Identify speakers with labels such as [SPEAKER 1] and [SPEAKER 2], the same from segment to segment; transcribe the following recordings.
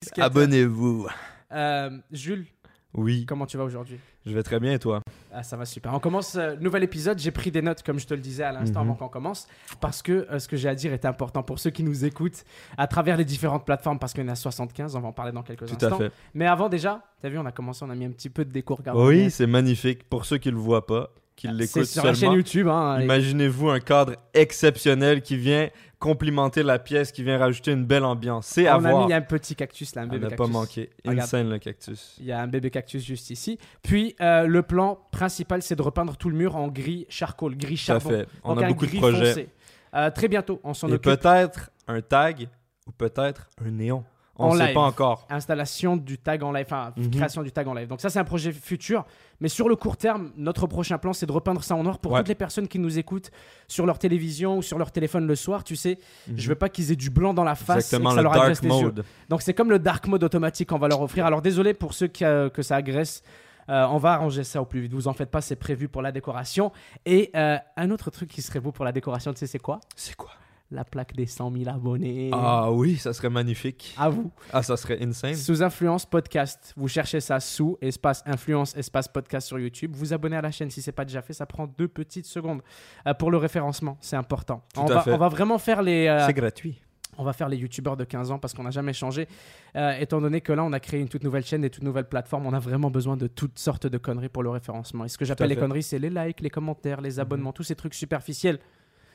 [SPEAKER 1] Basket.
[SPEAKER 2] Abonnez-vous.
[SPEAKER 1] Euh, Jules,
[SPEAKER 2] Oui,
[SPEAKER 1] comment tu vas aujourd'hui
[SPEAKER 2] je vais très bien et toi
[SPEAKER 1] Ah, ça va super. On commence euh, nouvel épisode. J'ai pris des notes, comme je te le disais à l'instant
[SPEAKER 2] Mhm.
[SPEAKER 1] avant qu'on commence, parce que euh, ce que j'ai à dire est important pour ceux qui nous écoutent à travers les différentes plateformes, parce qu'il y en a 75. On va en parler dans quelques
[SPEAKER 2] Tout
[SPEAKER 1] instants.
[SPEAKER 2] à fait.
[SPEAKER 1] Mais avant déjà, t'as vu, on a commencé, on a mis un petit peu de déco. Regarde,
[SPEAKER 2] Oui, c'est magnifique. Pour ceux qui le voient pas, qui
[SPEAKER 1] Ah, c'est
[SPEAKER 2] l'écoutent
[SPEAKER 1] sur la chaîne
[SPEAKER 2] seulement,
[SPEAKER 1] YouTube. Hein, et-
[SPEAKER 2] imaginez-vous un cadre exceptionnel qui vient complimenter la pièce, qui vient rajouter une belle ambiance. C'est à
[SPEAKER 1] Ah, on a
[SPEAKER 2] voir.
[SPEAKER 1] mis un petit cactus là, un
[SPEAKER 2] À
[SPEAKER 1] bébé
[SPEAKER 2] ne pas
[SPEAKER 1] cactus.
[SPEAKER 2] manquer.
[SPEAKER 1] Regarde.
[SPEAKER 2] Insane le cactus.
[SPEAKER 1] Il y a un bébé cactus juste ici. Puis euh, le plan principal, c'est de repeindre tout le mur en gris charcoal, gris
[SPEAKER 2] Tout à
[SPEAKER 1] charbon.
[SPEAKER 2] fait. On
[SPEAKER 1] Donc,
[SPEAKER 2] a
[SPEAKER 1] un
[SPEAKER 2] beaucoup de
[SPEAKER 1] gris
[SPEAKER 2] projets.
[SPEAKER 1] foncé. Euh, très bientôt, on s'en
[SPEAKER 2] Et
[SPEAKER 1] occupe.
[SPEAKER 2] peut-être un tag ou peut-être un néon.
[SPEAKER 1] En
[SPEAKER 2] On ne sait
[SPEAKER 1] live.
[SPEAKER 2] pas encore.
[SPEAKER 1] Installation du tag en live, enfin
[SPEAKER 2] Mhm.
[SPEAKER 1] création du tag en live. Donc ça c'est un projet futur, mais sur le court terme, notre prochain plan c'est de repeindre ça en noir pour
[SPEAKER 2] Ouais.
[SPEAKER 1] toutes les personnes qui nous écoutent sur leur télévision ou sur leur téléphone le soir. Tu sais,
[SPEAKER 2] Mhm.
[SPEAKER 1] je veux pas qu'ils aient du blanc dans la face et
[SPEAKER 2] Exactement,
[SPEAKER 1] que ça
[SPEAKER 2] le
[SPEAKER 1] leur agresse
[SPEAKER 2] dark
[SPEAKER 1] les yeux.
[SPEAKER 2] mode.
[SPEAKER 1] Donc c'est comme le dark mode automatique qu'on va leur offrir. Alors désolé pour ceux qui, euh, que ça agresse. Euh, on va arranger ça au plus vite. Vous en faites pas, c'est prévu pour la décoration. Et euh, un autre truc qui serait beau pour la décoration, tu sais, c'est quoi
[SPEAKER 2] C'est quoi
[SPEAKER 1] La plaque des 100 000 abonnés.
[SPEAKER 2] Ah oui, ça serait magnifique.
[SPEAKER 1] À vous.
[SPEAKER 2] Ah, ça serait insane.
[SPEAKER 1] Sous Influence Podcast. Vous cherchez ça sous espace Influence espace Podcast sur YouTube. Vous abonnez à la chaîne si c'est pas déjà fait. Ça prend deux petites secondes Euh, pour le référencement. C'est important.
[SPEAKER 2] Tout
[SPEAKER 1] on,
[SPEAKER 2] à
[SPEAKER 1] va,
[SPEAKER 2] fait.
[SPEAKER 1] on va vraiment faire les. euh,
[SPEAKER 2] C'est gratuit.
[SPEAKER 1] on va faire les youtubeurs de 15 ans parce qu'on n'a jamais changé. Euh, étant donné que là, on a créé une toute nouvelle chaîne, des toutes nouvelles plateformes, on a vraiment besoin de toutes sortes de conneries pour le référencement. Et ce que j'appelle les
[SPEAKER 2] fait. Mhm.
[SPEAKER 1] conneries, c'est les likes, les commentaires, les abonnements, tous ces trucs superficiels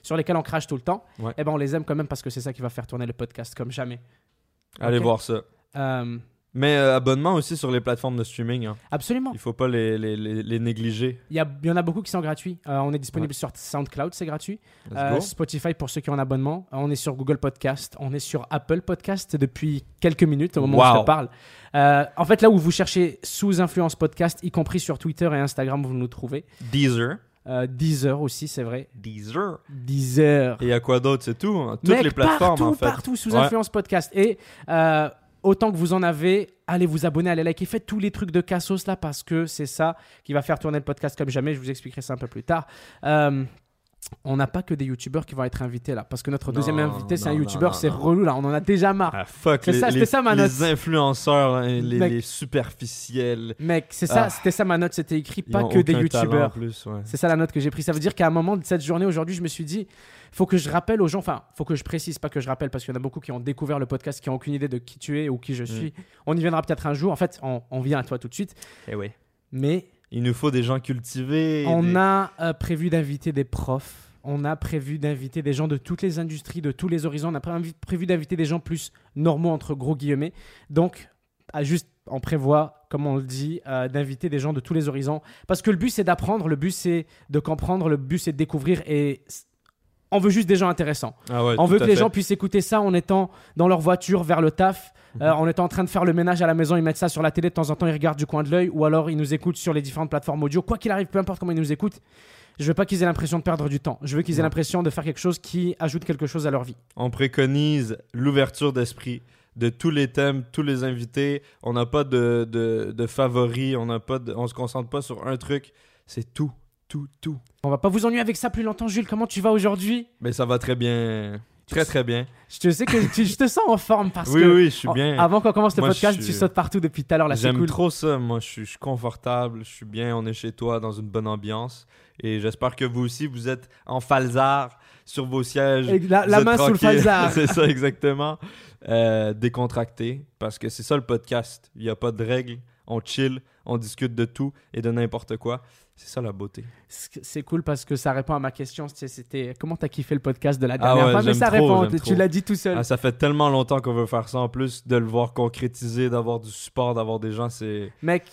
[SPEAKER 1] sur lesquels on crache tout le temps.
[SPEAKER 2] Ouais.
[SPEAKER 1] Eh ben, on les aime quand même parce que c'est ça qui va faire tourner le podcast comme jamais.
[SPEAKER 2] Allez
[SPEAKER 1] Ok.
[SPEAKER 2] voir ça.
[SPEAKER 1] Euh,
[SPEAKER 2] Mais euh, abonnement aussi sur les plateformes de streaming. hein.
[SPEAKER 1] absolument.
[SPEAKER 2] Il faut pas les, les, les, les négliger.
[SPEAKER 1] Il y, a- il y en a beaucoup qui sont gratuits. Euh, on est disponible sur SoundCloud, c'est gratuit.
[SPEAKER 2] Let's
[SPEAKER 1] Euh,
[SPEAKER 2] go.
[SPEAKER 1] Spotify pour ceux qui ont un abonnement. Euh, On est sur Google Podcast. On est sur Apple Podcast depuis quelques minutes au moment où je
[SPEAKER 2] Wow.
[SPEAKER 1] te parle. Euh, en fait, là où vous cherchez sous influence podcast, y compris sur Twitter et Instagram, vous nous trouvez.
[SPEAKER 2] Deezer.
[SPEAKER 1] Euh, Deezer aussi, c'est vrai.
[SPEAKER 2] Deezer.
[SPEAKER 1] Deezer.
[SPEAKER 2] Et il y a quoi d'autre, c'est tout. hein. Toutes
[SPEAKER 1] Mec,
[SPEAKER 2] les plateformes,
[SPEAKER 1] partout,
[SPEAKER 2] en fait.
[SPEAKER 1] partout sous
[SPEAKER 2] Ouais.
[SPEAKER 1] influence podcast. Et euh, autant que vous en avez, allez vous abonner, allez liker, faites tous les trucs de Cassos là parce que c'est ça qui va faire tourner le podcast comme jamais. Je vous expliquerai ça un peu plus tard. Euh, on n'a pas que des youtubeurs qui vont être invités là parce que notre
[SPEAKER 2] Non,
[SPEAKER 1] deuxième invité c'est un
[SPEAKER 2] non,
[SPEAKER 1] youtubeur,
[SPEAKER 2] non,
[SPEAKER 1] c'est
[SPEAKER 2] non.
[SPEAKER 1] relou là. On en a déjà marre.
[SPEAKER 2] Ah, fuck.
[SPEAKER 1] C'est
[SPEAKER 2] Les,
[SPEAKER 1] ça, c'était
[SPEAKER 2] les-
[SPEAKER 1] ça, ma
[SPEAKER 2] les
[SPEAKER 1] note.
[SPEAKER 2] influenceurs, hein, les,
[SPEAKER 1] Mec.
[SPEAKER 2] les superficiels.
[SPEAKER 1] Mec, c'est ça,
[SPEAKER 2] Ah.
[SPEAKER 1] c'était ça ma note, c'était écrit
[SPEAKER 2] Ils
[SPEAKER 1] pas
[SPEAKER 2] ont
[SPEAKER 1] que des
[SPEAKER 2] aucun talent en
[SPEAKER 1] youtubeurs.
[SPEAKER 2] plus, ouais.
[SPEAKER 1] C'est ça la note que j'ai prise. Ça veut dire qu'à un moment de cette journée aujourd'hui, je me suis dit, faut que je rappelle aux gens, enfin, faut que je précise, pas que je rappelle, parce qu'il y en a beaucoup qui ont découvert le podcast, qui n'ont aucune idée de qui tu es ou qui je suis. On y viendra peut-être un jour. En fait, on, on vient à toi tout de suite.
[SPEAKER 2] Eh oui.
[SPEAKER 1] Mais
[SPEAKER 2] Il nous faut des gens cultivés.
[SPEAKER 1] on
[SPEAKER 2] des-
[SPEAKER 1] a euh, prévu d'inviter des profs. On a prévu d'inviter des gens de toutes les industries, de tous les horizons. On a prévu- prévu d'inviter des gens plus normaux, entre gros guillemets. Donc, à juste, on prévoit, comme on le dit, euh, d'inviter des gens de tous les horizons. Parce que le but, c'est d'apprendre, le but, c'est de comprendre, le but, c'est de découvrir. Et c- on veut juste des gens intéressants.
[SPEAKER 2] Ah ouais,
[SPEAKER 1] On
[SPEAKER 2] tout
[SPEAKER 1] veut
[SPEAKER 2] à
[SPEAKER 1] que les
[SPEAKER 2] fait.
[SPEAKER 1] gens puissent écouter ça en étant dans leur voiture vers le taf,
[SPEAKER 2] Mhm.
[SPEAKER 1] euh, en étant en train de faire le ménage à la maison, ils mettent ça sur la télé de temps en temps, ils regardent du coin de l'œil, ou alors ils nous écoutent sur les différentes plateformes audio. Quoi qu'il arrive, peu importe comment ils nous écoutent, je veux pas qu'ils aient l'impression de perdre du temps. Je veux qu'ils aient
[SPEAKER 2] Non.
[SPEAKER 1] l'impression de faire quelque chose qui ajoute quelque chose à leur vie.
[SPEAKER 2] On préconise l'ouverture d'esprit de tous les thèmes, tous les invités. On n'a pas de, de, de favoris, on n'a pas de- on se concentre pas sur un truc. C'est tout, tout, tout.
[SPEAKER 1] On va pas vous ennuyer avec ça plus longtemps, Jules. Comment tu vas aujourd'hui
[SPEAKER 2] Mais ça va très bien. Très, très bien.
[SPEAKER 1] Je te sais que tu, je te sens en forme parce
[SPEAKER 2] Oui,
[SPEAKER 1] que
[SPEAKER 2] oui, je suis
[SPEAKER 1] en-
[SPEAKER 2] bien.
[SPEAKER 1] avant qu'on commence le
[SPEAKER 2] Moi, je
[SPEAKER 1] podcast,
[SPEAKER 2] suis-
[SPEAKER 1] tu sautes partout depuis tout à l'heure. Là, c'est
[SPEAKER 2] J'aime
[SPEAKER 1] cool.
[SPEAKER 2] trop ça. Moi, je suis, je suis confortable, je suis bien. On est chez toi dans une bonne ambiance. Et j'espère que vous aussi, vous êtes en falzar sur vos sièges.
[SPEAKER 1] Et la,
[SPEAKER 2] Vous
[SPEAKER 1] Ah, la
[SPEAKER 2] êtes
[SPEAKER 1] main sous le
[SPEAKER 2] tranquille.
[SPEAKER 1] falzar.
[SPEAKER 2] c'est ça, exactement. Euh, décontracté, parce que c'est ça le podcast. Il n'y a pas de règles. On chill, on discute de tout et de n'importe quoi. C'est ça la beauté.
[SPEAKER 1] C- C'est cool parce que ça répond à ma question. c'est- C'était comment t'as kiffé le podcast de la
[SPEAKER 2] Ah
[SPEAKER 1] dernière
[SPEAKER 2] ouais,
[SPEAKER 1] fois, mais
[SPEAKER 2] j'aime
[SPEAKER 1] ça
[SPEAKER 2] trop,
[SPEAKER 1] répond.
[SPEAKER 2] j'aime
[SPEAKER 1] Tu
[SPEAKER 2] trop.
[SPEAKER 1] l'as dit tout seul.
[SPEAKER 2] Ah, ça fait tellement longtemps qu'on veut faire ça. En plus, de le voir concrétiser, d'avoir du support, d'avoir des gens, c'est. Ah,
[SPEAKER 1] Mec,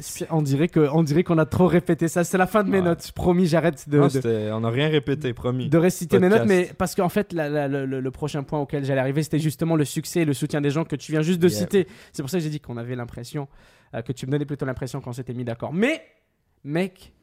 [SPEAKER 1] c'est- on dirait que on dirait qu'on a trop répété ça. C'est la fin de mes
[SPEAKER 2] Ouais.
[SPEAKER 1] notes. Promis, j'arrête de,
[SPEAKER 2] Non,
[SPEAKER 1] de,
[SPEAKER 2] c'était- On n'a rien répété, promis.
[SPEAKER 1] de réciter mes notes,
[SPEAKER 2] podcast.
[SPEAKER 1] mais parce qu'en fait, la- la- le, le- le prochain point auquel j'allais arriver, c'était justement le succès et le soutien des gens que tu viens juste de
[SPEAKER 2] Yeah.
[SPEAKER 1] citer. C'est pour ça que j'ai dit qu'on avait l'impression, euh, que tu me donnais plutôt l'impression qu'on s'était mis d'accord. Mais, mec,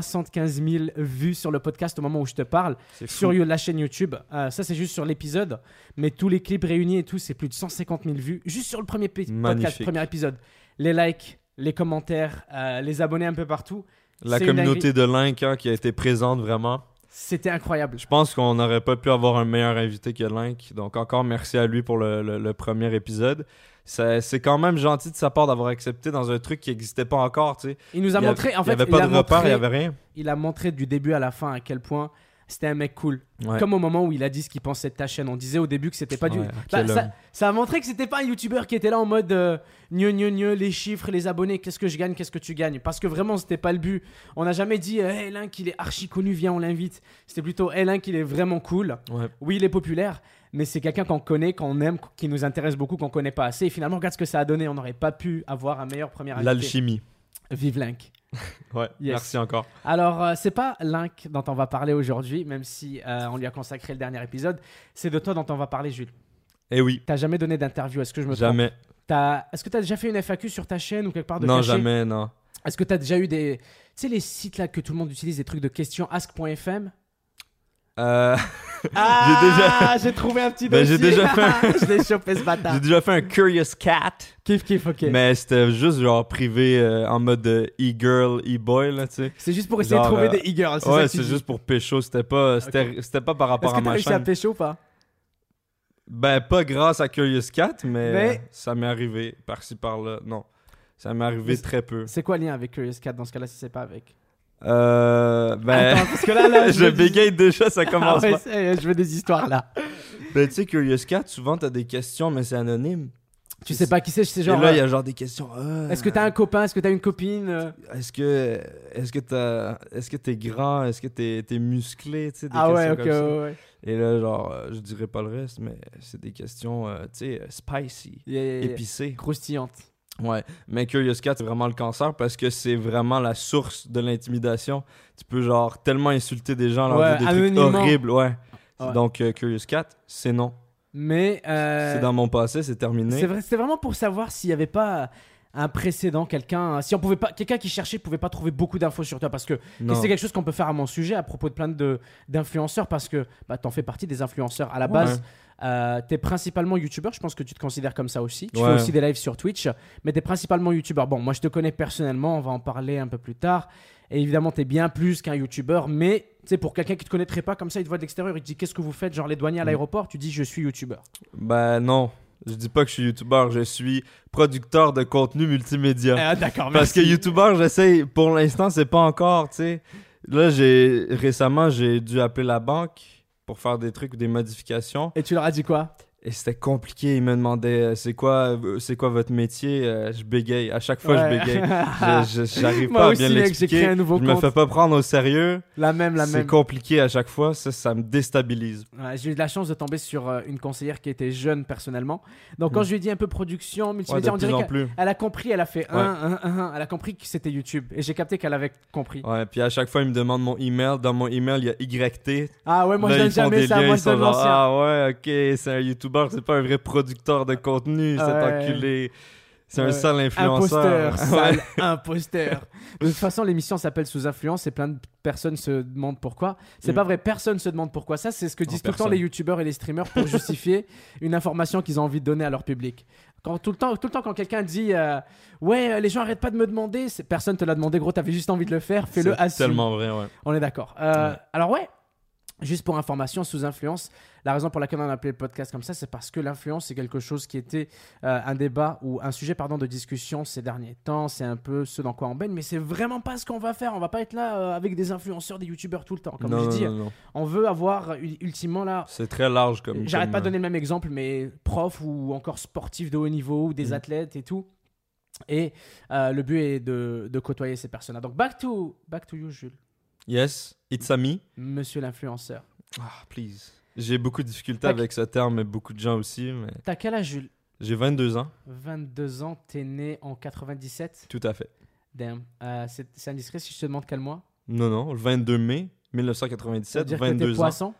[SPEAKER 1] 75 000 vues sur le podcast au moment où je te parle.
[SPEAKER 2] C'est fou.
[SPEAKER 1] sur you- la chaîne YouTube. Euh, ça, c'est juste sur l'épisode. Mais tous les clips réunis et tout, c'est plus de 150 000 vues. Juste sur le premier pi- podcast,
[SPEAKER 2] Magnifique.
[SPEAKER 1] premier épisode. Les likes, les commentaires, euh, les abonnés un peu partout.
[SPEAKER 2] La
[SPEAKER 1] c'est une
[SPEAKER 2] communauté de Link hein, qui a été présente vraiment.
[SPEAKER 1] C'était incroyable.
[SPEAKER 2] Je pense qu'on n'aurait pas pu avoir un meilleur invité que Link. Donc, encore merci à lui pour le, le- le premier épisode. ça- c'est quand même gentil de sa part d'avoir accepté dans un truc qui n'existait pas encore, tu sais.
[SPEAKER 1] Il nous a
[SPEAKER 2] Il y a-
[SPEAKER 1] montré, en
[SPEAKER 2] il
[SPEAKER 1] fait,
[SPEAKER 2] n'y
[SPEAKER 1] il
[SPEAKER 2] avait pas
[SPEAKER 1] a
[SPEAKER 2] de repère, il
[SPEAKER 1] montré-
[SPEAKER 2] n'y avait rien.
[SPEAKER 1] il a montré du début à la fin à quel point c'était un mec cool.
[SPEAKER 2] Ouais.
[SPEAKER 1] Comme au moment où il a dit ce qu'il pensait de ta chaîne. On disait au début que c'était pas du.
[SPEAKER 2] Ouais,
[SPEAKER 1] Bah,
[SPEAKER 2] quel homme.
[SPEAKER 1] ça, ça a montré que c'était pas un youtubeur qui était là en mode euh, gneu gneu gneu, les chiffres, les abonnés, qu'est-ce que je gagne, qu'est-ce que tu gagnes. Parce que vraiment, c'était pas le but. On n'a jamais dit, euh, hey Link, il est archi connu, viens, on l'invite. C'était plutôt, hey Link, il est vraiment cool.
[SPEAKER 2] Ouais.
[SPEAKER 1] Oui, il est populaire, mais c'est quelqu'un qu'on connaît, qu'on aime, qui nous intéresse beaucoup, qu'on connaît pas assez. Et finalement, regarde ce que ça a donné. On n'aurait pas pu avoir un meilleur premier invité.
[SPEAKER 2] L'alchimie.
[SPEAKER 1] Vive Link.
[SPEAKER 2] Ouais,
[SPEAKER 1] Yes.
[SPEAKER 2] merci encore.
[SPEAKER 1] Alors, euh, c'est pas Link dont on va parler aujourd'hui, même si euh, on lui a consacré le dernier épisode. C'est de toi dont on va parler, Jules.
[SPEAKER 2] Eh oui,
[SPEAKER 1] T'as jamais donné d'interview, est-ce que je me trompe
[SPEAKER 2] jamais.
[SPEAKER 1] T'as- Est-ce que t'as déjà fait une FAQ sur ta chaîne ou quelque part de
[SPEAKER 2] Non,
[SPEAKER 1] caché
[SPEAKER 2] jamais, non.
[SPEAKER 1] Est-ce que t'as déjà eu des... Tu sais, les sites là que tout le monde utilise, des trucs de questions, ask.fm
[SPEAKER 2] Euh,
[SPEAKER 1] Ah, j'ai trouvé un petit
[SPEAKER 2] Ben,
[SPEAKER 1] dossier.
[SPEAKER 2] j'ai déjà
[SPEAKER 1] je l'ai chopé ce bâtard.
[SPEAKER 2] J'ai déjà fait un Curious Cat,
[SPEAKER 1] Kiff, kiff, Bah. ok.
[SPEAKER 2] mais c'était juste genre privé euh, en mode euh, e-girl, e-boy, là, tu sais.
[SPEAKER 1] C'est juste pour essayer de
[SPEAKER 2] Genre,
[SPEAKER 1] trouver
[SPEAKER 2] euh,
[SPEAKER 1] des e-girls, c'est ça
[SPEAKER 2] Ouais,
[SPEAKER 1] que tu
[SPEAKER 2] c'est
[SPEAKER 1] dis.
[SPEAKER 2] juste pour pécho, c'était pas, c'était, c'était pas par rapport
[SPEAKER 1] Est-ce
[SPEAKER 2] à
[SPEAKER 1] que t'as
[SPEAKER 2] ma
[SPEAKER 1] réussi à
[SPEAKER 2] chaîne.
[SPEAKER 1] pécho ou pas
[SPEAKER 2] Ben, pas grâce à Curious Cat, mais,
[SPEAKER 1] Mais-
[SPEAKER 2] euh, ça m'est arrivé par-ci par-là. Non, ça m'est
[SPEAKER 1] Mais
[SPEAKER 2] arrivé
[SPEAKER 1] c'est-
[SPEAKER 2] très peu.
[SPEAKER 1] C'est quoi le lien avec Curious Cat dans ce cas-là si c'est pas avec
[SPEAKER 2] Euh, ben,
[SPEAKER 1] Attends, parce que là, là,
[SPEAKER 2] je
[SPEAKER 1] veux des-
[SPEAKER 2] bégaye déjà, ça
[SPEAKER 1] Ah
[SPEAKER 2] commence
[SPEAKER 1] ouais,
[SPEAKER 2] pas.
[SPEAKER 1] c'est- je veux des histoires là.
[SPEAKER 2] Ben, tu sais, Curious Cat, souvent t'as des questions, mais c'est anonyme.
[SPEAKER 1] Tu sais pas qui c'est, c'est genre.
[SPEAKER 2] Et là, il y
[SPEAKER 1] euh,
[SPEAKER 2] a genre des questions. Ah,
[SPEAKER 1] Est-ce que t'as un copain Est-ce que t'as une copine euh,
[SPEAKER 2] Est-ce que est-ce que t'as est-ce que t'es grand, est-ce que t'es t'es musclé, tu sais des
[SPEAKER 1] Ah ouais,
[SPEAKER 2] questions
[SPEAKER 1] ok,
[SPEAKER 2] comme ça.
[SPEAKER 1] ouais, ouais.
[SPEAKER 2] Et là genre euh, je dirais pas le reste mais c'est des questions euh, tu sais euh, spicy,
[SPEAKER 1] Yeah, yeah, yeah.
[SPEAKER 2] épicées.
[SPEAKER 1] Croustillante.
[SPEAKER 2] Ouais, mais Curious Cat c'est vraiment le cancer parce que c'est vraiment la source de l'intimidation. Tu peux genre tellement insulter des gens leur
[SPEAKER 1] Ouais,
[SPEAKER 2] dire des trucs
[SPEAKER 1] anonymement.
[SPEAKER 2] horribles, ouais.
[SPEAKER 1] Ouais.
[SPEAKER 2] Donc euh, Curious Cat, c'est non.
[SPEAKER 1] Mais. euh,
[SPEAKER 2] C'est dans mon passé, c'est
[SPEAKER 1] c'est
[SPEAKER 2] terminé.
[SPEAKER 1] vrai- C'était vraiment pour savoir s'il y avait pas un précédent, quelqu'un. hein. Si on pouvait pas. Quelqu'un qui cherchait pouvait pas trouver beaucoup d'infos sur toi parce que
[SPEAKER 2] Non.
[SPEAKER 1] c'est quelque chose qu'on peut faire à mon sujet à propos de plein de d'influenceurs parce que bah, t'en fais partie des influenceurs à la base. euh, t'es principalement youtubeur, je pense que tu te considères comme ça aussi. Tu
[SPEAKER 2] Ouais.
[SPEAKER 1] fais aussi des lives sur Twitch, mais t'es principalement youtubeur. Bon, moi je te connais personnellement, on va en parler un peu plus tard. Et évidemment, t'es bien plus qu'un youtubeur, mais tu sais, pour quelqu'un qui te connaîtrait pas, comme ça, il te voit de l'extérieur, il te dit Qu'est-ce que vous faites Genre les douaniers à
[SPEAKER 2] Mm.
[SPEAKER 1] l'aéroport, tu dis Je suis youtubeur.
[SPEAKER 2] Ben non, je dis pas que je suis youtubeur, je suis producteur de contenu multimédia.
[SPEAKER 1] Ah, d'accord,
[SPEAKER 2] Parce que YouTubeur, j'essaye. Pour l'instant, c'est pas encore, tu sais. Là, j'ai récemment, j'ai dû appeler la banque pour faire des trucs ou des modifications.
[SPEAKER 1] Et tu leur as dit quoi
[SPEAKER 2] Et c'était compliqué. Ils me demandaient euh, c'est quoi, euh, c'est quoi votre métier Euh, Je bégaye. À chaque fois,
[SPEAKER 1] Ouais.
[SPEAKER 2] je bégaye. Je- je- J'arrive
[SPEAKER 1] Moi
[SPEAKER 2] pas
[SPEAKER 1] aussi,
[SPEAKER 2] à bien
[SPEAKER 1] mec, j'ai créé
[SPEAKER 2] l'expliquer.
[SPEAKER 1] un nouveau
[SPEAKER 2] Je me
[SPEAKER 1] compte.
[SPEAKER 2] fais pas prendre au sérieux.
[SPEAKER 1] La même, la
[SPEAKER 2] C'est
[SPEAKER 1] même.
[SPEAKER 2] compliqué à chaque fois. Ça, ça me déstabilise.
[SPEAKER 1] Ouais, j'ai eu de la chance de tomber sur euh, une conseillère qui était jeune personnellement. Donc quand
[SPEAKER 2] Mm.
[SPEAKER 1] je lui ai dit un peu production,
[SPEAKER 2] Ouais,
[SPEAKER 1] multimédia,
[SPEAKER 2] de
[SPEAKER 1] on
[SPEAKER 2] plus
[SPEAKER 1] dirait
[SPEAKER 2] en
[SPEAKER 1] qu'elle
[SPEAKER 2] plus.
[SPEAKER 1] elle a compris, elle a fait un, un, un, un. elle a compris que c'était YouTube. Et j'ai capté qu'elle avait compris.
[SPEAKER 2] Ouais, puis à chaque fois, ils me demandent mon email. Dans mon email, il y a YT.
[SPEAKER 1] Ah ouais, moi
[SPEAKER 2] Là,
[SPEAKER 1] je donne
[SPEAKER 2] ils font des
[SPEAKER 1] jamais ça,
[SPEAKER 2] liens,
[SPEAKER 1] moi
[SPEAKER 2] ils
[SPEAKER 1] je
[SPEAKER 2] sont
[SPEAKER 1] donne
[SPEAKER 2] genre,
[SPEAKER 1] l'ancien.
[SPEAKER 2] Ah ouais, ok, c'est un youtubeur, c'est pas un vrai producteur de contenu, cet
[SPEAKER 1] Ouais.
[SPEAKER 2] enculé. C'est
[SPEAKER 1] Ouais.
[SPEAKER 2] un sale influenceur.
[SPEAKER 1] Imposteur, sale imposteur. De toute façon, l'émission s'appelle Sous influence et plein de personnes se demandent pourquoi. C'est
[SPEAKER 2] Mm.
[SPEAKER 1] pas vrai, personne se demande pourquoi. Ça, c'est ce que disent tout le temps
[SPEAKER 2] personne.
[SPEAKER 1] les youtubeurs et les streamers pour justifier une information qu'ils ont envie de donner à leur public. Quand, tout, le temps, tout le temps, quand quelqu'un dit euh, Ouais, euh, les gens arrêtent pas de me demander, c'est- personne te l'a demandé, gros, t'avais juste envie de le faire, fais-le,
[SPEAKER 2] C'est
[SPEAKER 1] assume.
[SPEAKER 2] tellement vrai, ouais.
[SPEAKER 1] On est d'accord. Euh,
[SPEAKER 2] Ouais.
[SPEAKER 1] Alors ouais, juste pour information, sous influence, la raison pour laquelle on a appelé le podcast comme ça, c'est parce que l'influence, c'est quelque chose qui était euh, un débat ou un sujet pardon, de discussion ces derniers temps. C'est un peu ce dans quoi on baigne, mais c'est vraiment pas ce qu'on va faire. On va pas être là euh, avec des influenceurs, des youtubeurs tout le temps. Comme
[SPEAKER 2] non,
[SPEAKER 1] je
[SPEAKER 2] non,
[SPEAKER 1] dis,
[SPEAKER 2] non, non.
[SPEAKER 1] on veut avoir euh, ultimement là...
[SPEAKER 2] C'est très large comme.
[SPEAKER 1] J'arrête
[SPEAKER 2] comme,
[SPEAKER 1] pas
[SPEAKER 2] euh,
[SPEAKER 1] de donner le même exemple, mais prof ou encore sportif de haut niveau ou des
[SPEAKER 2] Mhm.
[SPEAKER 1] athlètes et tout. Et euh, le but est de, de côtoyer ces personnes-là. Donc back to, back to you, Jules,
[SPEAKER 2] Yes, it's a me.
[SPEAKER 1] monsieur l'influenceur.
[SPEAKER 2] Ah, please. J'ai beaucoup de difficultés
[SPEAKER 1] Tac.
[SPEAKER 2] avec ce terme et beaucoup de gens aussi, mais
[SPEAKER 1] T'as quel âge, Jules
[SPEAKER 2] j'ai 22 ans,
[SPEAKER 1] 22 ans, t'es né en 97
[SPEAKER 2] tout à fait.
[SPEAKER 1] Damn. Euh, c'est c'est indiscret si je te demande quel mois
[SPEAKER 2] Non, non, le 22 mai
[SPEAKER 1] Ça veut
[SPEAKER 2] 1997,
[SPEAKER 1] dire que t'es
[SPEAKER 2] 22 ans.
[SPEAKER 1] poisson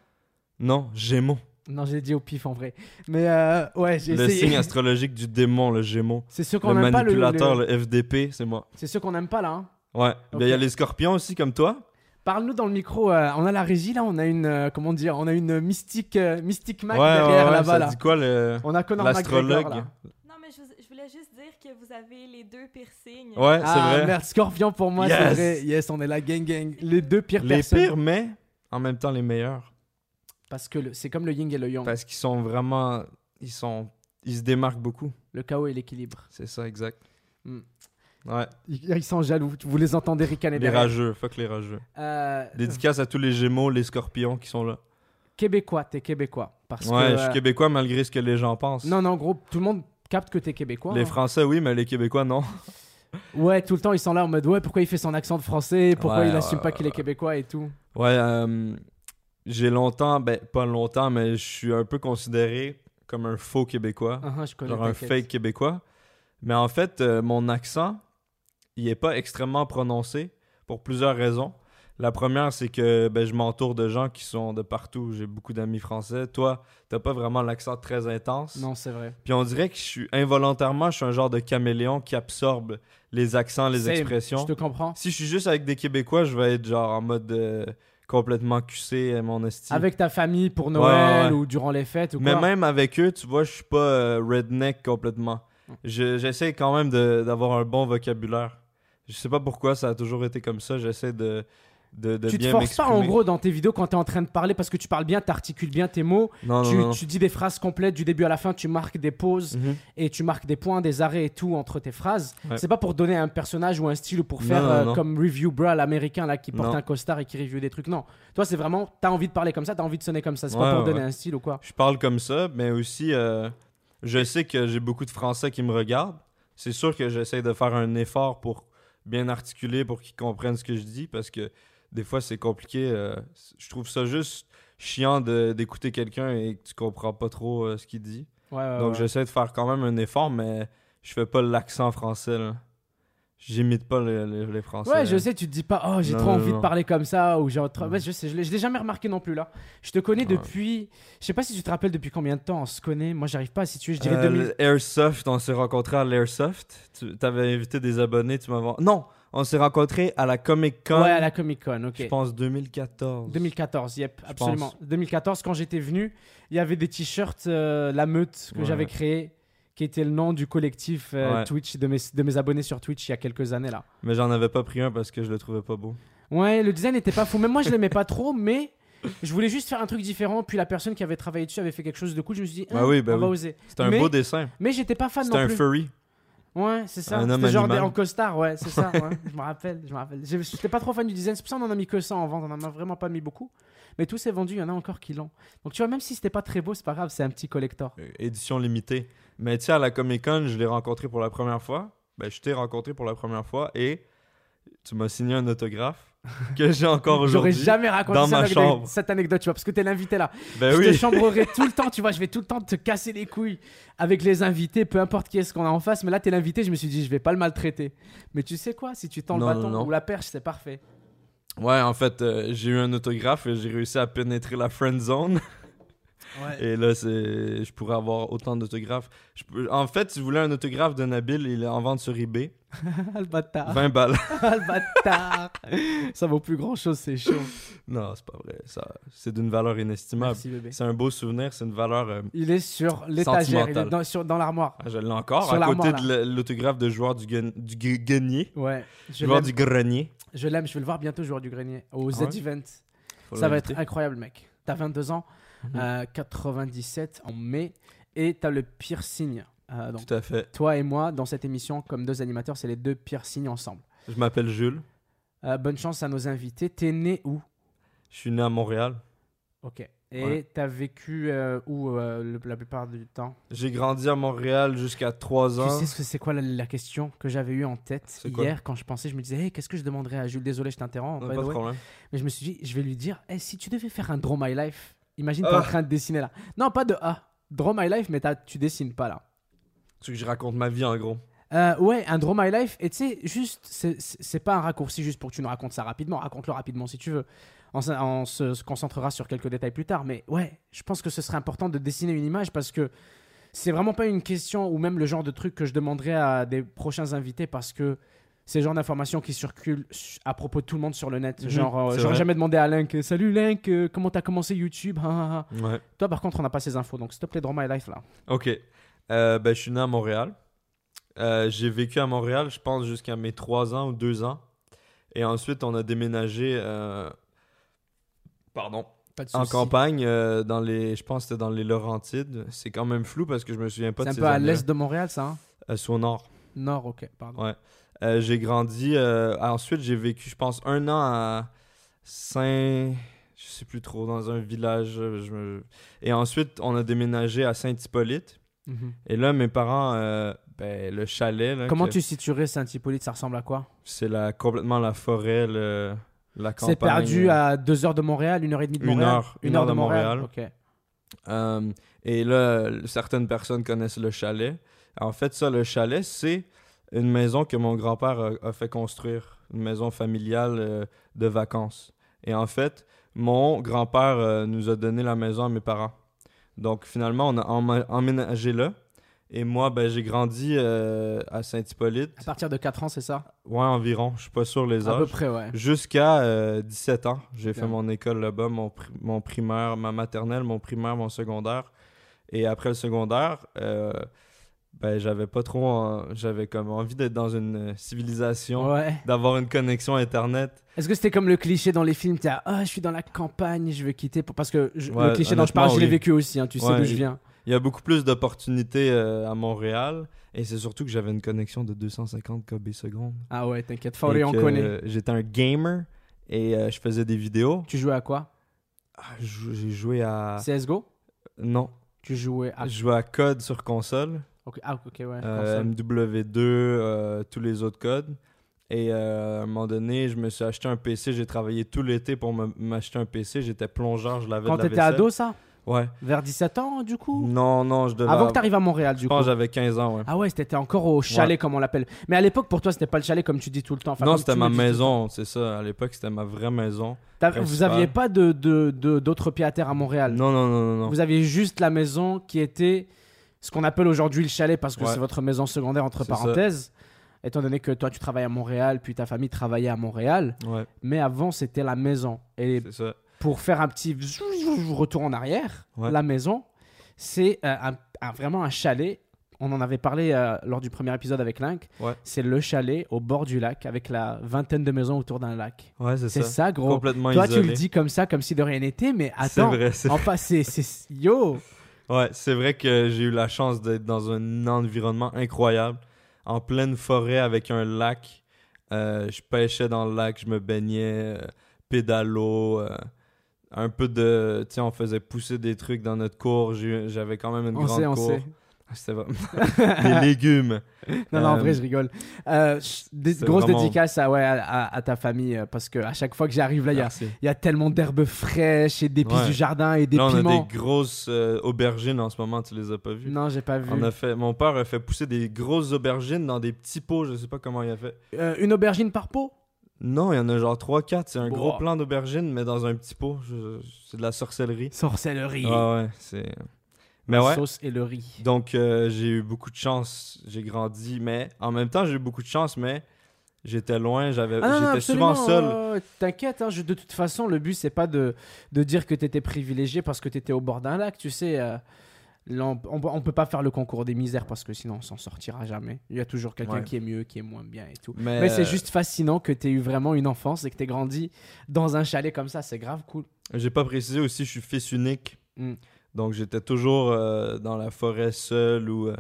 [SPEAKER 2] Non, Gémeaux.
[SPEAKER 1] Non, j'ai dit au pif en vrai. Mais euh, ouais, j'ai
[SPEAKER 2] Le signe
[SPEAKER 1] essayé.
[SPEAKER 2] astrologique du démon, le Gémeaux.
[SPEAKER 1] C'est ceux
[SPEAKER 2] Le
[SPEAKER 1] qu'on aime pas, le,
[SPEAKER 2] manipulateur,
[SPEAKER 1] le-
[SPEAKER 2] le FDP, c'est moi.
[SPEAKER 1] C'est ceux qu'on aime pas là. hein.
[SPEAKER 2] Ouais. Ben, il y a
[SPEAKER 1] Ok.
[SPEAKER 2] les scorpions aussi, comme toi.
[SPEAKER 1] Parle-nous dans le micro. euh, on a la régie là, on a une euh, comment dire, on a une mystique euh, mystique Mac
[SPEAKER 2] ouais,
[SPEAKER 1] derrière
[SPEAKER 2] ouais,
[SPEAKER 1] là-bas
[SPEAKER 2] ça
[SPEAKER 1] là.
[SPEAKER 2] dit quoi le...
[SPEAKER 1] On a Conor McGregor
[SPEAKER 2] l'astrologue
[SPEAKER 1] là.
[SPEAKER 3] Non, mais je, vous- je voulais juste dire que vous avez les deux piercings.
[SPEAKER 2] Ouais,
[SPEAKER 1] ah
[SPEAKER 2] c'est vrai.
[SPEAKER 1] merde, Scorpion pour moi, c'est
[SPEAKER 2] Yes.
[SPEAKER 1] vrai. Yes, on est là, gang gang. Les deux pires
[SPEAKER 2] les
[SPEAKER 1] personnes.
[SPEAKER 2] pires, mais en même temps les meilleurs.
[SPEAKER 1] Parce que le- c'est comme le yin et le yang.
[SPEAKER 2] Parce qu'ils sont vraiment. Ils sont il se démarque beaucoup.
[SPEAKER 1] Le chaos et l'équilibre.
[SPEAKER 2] C'est ça, exact.
[SPEAKER 1] Mm.
[SPEAKER 2] Ouais,
[SPEAKER 1] Ils ils sont jaloux. Vous les entendez ricaner
[SPEAKER 2] les
[SPEAKER 1] derrière.
[SPEAKER 2] rageux, fuck les rageux.
[SPEAKER 1] Euh,
[SPEAKER 2] Dédicace à tous les gémeaux, les scorpions qui sont là.
[SPEAKER 1] Québécois, t'es québécois. Parce
[SPEAKER 2] ouais,
[SPEAKER 1] que,
[SPEAKER 2] je suis
[SPEAKER 1] euh,
[SPEAKER 2] québécois malgré ce que les gens pensent.
[SPEAKER 1] Non, non, gros, tout le monde capte que t'es québécois.
[SPEAKER 2] les
[SPEAKER 1] hein.
[SPEAKER 2] Français, oui, mais les Québécois, non.
[SPEAKER 1] Ouais, tout le temps, ils sont là en mode ouais, pourquoi il fait son accent de français Pourquoi
[SPEAKER 2] Ouais,
[SPEAKER 1] il assume
[SPEAKER 2] ouais,
[SPEAKER 1] pas qu'il est québécois et tout
[SPEAKER 2] Ouais, euh, j'ai longtemps, ben pas longtemps, mais je suis un peu considéré comme un faux Québécois,
[SPEAKER 1] Ah, ah, je connais
[SPEAKER 2] genre un
[SPEAKER 1] t'inquiète.
[SPEAKER 2] fake Québécois. Mais en fait, euh, mon accent, il est pas extrêmement prononcé pour plusieurs raisons. La première, c'est que ben, je m'entoure de gens qui sont de partout. J'ai beaucoup d'amis français. Toi, t'as pas vraiment l'accent très intense.
[SPEAKER 1] Non, c'est vrai.
[SPEAKER 2] Puis on dirait que je suis involontairement, je suis un genre de caméléon qui absorbe les accents, les
[SPEAKER 1] C'est-
[SPEAKER 2] expressions.
[SPEAKER 1] Je te comprends.
[SPEAKER 2] Si je suis juste avec des Québécois, je vais être genre en mode euh, complètement QC à mon estime.
[SPEAKER 1] Avec ta famille pour
[SPEAKER 2] Ouais,
[SPEAKER 1] Noël
[SPEAKER 2] ouais.
[SPEAKER 1] ou durant les fêtes ou
[SPEAKER 2] Mais
[SPEAKER 1] quoi.
[SPEAKER 2] même avec eux, tu vois, je suis pas euh, redneck complètement.
[SPEAKER 1] Hmm.
[SPEAKER 2] Je- J'essaie quand même de- d'avoir un bon vocabulaire. Je sais pas pourquoi ça a toujours été comme ça. J'essaie de, de, de
[SPEAKER 1] tu te
[SPEAKER 2] bien
[SPEAKER 1] forces pas en
[SPEAKER 2] m'exprimer.
[SPEAKER 1] gros dans tes vidéos quand t'es en train de parler parce que tu parles bien, t'articules bien tes mots,
[SPEAKER 2] Non, non,
[SPEAKER 1] tu,
[SPEAKER 2] non.
[SPEAKER 1] tu dis des phrases complètes du début à la fin, tu marques des pauses
[SPEAKER 2] Mhm.
[SPEAKER 1] et tu marques des points, des arrêts et tout entre tes phrases.
[SPEAKER 2] Ouais.
[SPEAKER 1] C'est pas pour donner un personnage ou un style ou pour faire
[SPEAKER 2] Non, non,
[SPEAKER 1] euh,
[SPEAKER 2] non.
[SPEAKER 1] comme Review Bra l'américain là qui porte
[SPEAKER 2] Non.
[SPEAKER 1] un costard et qui review des trucs. Non, toi c'est vraiment t'as envie de parler comme ça, t'as envie de sonner comme ça. C'est pas
[SPEAKER 2] Ouais,
[SPEAKER 1] pour
[SPEAKER 2] ouais,
[SPEAKER 1] donner
[SPEAKER 2] ouais.
[SPEAKER 1] un style ou quoi.
[SPEAKER 2] Je parle comme ça, mais aussi, euh, je sais que j'ai beaucoup de Français qui me regardent. C'est sûr que j'essaie de faire un effort pour bien articuler, pour qu'ils comprennent ce que je dis, parce que des fois, c'est compliqué. euh, c- je trouve ça juste chiant de- d'écouter quelqu'un et que tu comprends pas trop euh, ce qu'il dit.
[SPEAKER 1] Ouais, ouais,
[SPEAKER 2] Donc,
[SPEAKER 1] Ah ouais.
[SPEAKER 2] j'essaie de faire quand même un effort, mais je fais pas l'accent français. là. J'imite pas le- le- les Français.
[SPEAKER 1] Ouais,
[SPEAKER 2] là.
[SPEAKER 1] je sais, tu te dis pas, oh, j'ai
[SPEAKER 2] Non,
[SPEAKER 1] trop
[SPEAKER 2] non,
[SPEAKER 1] envie de
[SPEAKER 2] non.
[SPEAKER 1] parler comme ça, ou j'ai trop...
[SPEAKER 2] Mm.
[SPEAKER 1] ouais, je sais, je l'ai je l'ai jamais remarqué non plus là. Je te connais
[SPEAKER 2] Ouais.
[SPEAKER 1] depuis, je sais pas si tu te rappelles depuis combien de temps on se connaît, moi j'arrive pas à situer, je dirais
[SPEAKER 2] Euh,
[SPEAKER 1] 2000.
[SPEAKER 2] Airsoft, on s'est rencontrés à l'Airsoft. Tu avais invité des abonnés, tu m'avais. Non, on s'est rencontrés à la Comic Con.
[SPEAKER 1] Ouais, à la Comic Con, ok.
[SPEAKER 2] Je pense 2014.
[SPEAKER 1] 2014, yep, absolument. 2014, quand j'étais venu, il y avait des t-shirts euh, La Meute que
[SPEAKER 2] Ouais.
[SPEAKER 1] j'avais créé, qui était le nom du collectif euh,
[SPEAKER 2] Ouais.
[SPEAKER 1] Twitch, de mes, de mes abonnés sur Twitch il y a quelques années là.
[SPEAKER 2] Mais j'en avais pas pris un parce que je le trouvais pas beau.
[SPEAKER 1] Ouais, le design n'était pas fou. Même moi, je l'aimais pas trop, mais je voulais juste faire un truc différent. Puis la personne qui avait travaillé dessus avait fait quelque chose de cool. Je me suis dit,
[SPEAKER 2] Bah
[SPEAKER 1] ah,
[SPEAKER 2] oui, bah
[SPEAKER 1] on va
[SPEAKER 2] oui.
[SPEAKER 1] oser.
[SPEAKER 2] C'était un
[SPEAKER 1] Mais-
[SPEAKER 2] beau dessin.
[SPEAKER 1] Mais j'étais pas fan
[SPEAKER 2] C'était
[SPEAKER 1] non
[SPEAKER 2] un
[SPEAKER 1] plus.
[SPEAKER 2] furry.
[SPEAKER 1] Ouais, c'est ça.
[SPEAKER 2] Un homme
[SPEAKER 1] C'était genre
[SPEAKER 2] animal.
[SPEAKER 1] des- en costard, ouais, c'est ça. ouais. Je me rappelle, je me rappelle. J'ai- J'étais pas trop fan du design, c'est pour ça qu'on en a mis que ça en vente. On en a vraiment pas mis beaucoup. Mais tout s'est vendu, il y en a encore qui l'ont. Donc tu vois, même si c'était pas très beau, c'est pas grave, c'est un petit collector.
[SPEAKER 2] Euh, Édition limitée. Mais tu sais, à la Comic Con, je l'ai rencontré pour la première fois. Ben, je t'ai rencontré pour la première fois et tu m'as signé un autographe que j'ai encore
[SPEAKER 1] J'aurais
[SPEAKER 2] aujourd'hui.
[SPEAKER 1] jamais raconté
[SPEAKER 2] dans
[SPEAKER 1] cette,
[SPEAKER 2] ma
[SPEAKER 1] anecdote,
[SPEAKER 2] chambre.
[SPEAKER 1] cette anecdote, tu vois, parce que t'es l'invité là.
[SPEAKER 2] Ben
[SPEAKER 1] Je te
[SPEAKER 2] oui.
[SPEAKER 1] chambrerai tout le temps, tu vois, je vais tout le temps te casser les couilles avec les invités, peu importe qui est-ce qu'on a en face. Mais là, t'es l'invité, je me suis dit, je vais pas le maltraiter. Mais tu sais quoi, si tu tends le
[SPEAKER 2] Non, non,
[SPEAKER 1] bâton
[SPEAKER 2] non.
[SPEAKER 1] ou la perche, c'est parfait.
[SPEAKER 2] Ouais, en fait, euh, j'ai eu un autographe et j'ai réussi à pénétrer la friend zone. Et là, c'est... je pourrais avoir autant d'autographes. Je peux- En fait, si vous voulez un autographe de Nabil, il est en vente sur eBay.
[SPEAKER 1] Ah, le bâtard.
[SPEAKER 2] 20 balles.
[SPEAKER 1] Ah, le bâtard. ça vaut plus grand chose, c'est chaud.
[SPEAKER 2] non, c'est pas vrai. Ça... C'est d'une valeur inestimable.
[SPEAKER 1] Merci bébé.
[SPEAKER 2] C'est un beau souvenir, c'est une valeur. euh,
[SPEAKER 1] Il est sur l'étagère, il est
[SPEAKER 2] Sentimental.
[SPEAKER 1] dans, sur- dans l'armoire.
[SPEAKER 2] ah, Je l'ai encore,
[SPEAKER 1] Sur
[SPEAKER 2] à
[SPEAKER 1] l'armoire,
[SPEAKER 2] côté de l- l'autographe de joueur du, gun- du gu- grenier.
[SPEAKER 1] Ouais, je
[SPEAKER 2] Joueur
[SPEAKER 1] l'aime,
[SPEAKER 2] du grenier.
[SPEAKER 1] je l'aime, je vais le voir bientôt, joueur du grenier, au Z
[SPEAKER 2] Ah ouais
[SPEAKER 1] Event.
[SPEAKER 2] Faut
[SPEAKER 1] Ça va
[SPEAKER 2] l'inviter.
[SPEAKER 1] être incroyable, mec. T'as 22 ans,
[SPEAKER 2] Mhm.
[SPEAKER 1] euh, 97 en mai, et t'as le pire signe. Euh, donc,
[SPEAKER 2] Tout à fait.
[SPEAKER 1] toi et moi, dans cette émission, comme deux animateurs, c'est les deux pires signes ensemble.
[SPEAKER 2] Je m'appelle Jules.
[SPEAKER 1] Euh, bonne chance à nos invités. T'es né où
[SPEAKER 2] Je suis né à Montréal.
[SPEAKER 1] Ok. Et
[SPEAKER 2] Ouais.
[SPEAKER 1] t'as vécu euh, où euh, le- la plupart du temps
[SPEAKER 2] J'ai grandi à Montréal jusqu'à 3
[SPEAKER 1] Tu
[SPEAKER 2] ans.
[SPEAKER 1] sais ce que c'est quoi la, la question que j'avais eue en tête
[SPEAKER 2] Hein C'est quoi
[SPEAKER 1] hier quand je pensais, je me disais, Hey, qu'est-ce que je demanderais à Jules Désolé, je t'interromps.
[SPEAKER 2] Non,
[SPEAKER 1] by
[SPEAKER 2] pas
[SPEAKER 1] the
[SPEAKER 2] de
[SPEAKER 1] way.
[SPEAKER 2] problème.
[SPEAKER 1] Mais je me suis dit, je vais lui dire, Hey, si tu devais faire un Draw My Life, imagine t'es en
[SPEAKER 2] Ah.
[SPEAKER 1] train de dessiner là. Non, pas de A. Draw My Life, mais t'as- tu dessines pas là.
[SPEAKER 2] Tu veux que je raconte ma vie en gros.
[SPEAKER 1] Euh, ouais, un Draw My Life, et tu sais, juste, c'est- c'est c'est pas un raccourci juste pour que tu nous racontes ça rapidement, raconte-le rapidement si tu veux. On, se- on se, se concentrera sur quelques détails plus tard, mais ouais, je pense que ce serait important de dessiner une image parce que c'est vraiment pas une question ou même le genre de truc que je demanderais à des prochains invités parce que c'est le genre d'informations qui circulent su- à propos de tout le monde sur le net.
[SPEAKER 2] Mhm,
[SPEAKER 1] Genre, euh,
[SPEAKER 2] c'est
[SPEAKER 1] j'aurais
[SPEAKER 2] vrai.
[SPEAKER 1] jamais demandé à Link, salut Link, euh, comment t'as commencé YouTube Ah, ah, ah.
[SPEAKER 2] Ouais.
[SPEAKER 1] Toi, par contre, on n'a pas ces infos, donc s'il te plaît, Draw My Life là.
[SPEAKER 2] Ok. Euh, ben, je suis né à Montréal. Euh, j'ai vécu à Montréal, je pense, jusqu'à mes 3 ans ou 2 ans. Et ensuite, on a déménagé. euh, Pardon.
[SPEAKER 1] Pas de
[SPEAKER 2] en
[SPEAKER 1] souci.
[SPEAKER 2] campagne, euh, dans les, je pense que c'était dans les Laurentides. C'est quand même flou parce que je me souviens pas
[SPEAKER 1] C'est
[SPEAKER 2] de
[SPEAKER 1] un
[SPEAKER 2] ces
[SPEAKER 1] peu à
[SPEAKER 2] années-là.
[SPEAKER 1] l'est de Montréal, ça. hein
[SPEAKER 2] Euh, c'est au nord.
[SPEAKER 1] Nord, ok, pardon.
[SPEAKER 2] Ouais. Euh, j'ai grandi. euh, ah, ensuite, j'ai vécu, je pense, un an à Saint. Je sais plus trop, dans un village. euh, je me- Et ensuite, on a déménagé à Saint-Hippolyte.
[SPEAKER 1] Mhm.
[SPEAKER 2] Et là, mes parents, euh, ben, le chalet. là,
[SPEAKER 1] Comment
[SPEAKER 2] que-
[SPEAKER 1] tu situerais Saint-Hippolyte Ça ressemble à quoi
[SPEAKER 2] C'est la, complètement la forêt, le- la campagne.
[SPEAKER 1] C'est perdu
[SPEAKER 2] euh,
[SPEAKER 1] à 2 heures de Montréal, 1 heure et demie de
[SPEAKER 2] Une
[SPEAKER 1] Montréal.
[SPEAKER 2] heure. Une heure de
[SPEAKER 1] Ok.
[SPEAKER 2] Euh, et là, euh, certaines personnes connaissent le chalet. En fait, ça, le chalet, c'est une maison que mon grand-père a, a fait construire, une maison familiale euh, de vacances. Et en fait, mon grand-père euh, nous a donné la maison à mes parents. Donc finalement, on a emma- emménagé là. Et moi, ben, j'ai grandi euh, à
[SPEAKER 1] À
[SPEAKER 2] Saint-Hippolyte.
[SPEAKER 1] partir de 4 ans, c'est ça
[SPEAKER 2] Ouais, environ. Je suis pas sûr les
[SPEAKER 1] À peu
[SPEAKER 2] âges.
[SPEAKER 1] près, ouais.
[SPEAKER 2] Jusqu'à euh, 17 ans, j'ai fait
[SPEAKER 1] Bien.
[SPEAKER 2] mon école là-bas, mon, pri- mon primaire, ma maternelle, mon primaire, mon secondaire. Et après le secondaire, euh, ben, j'avais pas trop. en- J'avais comme envie d'être dans une euh, civilisation,
[SPEAKER 1] Ouais.
[SPEAKER 2] d'avoir une connexion Internet.
[SPEAKER 1] Est-ce que c'était comme le cliché dans les films T'es à, ah, je suis dans la campagne, je veux quitter. pour- Parce que je-
[SPEAKER 2] Ouais,
[SPEAKER 1] le cliché dont je parle,
[SPEAKER 2] honnêtement,
[SPEAKER 1] je l'ai
[SPEAKER 2] oui.
[SPEAKER 1] vécu aussi, hein, tu sais
[SPEAKER 2] Ouais,
[SPEAKER 1] d'où je
[SPEAKER 2] et-
[SPEAKER 1] viens.
[SPEAKER 2] Il y a beaucoup plus d'opportunités euh, à Montréal. Et c'est surtout que j'avais une connexion de 250 kb seconde.
[SPEAKER 1] Ah ouais, t'inquiète,
[SPEAKER 2] Et
[SPEAKER 1] Fauré, on
[SPEAKER 2] que,
[SPEAKER 1] connaît.
[SPEAKER 2] euh, J'étais un gamer et euh, je faisais des vidéos.
[SPEAKER 1] Tu jouais à quoi
[SPEAKER 2] Ah, je- J'ai joué à.
[SPEAKER 1] CSGO
[SPEAKER 2] Non,
[SPEAKER 1] Tu jouais à.
[SPEAKER 2] je jouais à Code sur console.
[SPEAKER 1] Ok, ah, ok, ouais.
[SPEAKER 2] Euh,
[SPEAKER 1] console.
[SPEAKER 2] MW2, euh, tous les autres codes. Et euh, à un moment donné, je me suis acheté un PC. J'ai travaillé tout l'été pour me- m'acheter un PC. J'étais plongeur, je l'avais
[SPEAKER 1] Quand
[SPEAKER 2] de la
[SPEAKER 1] t'étais
[SPEAKER 2] vaisselle.
[SPEAKER 1] ado, ça
[SPEAKER 2] Ouais.
[SPEAKER 1] Vers 17 ans, du coup
[SPEAKER 2] Non, non, je devais.
[SPEAKER 1] Avant
[SPEAKER 2] avoir-
[SPEAKER 1] que t'arrives à Montréal,
[SPEAKER 2] Je
[SPEAKER 1] du coup.
[SPEAKER 2] pense que j'avais 15 ans, ouais.
[SPEAKER 1] Ah ouais, c'était encore au chalet, comme on l'appelle. Mais à l'époque, pour toi, c'était pas le chalet, comme tu dis tout le temps. Enfin,
[SPEAKER 2] non,
[SPEAKER 1] comme
[SPEAKER 2] c'était
[SPEAKER 1] tu
[SPEAKER 2] ma
[SPEAKER 1] le dis tout le
[SPEAKER 2] maison, c'est ça. À l'époque, c'était ma vraie maison.
[SPEAKER 1] T'as- Vous
[SPEAKER 2] principal.
[SPEAKER 1] aviez pas de de- de- d'autres pieds à terre à Montréal.
[SPEAKER 2] Non, non, non, non. non.
[SPEAKER 1] Vous aviez juste la maison qui était ce qu'on appelle aujourd'hui le chalet parce que
[SPEAKER 2] Ouais.
[SPEAKER 1] c'est votre maison secondaire entre
[SPEAKER 2] C'est ça.
[SPEAKER 1] parenthèses. Étant donné que toi tu travailles à Montréal, puis ta famille travaillait à Montréal,
[SPEAKER 2] Ouais,
[SPEAKER 1] mais avant c'était la maison. Et
[SPEAKER 2] c'est ça.
[SPEAKER 1] pour faire un petit zou- zou- zou- retour en arrière,
[SPEAKER 2] Ouais.
[SPEAKER 1] la maison, c'est euh, un- un- vraiment un chalet. On en avait parlé euh, lors du premier épisode avec Link.
[SPEAKER 2] Ouais.
[SPEAKER 1] C'est le chalet au bord du lac avec la vingtaine de maisons autour d'un lac.
[SPEAKER 2] Ouais, c'est
[SPEAKER 1] C'est
[SPEAKER 2] ça.
[SPEAKER 1] ça, gros.
[SPEAKER 2] Complètement
[SPEAKER 1] Toi,
[SPEAKER 2] isolé.
[SPEAKER 1] tu le dis comme ça, comme si de rien n'était, mais
[SPEAKER 2] C'est
[SPEAKER 1] attends.
[SPEAKER 2] vrai, c'est
[SPEAKER 1] Enfin, c'est. c'est- Yo!
[SPEAKER 2] Ouais, c'est vrai que j'ai eu la chance d'être dans un environnement incroyable, en pleine forêt avec un lac. Euh, je pêchais dans le lac, je me baignais, euh, pédalo, euh, un peu de... Tu sais, on faisait pousser des trucs dans notre cour. J'ai- J'avais quand même une
[SPEAKER 1] On
[SPEAKER 2] grande
[SPEAKER 1] sait, on
[SPEAKER 2] cour.
[SPEAKER 1] sait.
[SPEAKER 2] Ah, C'était vraiment... des légumes.
[SPEAKER 1] Non, non, en
[SPEAKER 2] Euh,
[SPEAKER 1] vrai, je rigole. Euh, ch- dé-
[SPEAKER 2] c'est
[SPEAKER 1] grosse
[SPEAKER 2] vraiment-
[SPEAKER 1] dédicace à, ouais, à, à- à ta famille euh, parce que à chaque fois que j'arrive là, il y a-
[SPEAKER 2] Merci.
[SPEAKER 1] il y, a tellement d'herbes fraîches et d'épices
[SPEAKER 2] Ah. Ouais.
[SPEAKER 1] du jardin et des
[SPEAKER 2] Là, on a
[SPEAKER 1] piments.
[SPEAKER 2] des grosses euh, aubergines en ce moment, tu les as pas vues?
[SPEAKER 1] Non, j'ai pas vu.
[SPEAKER 2] On a fait, mon père a fait pousser des grosses aubergines dans des petits pots, je sais pas comment il a fait.
[SPEAKER 1] Euh, une aubergine par pot?
[SPEAKER 2] Non, il y en a genre 3-4. C'est un
[SPEAKER 1] Wow.
[SPEAKER 2] gros plan d'aubergine, mais dans un petit pot. Je- je- C'est de la sorcellerie.
[SPEAKER 1] Sorcellerie.
[SPEAKER 2] Ah ouais, c'est. Mais ouais.
[SPEAKER 1] Sauce et le riz.
[SPEAKER 2] Donc, euh, j'ai eu beaucoup de chance. J'ai grandi, mais en même temps, j'ai eu beaucoup de chance, mais j'étais loin. J'avais,
[SPEAKER 1] Ah non, non,
[SPEAKER 2] j'étais souvent seul.
[SPEAKER 1] absolument, euh, T'inquiète, hein, je- de toute façon, le but, c'est pas de, de dire que t'étais privilégié parce que t'étais au bord d'un lac, tu sais. euh, là, on, on- on peut pas faire le concours des misères parce que sinon, on s'en sortira jamais. Il y a toujours quelqu'un
[SPEAKER 2] Ouais. Euh.
[SPEAKER 1] qui est mieux, qui est moins bien et tout.
[SPEAKER 2] Mais,
[SPEAKER 1] Mais c'est juste fascinant que t'aies eu vraiment une enfance et que t'aies grandi dans un chalet comme ça, c'est grave cool.
[SPEAKER 2] euh, J'ai pas précisé aussi, je suis fils unique.
[SPEAKER 1] Mm.
[SPEAKER 2] Donc, j'étais toujours euh, dans la forêt seul ou euh,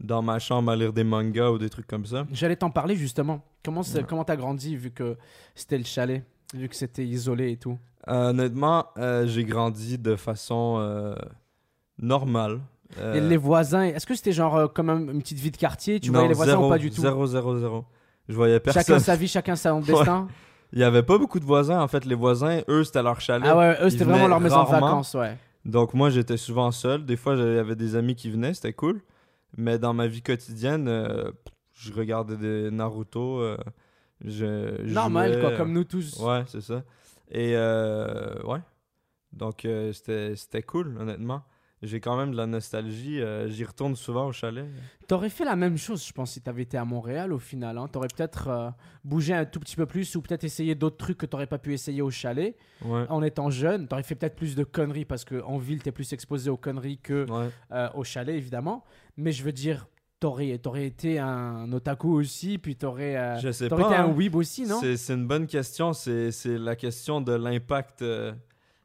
[SPEAKER 2] dans ma chambre à lire des mangas ou des trucs comme ça.
[SPEAKER 1] J'allais t'en parler justement. Comment c'est- comment t'as grandi vu que c'était le chalet, vu que c'était isolé et tout
[SPEAKER 2] Euh, honnêtement, euh, j'ai grandi de façon euh, normale. Euh,
[SPEAKER 1] Et les voisins, est-ce que c'était genre euh, comme un- une petite vie de quartier Tu
[SPEAKER 2] non,
[SPEAKER 1] voyais les voisins
[SPEAKER 2] zéro,
[SPEAKER 1] ou pas du tout
[SPEAKER 2] Zéro, zéro, zéro. Je voyais
[SPEAKER 1] Chacun
[SPEAKER 2] personne.
[SPEAKER 1] sa vie, chacun son destin. Ah
[SPEAKER 2] Il y avait pas beaucoup de voisins. En fait, les voisins, eux, c'était leur chalet.
[SPEAKER 1] Ah ouais, eux
[SPEAKER 2] Ils
[SPEAKER 1] c'était vraiment
[SPEAKER 2] venaient
[SPEAKER 1] leur maison de
[SPEAKER 2] rarement.
[SPEAKER 1] vacances, ouais.
[SPEAKER 2] Donc moi, j'étais souvent seul. Des fois, j'avais des amis qui venaient, c'était cool. Mais dans ma vie quotidienne, euh, je regardais des Naruto. euh, je, je
[SPEAKER 1] Normal
[SPEAKER 2] jouais,
[SPEAKER 1] quoi,
[SPEAKER 2] euh,
[SPEAKER 1] comme nous tous.
[SPEAKER 2] Ouais, c'est ça. Et euh, ouais. Donc euh, c'était c'était cool, honnêtement. J'ai quand même de la nostalgie. euh, J'y retourne souvent au chalet.
[SPEAKER 1] T'aurais fait la même chose, je pense, si t'avais été à Montréal au final. Hein. T'aurais peut-être euh, bougé un tout petit peu plus ou peut-être essayé d'autres trucs que t'aurais pas pu essayer au chalet.
[SPEAKER 2] Ouais.
[SPEAKER 1] en étant jeune, t'aurais fait peut-être plus de conneries parce qu'en ville, t'es plus exposé aux conneries que
[SPEAKER 2] Ouais.
[SPEAKER 1] euh, au chalet, évidemment. Mais je veux dire, t'aurais, t'aurais été un otaku aussi, puis t'aurais, euh,
[SPEAKER 2] Je sais
[SPEAKER 1] t'aurais
[SPEAKER 2] pas,
[SPEAKER 1] été un
[SPEAKER 2] hein.
[SPEAKER 1] weeb aussi, non
[SPEAKER 2] C'est c'est une bonne question. C'est c'est la question de l'impact euh,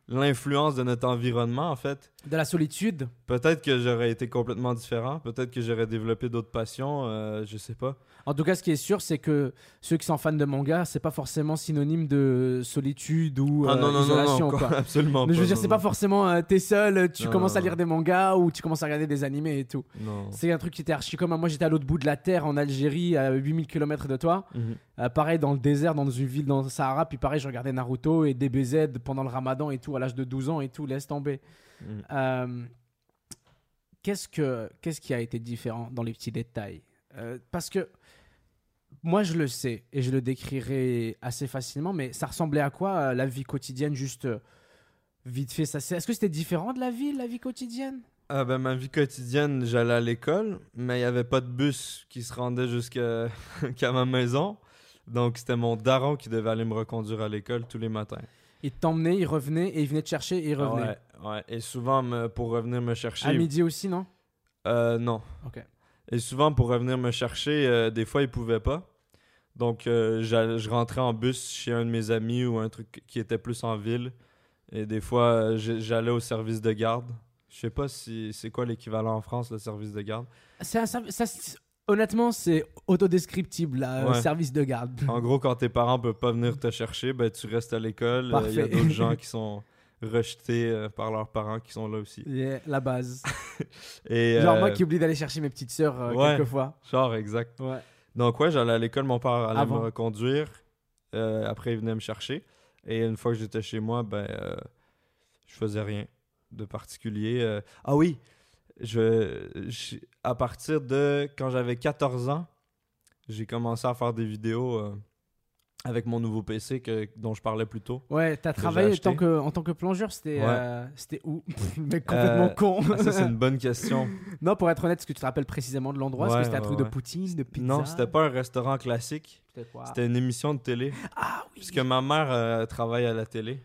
[SPEAKER 2] l'influence de notre environnement, en fait.
[SPEAKER 1] De la solitude.
[SPEAKER 2] Peut-être que j'aurais été complètement différent. Peut-être que j'aurais développé d'autres passions. euh, je sais pas.
[SPEAKER 1] En tout cas, ce qui est sûr, c'est que ceux qui sont fans de manga, c'est pas forcément synonyme de solitude ou
[SPEAKER 2] ah
[SPEAKER 1] euh,
[SPEAKER 2] non, non, non, non,
[SPEAKER 1] isolation.
[SPEAKER 2] encore-
[SPEAKER 1] quoi.
[SPEAKER 2] absolument
[SPEAKER 1] Mais je veux
[SPEAKER 2] pas,
[SPEAKER 1] dire,
[SPEAKER 2] non,
[SPEAKER 1] c'est pas forcément euh, t'es seul, tu
[SPEAKER 2] Non,
[SPEAKER 1] commences à
[SPEAKER 2] non,
[SPEAKER 1] lire
[SPEAKER 2] non.
[SPEAKER 1] des mangas ou tu commences à regarder des animés et tout.
[SPEAKER 2] Non.
[SPEAKER 1] C'est un truc qui était archi commun. Moi, j'étais à l'autre bout de la terre, en Algérie, à 8000 km de toi.
[SPEAKER 2] Mhm.
[SPEAKER 1] Euh, pareil, dans le désert, dans une ville dans le Sahara. Puis pareil, je regardais Naruto et DBZ pendant le ramadan et tout, à l'âge de 12 ans et tout. Laisse tomber.
[SPEAKER 2] Mhm.
[SPEAKER 1] Euh, qu'est-ce, que, qu'est-ce qui a été différent dans les petits détails Euh, Parce que moi, je le sais et je le décrirai assez facilement, mais ça ressemblait à quoi euh, la vie quotidienne juste euh, vite fait ça, c'est- Est-ce que c'était différent de la ville, la vie quotidienne
[SPEAKER 2] Ah ben, ma vie quotidienne, j'allais à l'école, mais il n'y avait pas de bus qui se rendait jusqu'à qu'à ma maison. Donc, c'était mon daron qui devait aller me reconduire à l'école tous les matins.
[SPEAKER 1] Il t'emmenait, il revenait et il venait te chercher et il revenait.
[SPEAKER 2] Ouais, ouais. Et souvent, me- pour revenir me chercher...
[SPEAKER 1] à midi aussi, non
[SPEAKER 2] Euh, non.
[SPEAKER 1] Ok.
[SPEAKER 2] Et souvent, pour revenir me chercher, euh, des fois, ils pouvaient pas. Donc, euh, j'all- je rentrais en bus chez un de mes amis ou un truc qui était plus en ville. Et des fois, euh, j'- j'allais au service de garde. Je sais pas si c'est quoi l'équivalent en France, le service de garde.
[SPEAKER 1] C'est un serv- ça, c'est- honnêtement, c'est autodescriptible, là, euh,
[SPEAKER 2] Ouais.
[SPEAKER 1] service de garde.
[SPEAKER 2] En gros, quand tes parents peuvent pas venir te chercher, ben, tu restes à l'école. Euh, Il y a
[SPEAKER 1] Parfait.
[SPEAKER 2] d'autres gens qui sont rejetés euh, par leurs parents qui sont là aussi.
[SPEAKER 1] Yeah, la base.
[SPEAKER 2] Et,
[SPEAKER 1] Genre
[SPEAKER 2] euh,
[SPEAKER 1] moi qui oublie d'aller chercher mes petites sœurs euh,
[SPEAKER 2] ouais.
[SPEAKER 1] quelquefois.
[SPEAKER 2] Genre, exact.
[SPEAKER 1] Ouais.
[SPEAKER 2] Donc, ouais, j'allais à l'école, mon père allait
[SPEAKER 1] Avant.
[SPEAKER 2] me reconduire. Euh, après, il venait me chercher. Et une fois que j'étais chez moi, ben, euh, je faisais rien de particulier. Euh, Ah oui, je, je- à partir de quand j'avais 14 ans, j'ai commencé à faire des vidéos euh, avec mon nouveau PC que, dont je parlais plus tôt.
[SPEAKER 1] Ouais, t'as
[SPEAKER 2] j'ai
[SPEAKER 1] travaillé en
[SPEAKER 2] acheté.
[SPEAKER 1] tant que, en tant que plongeur, c'était
[SPEAKER 2] Ouais.
[SPEAKER 1] euh, c'était où Pff, le Mec complètement
[SPEAKER 2] Euh,
[SPEAKER 1] con.
[SPEAKER 2] Ah, ça, c'est une bonne question.
[SPEAKER 1] non, pour être honnête, est-ce que tu te rappelles précisément de l'endroit Est-ce que
[SPEAKER 2] Ouais,
[SPEAKER 1] c'était un
[SPEAKER 2] ouais,
[SPEAKER 1] truc de
[SPEAKER 2] ouais.
[SPEAKER 1] poutine, de pizza
[SPEAKER 2] non, c'était pas un restaurant classique.
[SPEAKER 1] C'était quoi
[SPEAKER 2] C'était une émission de télé.
[SPEAKER 1] Ah oui.
[SPEAKER 2] Parce que ma mère euh, travaille à la télé.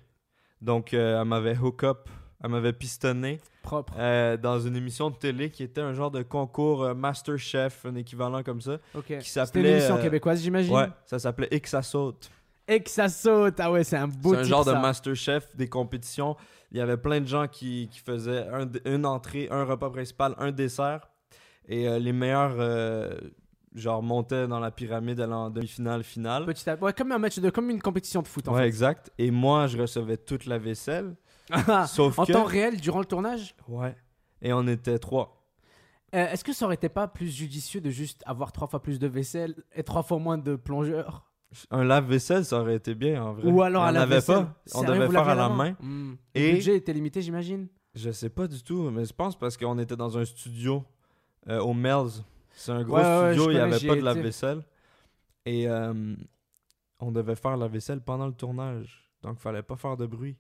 [SPEAKER 2] Donc, euh, elle m'avait hook up, elle m'avait pistonné
[SPEAKER 1] Propre.
[SPEAKER 2] euh, dans une émission de télé qui était un genre de concours euh, MasterChef, un équivalent comme ça.
[SPEAKER 1] Ok. C'était une
[SPEAKER 2] s'appelait,
[SPEAKER 1] émission
[SPEAKER 2] euh,
[SPEAKER 1] québécoise, j'imagine.
[SPEAKER 2] Ouais, ça s'appelait Et que ça saute.
[SPEAKER 1] Et que ça saute. Ah ouais, c'est un beau
[SPEAKER 2] C'est un
[SPEAKER 1] titre,
[SPEAKER 2] genre de
[SPEAKER 1] ça.
[SPEAKER 2] MasterChef, des compétitions. Il y avait plein de gens qui, qui faisaient un- une entrée, un repas principal, un dessert. Et euh, les meilleurs, euh, genre, montaient dans la pyramide, allaient en demi-finale, finale.
[SPEAKER 1] Petit à- Ouais, comme un match de comme une compétition de foot en
[SPEAKER 2] ouais, exact. Et moi, je recevais toute la vaisselle.
[SPEAKER 1] fait.
[SPEAKER 2] sauf
[SPEAKER 1] Ah, en
[SPEAKER 2] que...
[SPEAKER 1] temps réel durant le tournage
[SPEAKER 2] Ouais. Et on était trois.
[SPEAKER 1] Euh, Est-ce que ça aurait été pas plus judicieux de juste avoir trois fois plus de vaisselle et trois fois moins de plongeurs
[SPEAKER 2] Un lave-vaisselle, ça aurait été bien en vrai.
[SPEAKER 1] Ou alors
[SPEAKER 2] Mais
[SPEAKER 1] à
[SPEAKER 2] on
[SPEAKER 1] la
[SPEAKER 2] n'avait
[SPEAKER 1] vaisselle.
[SPEAKER 2] pas. On
[SPEAKER 1] Sérieux,
[SPEAKER 2] devait
[SPEAKER 1] vous
[SPEAKER 2] faire
[SPEAKER 1] lavez
[SPEAKER 2] à la main.
[SPEAKER 1] Mm.
[SPEAKER 2] Et-
[SPEAKER 1] Le budget était limité, j'imagine.
[SPEAKER 2] Je sais pas du tout, mais je pense parce qu'on était dans un studio euh, au Mel's. C'est un gros
[SPEAKER 1] Ouais, ouais,
[SPEAKER 2] studio,
[SPEAKER 1] je
[SPEAKER 2] il
[SPEAKER 1] connais,
[SPEAKER 2] n'y avait
[SPEAKER 1] j'y
[SPEAKER 2] pas
[SPEAKER 1] ai
[SPEAKER 2] de
[SPEAKER 1] été.
[SPEAKER 2] lave-vaisselle. Et euh, on devait faire la vaisselle pendant le tournage. Donc fallait pas faire de bruit.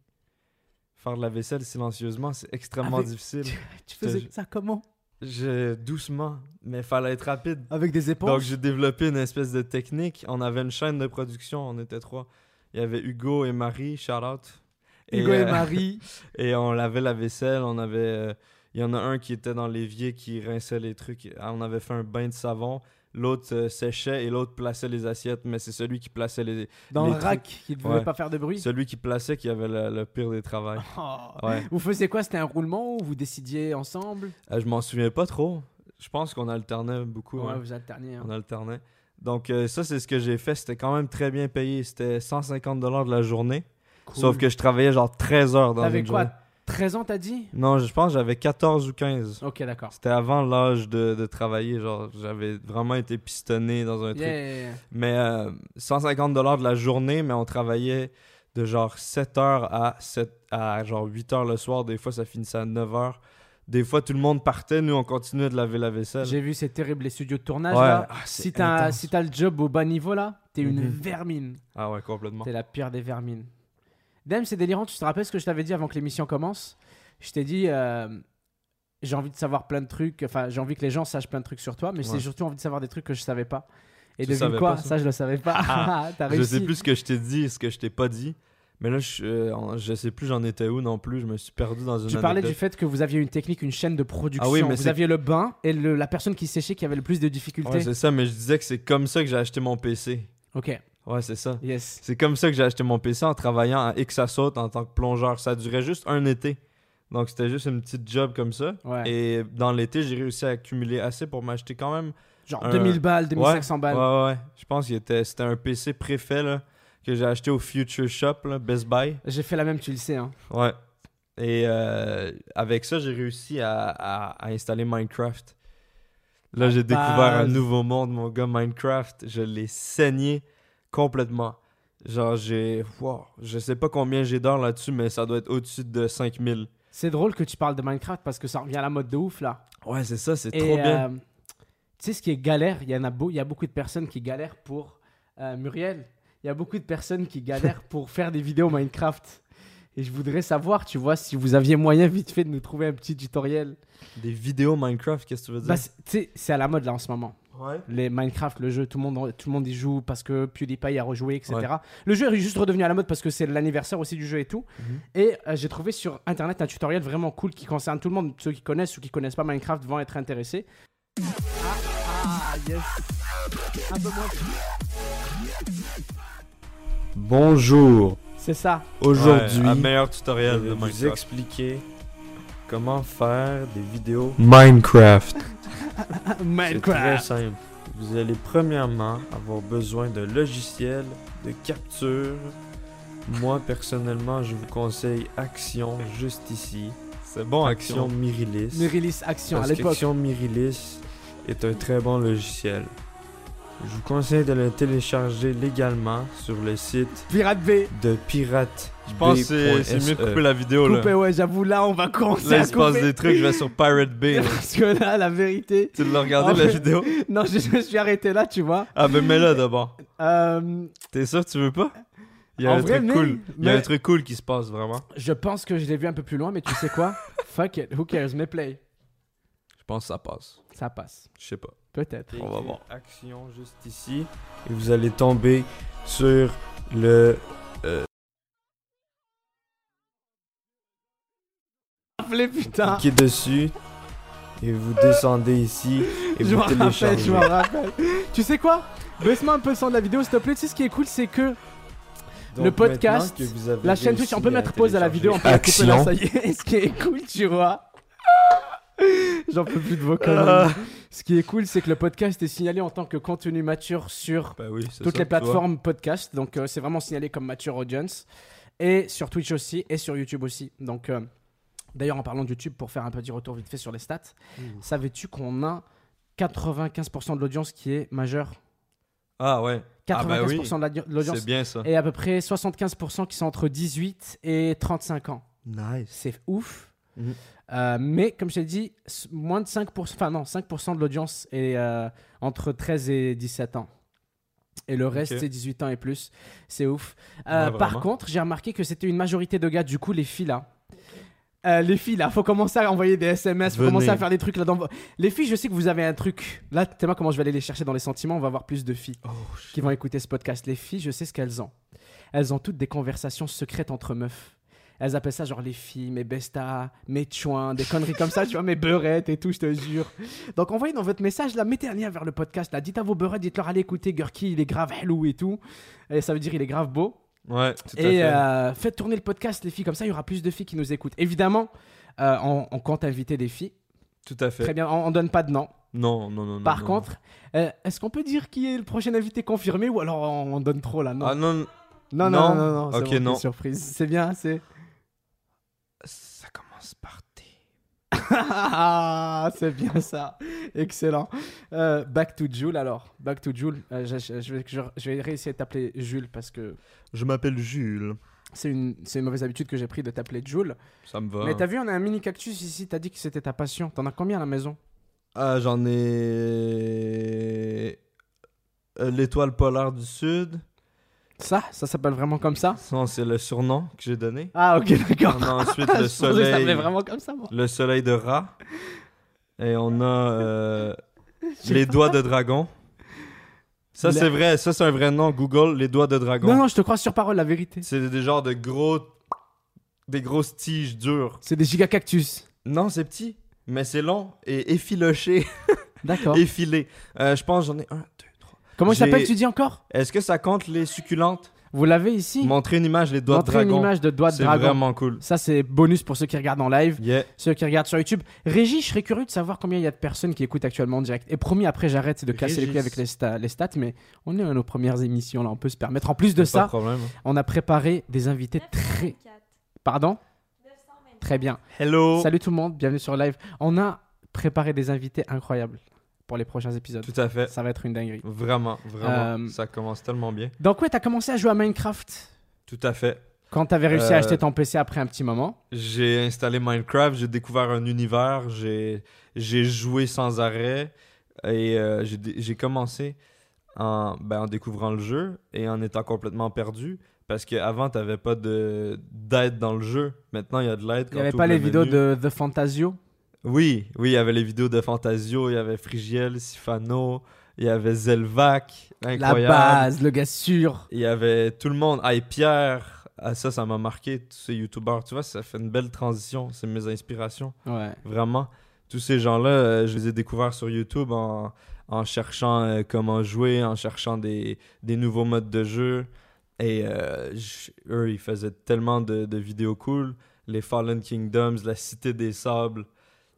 [SPEAKER 2] Faire de la vaisselle silencieusement, c'est extrêmement
[SPEAKER 1] Avec-
[SPEAKER 2] difficile.
[SPEAKER 1] Tu faisais ça comment
[SPEAKER 2] Je- Doucement, mais fallait être rapide.
[SPEAKER 1] Avec des
[SPEAKER 2] Donc,
[SPEAKER 1] éponges
[SPEAKER 2] j'ai développé une espèce de technique. On avait une chaîne de production, on était trois. Il y avait Hugo et Marie, shout out.
[SPEAKER 1] Hugo et
[SPEAKER 2] euh,
[SPEAKER 1] Marie.
[SPEAKER 2] et on lavait la vaisselle, on avait. euh, il y en a un qui était dans l'évier qui rinçait les trucs. Ah, On avait fait un bain de savon. L'autre euh, séchait et l'autre plaçait les assiettes, mais c'est celui qui plaçait les.
[SPEAKER 1] Dans
[SPEAKER 2] les
[SPEAKER 1] le rack, qui ne voulait
[SPEAKER 2] Ouais.
[SPEAKER 1] pas faire de bruit.
[SPEAKER 2] Celui qui plaçait qui avait le, le pire des travails.
[SPEAKER 1] Oh.
[SPEAKER 2] Ouais.
[SPEAKER 1] Vous faisiez quoi C'était un roulement ou vous décidiez ensemble
[SPEAKER 2] Euh, je m'en souviens pas trop. Je pense qu'on alternait beaucoup.
[SPEAKER 1] Ouais,
[SPEAKER 2] hein.
[SPEAKER 1] vous alternez. hein.
[SPEAKER 2] On alternait. Donc, euh, ça, c'est ce que j'ai fait. C'était quand même très bien payé. C'était 150 de la journée.
[SPEAKER 1] Cool.
[SPEAKER 2] Sauf que je travaillais genre 13 heures dans
[SPEAKER 1] T'avais
[SPEAKER 2] une
[SPEAKER 1] quoi
[SPEAKER 2] journée.
[SPEAKER 1] 13 ans, t'as dit
[SPEAKER 2] Non, je pense que j'avais 14 ou 15.
[SPEAKER 1] Ok, d'accord.
[SPEAKER 2] C'était avant l'âge de, de travailler. Genre, j'avais vraiment été pistonné dans un truc.
[SPEAKER 1] Yeah.
[SPEAKER 2] Mais euh, 150 de la journée, mais on travaillait de genre 7 heures à, 7, à genre 8 heures le soir. Des fois, ça finissait à 9 heures. Des fois, tout le monde partait. Nous, on continuait de laver la vaisselle.
[SPEAKER 1] J'ai vu ces terribles les studios de tournage
[SPEAKER 2] Ouais.
[SPEAKER 1] là.
[SPEAKER 2] Ah, c'est
[SPEAKER 1] Si t'as
[SPEAKER 2] intense.
[SPEAKER 1] si t'as le job au bas niveau là, t'es une
[SPEAKER 2] Mhm.
[SPEAKER 1] vermine.
[SPEAKER 2] Ah ouais, complètement.
[SPEAKER 1] T'es la pire des vermines. Dem, c'est délirant. Tu te rappelles ce que je t'avais dit avant que l'émission commence Je t'ai dit, euh, j'ai envie de savoir plein de trucs. Enfin, j'ai envie que les gens sachent plein de trucs sur toi, mais j'ai
[SPEAKER 2] Ouais.
[SPEAKER 1] surtout envie de savoir des trucs que je savais pas. Et
[SPEAKER 2] Tu
[SPEAKER 1] devine
[SPEAKER 2] savais
[SPEAKER 1] quoi
[SPEAKER 2] pas, ça Ah,
[SPEAKER 1] Ça, je le savais pas. T'as réussi.
[SPEAKER 2] Je sais plus ce que je t'ai dit et ce que je t'ai pas dit. Mais là, je, euh, en- je sais plus j'en étais où non plus. Je me suis perdu dans une
[SPEAKER 1] Tu parlais du
[SPEAKER 2] anecdote.
[SPEAKER 1] fait que vous aviez une technique, une chaîne de production.
[SPEAKER 2] Ah oui, mais
[SPEAKER 1] vous
[SPEAKER 2] c'est-
[SPEAKER 1] aviez le bain et le- la personne qui séchait qui avait le plus de difficultés.
[SPEAKER 2] Ouais, c'est ça, mais je disais que c'est comme ça que j'ai acheté mon PC.
[SPEAKER 1] ok.
[SPEAKER 2] Ouais, Ouais, c'est ça.
[SPEAKER 1] Yes.
[SPEAKER 2] C'est comme ça que j'ai acheté mon PC en travaillant à Ixassot en tant que plongeur. Ça durait juste un été. Donc c'était juste une petite job comme ça.
[SPEAKER 1] Ouais.
[SPEAKER 2] Et dans l'été, j'ai réussi à accumuler assez pour m'acheter quand même.
[SPEAKER 1] Genre
[SPEAKER 2] euh,
[SPEAKER 1] 2000 balles, 2500
[SPEAKER 2] Ouais,
[SPEAKER 1] balles.
[SPEAKER 2] ouais, ouais. Je pense que était... c'était un PC préfet là, que j'ai acheté au Future Shop, là, Best Buy.
[SPEAKER 1] J'ai fait la même, tu le sais. Hein.
[SPEAKER 2] Ouais. Et euh, avec ça, j'ai réussi à, à- à installer Minecraft. Là, j'ai découvert un
[SPEAKER 1] base.
[SPEAKER 2] nouveau monde, mon gars. Minecraft, je l'ai saigné complètement. Genre, j'ai. wow, je sais pas combien j'ai d'heures là-dessus, mais ça doit être au-dessus de 5000.
[SPEAKER 1] C'est drôle que tu parles de Minecraft parce que ça revient à la mode de ouf là.
[SPEAKER 2] Ouais, c'est ça, c'est
[SPEAKER 1] Et,
[SPEAKER 2] trop bien.
[SPEAKER 1] euh, tu sais ce qui est galère, il y en a beau, il y a beaucoup de personnes qui galèrent pour euh, Muriel. Il y a beaucoup de personnes qui galèrent pour faire des vidéos Minecraft. Et je voudrais savoir, tu vois, si vous aviez moyen vite fait de nous trouver un petit tutoriel.
[SPEAKER 2] Des vidéos Minecraft, qu'est-ce que tu veux dire?
[SPEAKER 1] Bah, c'est- tu sais, c'est à la mode là en ce moment.
[SPEAKER 2] ouais.
[SPEAKER 1] Les Minecraft, le jeu, tout le monde, tout le monde y joue parce que PewDiePie a rejoué, etc.
[SPEAKER 2] Ouais.
[SPEAKER 1] Le jeu est juste redevenu à la mode parce que c'est l'anniversaire aussi du jeu et tout.
[SPEAKER 2] Mhm.
[SPEAKER 1] Et euh, j'ai trouvé sur internet un tutoriel vraiment cool qui concerne tout le monde. Ceux qui connaissent ou qui connaissent pas Minecraft vont être intéressés.
[SPEAKER 4] Bonjour.
[SPEAKER 1] C'est ça.
[SPEAKER 4] Aujourd'hui,
[SPEAKER 2] Ouais, un meilleur
[SPEAKER 4] je
[SPEAKER 2] tutoriel
[SPEAKER 4] vais
[SPEAKER 2] de
[SPEAKER 4] vous
[SPEAKER 2] Minecraft.
[SPEAKER 4] expliquer comment faire des vidéos.
[SPEAKER 2] Minecraft.
[SPEAKER 4] C'est très simple. Vous allez premièrement avoir besoin de logiciels de capture. Moi personnellement, je vous conseille Action juste ici.
[SPEAKER 2] C'est bon,
[SPEAKER 4] Action
[SPEAKER 2] action.
[SPEAKER 4] Mirilis.
[SPEAKER 1] Murilis Action à
[SPEAKER 4] Parce
[SPEAKER 1] l'époque.
[SPEAKER 4] qu'Action Mirilis est un très bon logiciel. Je vous conseille de le télécharger légalement sur le site
[SPEAKER 1] Pirate B.
[SPEAKER 4] de pirate.
[SPEAKER 2] Je pense que
[SPEAKER 4] E.
[SPEAKER 2] c'est- c'est mieux de E. couper E. la vidéo là.
[SPEAKER 1] Coupé, ouais, j'avoue, Oh là, on va commencer
[SPEAKER 2] Là, il
[SPEAKER 1] à
[SPEAKER 2] se passe
[SPEAKER 1] couper.
[SPEAKER 2] des trucs, je vais sur Pirate Bay. là.
[SPEAKER 1] Parce que là, la vérité.
[SPEAKER 2] Tu l'as regardé
[SPEAKER 1] En
[SPEAKER 2] la
[SPEAKER 1] fait-
[SPEAKER 2] vidéo?
[SPEAKER 1] Non, je je me suis arrêté là, tu vois.
[SPEAKER 2] Ah, ben mets-la d'abord.
[SPEAKER 1] Euh,
[SPEAKER 2] T'es sûr que tu veux pas? Il y a
[SPEAKER 1] En
[SPEAKER 2] un
[SPEAKER 1] vrai,
[SPEAKER 2] truc
[SPEAKER 1] mais-
[SPEAKER 2] cool. Il y a
[SPEAKER 1] mais-
[SPEAKER 2] un truc cool qui se passe vraiment.
[SPEAKER 1] je pense que je l'ai vu un peu plus loin, mais tu sais quoi Fuck it, who cares, mais play.
[SPEAKER 2] Je pense que ça passe.
[SPEAKER 1] Ça passe.
[SPEAKER 2] Je sais pas.
[SPEAKER 1] Peut-être.
[SPEAKER 2] On va voir.
[SPEAKER 4] Action juste ici et vous allez tomber sur le
[SPEAKER 1] Rappelez, putain.
[SPEAKER 4] cliquez dessus et vous descendez ici et
[SPEAKER 1] Je
[SPEAKER 4] vous
[SPEAKER 1] m'en rappelle,
[SPEAKER 4] téléchargez.
[SPEAKER 1] je m'en rappelle. tu sais quoi Baisse-moi un peu le son de la vidéo, s'il te plaît. Tu sais, ce qui est cool, c'est que
[SPEAKER 4] Donc,
[SPEAKER 1] Le podcast,
[SPEAKER 4] maintenant que vous avez
[SPEAKER 1] la chaîne
[SPEAKER 4] réussi
[SPEAKER 1] Twitch, on peut
[SPEAKER 4] à
[SPEAKER 1] mettre pause à la vidéo, on peut la couper là,
[SPEAKER 4] Action.
[SPEAKER 1] ça y est. Ce qui est cool, tu vois. J'en peux plus de vos
[SPEAKER 2] Ah.
[SPEAKER 1] conneries. Ce qui est cool, c'est que le podcast est signalé en tant que contenu mature sur
[SPEAKER 2] Ben oui,
[SPEAKER 1] toutes
[SPEAKER 2] c'est ça,
[SPEAKER 1] les
[SPEAKER 2] tu vois.
[SPEAKER 1] plateformes podcast. Donc, euh, c'est vraiment signalé comme mature audience. Et sur Twitch aussi, et sur YouTube aussi. Donc, euh, d'ailleurs, en parlant de YouTube, pour faire un petit retour vite fait sur les stats, savais-tu qu'on a 95% de l'audience qui est majeure
[SPEAKER 2] Ah ouais.
[SPEAKER 1] 95%
[SPEAKER 2] Ah bah oui.
[SPEAKER 1] de la- de l'audience
[SPEAKER 2] C'est bien ça.
[SPEAKER 1] et à peu près 75% qui sont entre 18 et 35 ans.
[SPEAKER 2] Nice.
[SPEAKER 1] C'est ouf.
[SPEAKER 2] Mhm.
[SPEAKER 1] Euh, mais comme je t'ai dit, s- moins de 5%, enfin non, 5% de l'audience est euh, entre 13 et 17 ans. Et le reste,
[SPEAKER 2] Ok.
[SPEAKER 1] c'est 18 ans et plus. C'est ouf. Euh,
[SPEAKER 2] Ouais,
[SPEAKER 1] par
[SPEAKER 2] vraiment.
[SPEAKER 1] contre, j'ai remarqué que c'était une majorité de gars. Du coup, les filles là. Euh, les filles là, faut commencer à envoyer des SMS, faut
[SPEAKER 2] Venez.
[SPEAKER 1] commencer à faire des trucs là dans vo- Les filles, je sais que vous avez un truc. Là, Théma, comment je vais aller les chercher dans les sentiments On va avoir plus de filles qui vont écouter ce podcast. Les filles, je sais ce qu'elles ont. Elles ont toutes des conversations secrètes entre meufs. Elles appellent ça genre les filles, mes bestas, mes chouins, des conneries comme ça, tu vois, mes beurettes et tout, je te jure. Donc envoyez dans votre message, là, mettez un lien vers le podcast, là, dites à vos beurettes, dites-leur, allez écouter Gurki, il est grave hello et tout. Et ça veut dire, il est grave beau.
[SPEAKER 2] Ouais, tout à
[SPEAKER 1] Et
[SPEAKER 2] fait.
[SPEAKER 1] euh, faites tourner le podcast, les filles, comme ça, il y aura plus de filles qui nous écoutent. Évidemment, euh, on, on compte inviter des filles.
[SPEAKER 2] Tout à fait.
[SPEAKER 1] Très bien, on, on donne pas de nom.
[SPEAKER 2] Non, non, non. non,
[SPEAKER 1] Par
[SPEAKER 2] non.
[SPEAKER 1] contre, euh, est-ce qu'on peut dire qui est le prochain invité confirmé ou alors on, on donne trop là non.
[SPEAKER 2] Ah non,
[SPEAKER 1] Non, non, non,
[SPEAKER 2] Non.
[SPEAKER 1] non, non, c'est
[SPEAKER 2] Ok,
[SPEAKER 1] bon, c'est
[SPEAKER 2] non.
[SPEAKER 1] surprise. C'est bien, c'est.
[SPEAKER 2] ça commence par T.
[SPEAKER 1] Ah, c'est bien ça. Excellent. Euh, back to Jules alors. Back to Jules. Euh, je, je- je vais, je, je vais réessayer de t'appeler Jules parce que
[SPEAKER 2] Je m'appelle Jules.
[SPEAKER 1] c'est une, c'est une mauvaise habitude que j'ai pris de t'appeler Jules.
[SPEAKER 2] Ça me va.
[SPEAKER 1] Mais t'as vu, on a un mini cactus ici. T'as dit que c'était ta passion. T'en as combien à la maison
[SPEAKER 2] Ah, j'en ai. Euh, L'étoile polaire du Sud.
[SPEAKER 1] Ça, ça s'appelle vraiment comme ça
[SPEAKER 2] Non, c'est le surnom que j'ai donné.
[SPEAKER 1] Ah, ok, d'accord.
[SPEAKER 2] On a ensuite
[SPEAKER 1] Je
[SPEAKER 2] le
[SPEAKER 1] pensais que ça
[SPEAKER 2] soleil.
[SPEAKER 1] s'appelait vraiment comme ça, moi.
[SPEAKER 2] Le soleil de rat. Et on a euh, les doigts de dragon. Ça,
[SPEAKER 1] La-
[SPEAKER 2] c'est vrai. Ça, c'est un vrai nom. Google, les doigts de dragon.
[SPEAKER 1] Non, non, je te crois sur parole, la vérité.
[SPEAKER 2] C'est des genres de gros. Des grosses tiges dures.
[SPEAKER 1] C'est des gigacactus.
[SPEAKER 2] Non, c'est petit, mais c'est long et effiloché,
[SPEAKER 1] D'accord.
[SPEAKER 2] effilé. Euh, je pense que j'en ai un, deux, trois.
[SPEAKER 1] Comment il
[SPEAKER 2] J'ai-
[SPEAKER 1] s'appelle, tu dis encore
[SPEAKER 2] Est-ce que ça compte les succulentes
[SPEAKER 1] Vous l'avez ici
[SPEAKER 2] Montrer une image, les doigts
[SPEAKER 1] Montrez
[SPEAKER 2] de
[SPEAKER 1] une
[SPEAKER 2] dragon.
[SPEAKER 1] image de doigt de
[SPEAKER 2] C'est
[SPEAKER 1] dragon.
[SPEAKER 2] vraiment cool.
[SPEAKER 1] Ça, c'est bonus pour ceux qui regardent en live,
[SPEAKER 2] Yeah.
[SPEAKER 1] ceux qui regardent sur YouTube. Régis, je serais curieux de savoir combien il y a de personnes qui écoutent actuellement en direct. Et promis, après, j'arrête de casser les
[SPEAKER 2] Régis.
[SPEAKER 1] couilles avec les, sta- les stats, mais on est à nos premières émissions, là, on peut se permettre. En plus de
[SPEAKER 2] y a Pas de
[SPEAKER 1] ça,
[SPEAKER 2] problème.
[SPEAKER 1] on a préparé des invités très...
[SPEAKER 3] 924.
[SPEAKER 1] Pardon
[SPEAKER 3] 924.
[SPEAKER 1] Très bien.
[SPEAKER 2] Hello.
[SPEAKER 1] Salut tout le monde, bienvenue sur live. On a préparé des invités incroyables pour les prochains épisodes.
[SPEAKER 2] Tout à fait.
[SPEAKER 1] Ça va être une dinguerie.
[SPEAKER 2] Vraiment, vraiment.
[SPEAKER 1] Euh,
[SPEAKER 2] Ça commence tellement bien.
[SPEAKER 1] Donc ouais, t'as commencé à jouer à Minecraft
[SPEAKER 2] Tout à fait.
[SPEAKER 1] quand t'avais réussi à
[SPEAKER 2] Euh,
[SPEAKER 1] acheter ton PC après un petit moment.
[SPEAKER 2] J'ai installé Minecraft, j'ai découvert un univers, j'ai j'ai joué sans arrêt et euh, j'ai dé- j'ai commencé en, ben, en découvrant le jeu et en étant complètement perdu parce qu'avant, tu n'avais pas de- d'aide dans le jeu. Maintenant, il y a de l'aide.
[SPEAKER 1] Il
[SPEAKER 2] quand
[SPEAKER 1] n'y avait
[SPEAKER 2] t'ouvres
[SPEAKER 1] pas les
[SPEAKER 2] le
[SPEAKER 1] vidéos
[SPEAKER 2] menu.
[SPEAKER 1] de The Fantasio
[SPEAKER 2] Oui, oui, il y avait les vidéos de Fantasio, il y avait Frigiel, Sifano, il y avait Zelvac, incroyable.
[SPEAKER 1] La base, le gars sûr.
[SPEAKER 2] Il y avait tout le monde. Hey, Pierre, ah, ça, ça m'a marqué, tous ces youtubeurs. Tu vois, ça fait une belle transition. C'est mes inspirations,
[SPEAKER 1] Ouais.
[SPEAKER 2] vraiment. Tous ces gens-là, euh, je les ai découverts sur YouTube en, en cherchant euh, comment jouer, en cherchant des, des nouveaux modes de jeu. Et euh, je- eux, ils faisaient tellement de, de vidéos cool. Les Fallen Kingdoms, la Cité des Sables,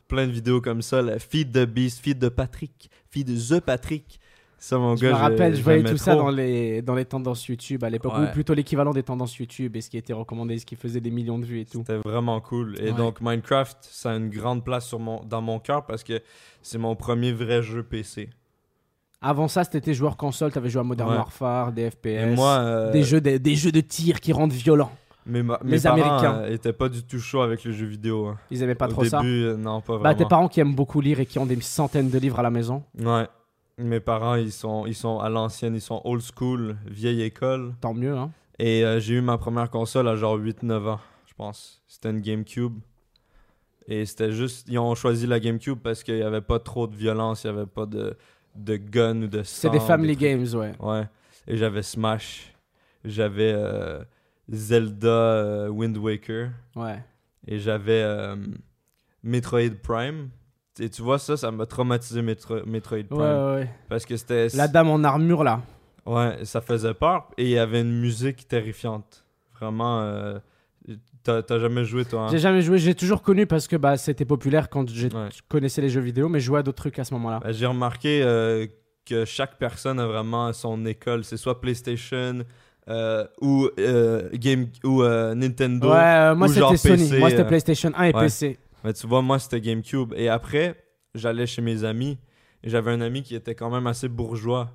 [SPEAKER 2] plein de vidéos comme ça. La Feed the Beast, Feed de Patrick, Feed the Patrick. Ça, mon
[SPEAKER 1] Je
[SPEAKER 2] gars,
[SPEAKER 1] me rappelle, je voyais
[SPEAKER 2] l'aimais
[SPEAKER 1] tout ça
[SPEAKER 2] trop.
[SPEAKER 1] dans les, dans les tendances YouTube à l'époque,
[SPEAKER 2] Ouais.
[SPEAKER 1] ou plutôt l'équivalent des tendances YouTube et ce qui était recommandé, ce qui faisait des millions de vues et tout.
[SPEAKER 2] C'était vraiment cool. Et
[SPEAKER 1] Ouais.
[SPEAKER 2] donc, Minecraft, ça a une grande place sur mon, dans mon cœur parce que c'est mon premier vrai jeu PC.
[SPEAKER 1] Avant ça, c'était joueur console, t'avais joué à Modern
[SPEAKER 2] Ouais.
[SPEAKER 1] Warfare, des FPS,
[SPEAKER 2] Et moi, euh,
[SPEAKER 1] des, jeux de, des jeux de tir qui rendent violents.
[SPEAKER 2] mes, ma-
[SPEAKER 1] les
[SPEAKER 2] mes parents
[SPEAKER 1] Américains.
[SPEAKER 2] euh, étaient pas du tout chauds avec les jeux vidéo. hein.
[SPEAKER 1] Ils aimaient pas
[SPEAKER 2] Au
[SPEAKER 1] trop
[SPEAKER 2] début,
[SPEAKER 1] ça.
[SPEAKER 2] euh, non, pas
[SPEAKER 1] Bah,
[SPEAKER 2] vraiment.
[SPEAKER 1] tes parents qui aiment beaucoup lire et qui ont des centaines de livres à la maison,
[SPEAKER 2] Ouais. Mes parents, ils sont, ils sont à l'ancienne, ils sont old school, vieille école.
[SPEAKER 1] tant mieux. Hein.
[SPEAKER 2] Et euh, j'ai eu ma première console à genre 8-9 ans, je pense. C'était une GameCube. Et c'était juste. Ils ont choisi la GameCube parce qu'il n'y avait pas trop de violence, il n'y avait pas de, de gun ou de
[SPEAKER 1] C'est
[SPEAKER 2] sang.
[SPEAKER 1] des family
[SPEAKER 2] trucs
[SPEAKER 1] games, ouais.
[SPEAKER 2] Ouais. Et j'avais Smash. J'avais euh, Zelda euh, Wind Waker.
[SPEAKER 1] ouais.
[SPEAKER 2] Et j'avais euh, Metroid Prime. Et tu vois, ça, ça m'a traumatisé Metro- Metroid
[SPEAKER 1] Ouais,
[SPEAKER 2] Prime.
[SPEAKER 1] ouais, ouais.
[SPEAKER 2] Parce que c'était.
[SPEAKER 1] La dame en armure, là.
[SPEAKER 2] Ouais, ça faisait peur. Et il y avait une musique terrifiante. Vraiment. euh, T'as t'as jamais joué, toi hein?
[SPEAKER 1] J'ai jamais joué, j'ai toujours connu parce que bah, c'était populaire quand je
[SPEAKER 2] Ouais.
[SPEAKER 1] connaissais les jeux vidéo, mais je jouais à d'autres trucs à ce moment-là.
[SPEAKER 2] Ben, J'ai remarqué euh, que chaque personne a vraiment son école. C'est soit PlayStation euh, ou, euh, Game, ou euh, Nintendo.
[SPEAKER 1] Ouais, euh, moi
[SPEAKER 2] ou genre
[SPEAKER 1] c'était Sony,
[SPEAKER 2] PC,
[SPEAKER 1] moi c'était
[SPEAKER 2] euh,
[SPEAKER 1] PlayStation 1 et
[SPEAKER 2] ouais.
[SPEAKER 1] PC.
[SPEAKER 2] Mais tu vois, moi, c'était GameCube. Et après, j'allais chez mes amis. Et j'avais un ami qui était quand même assez bourgeois,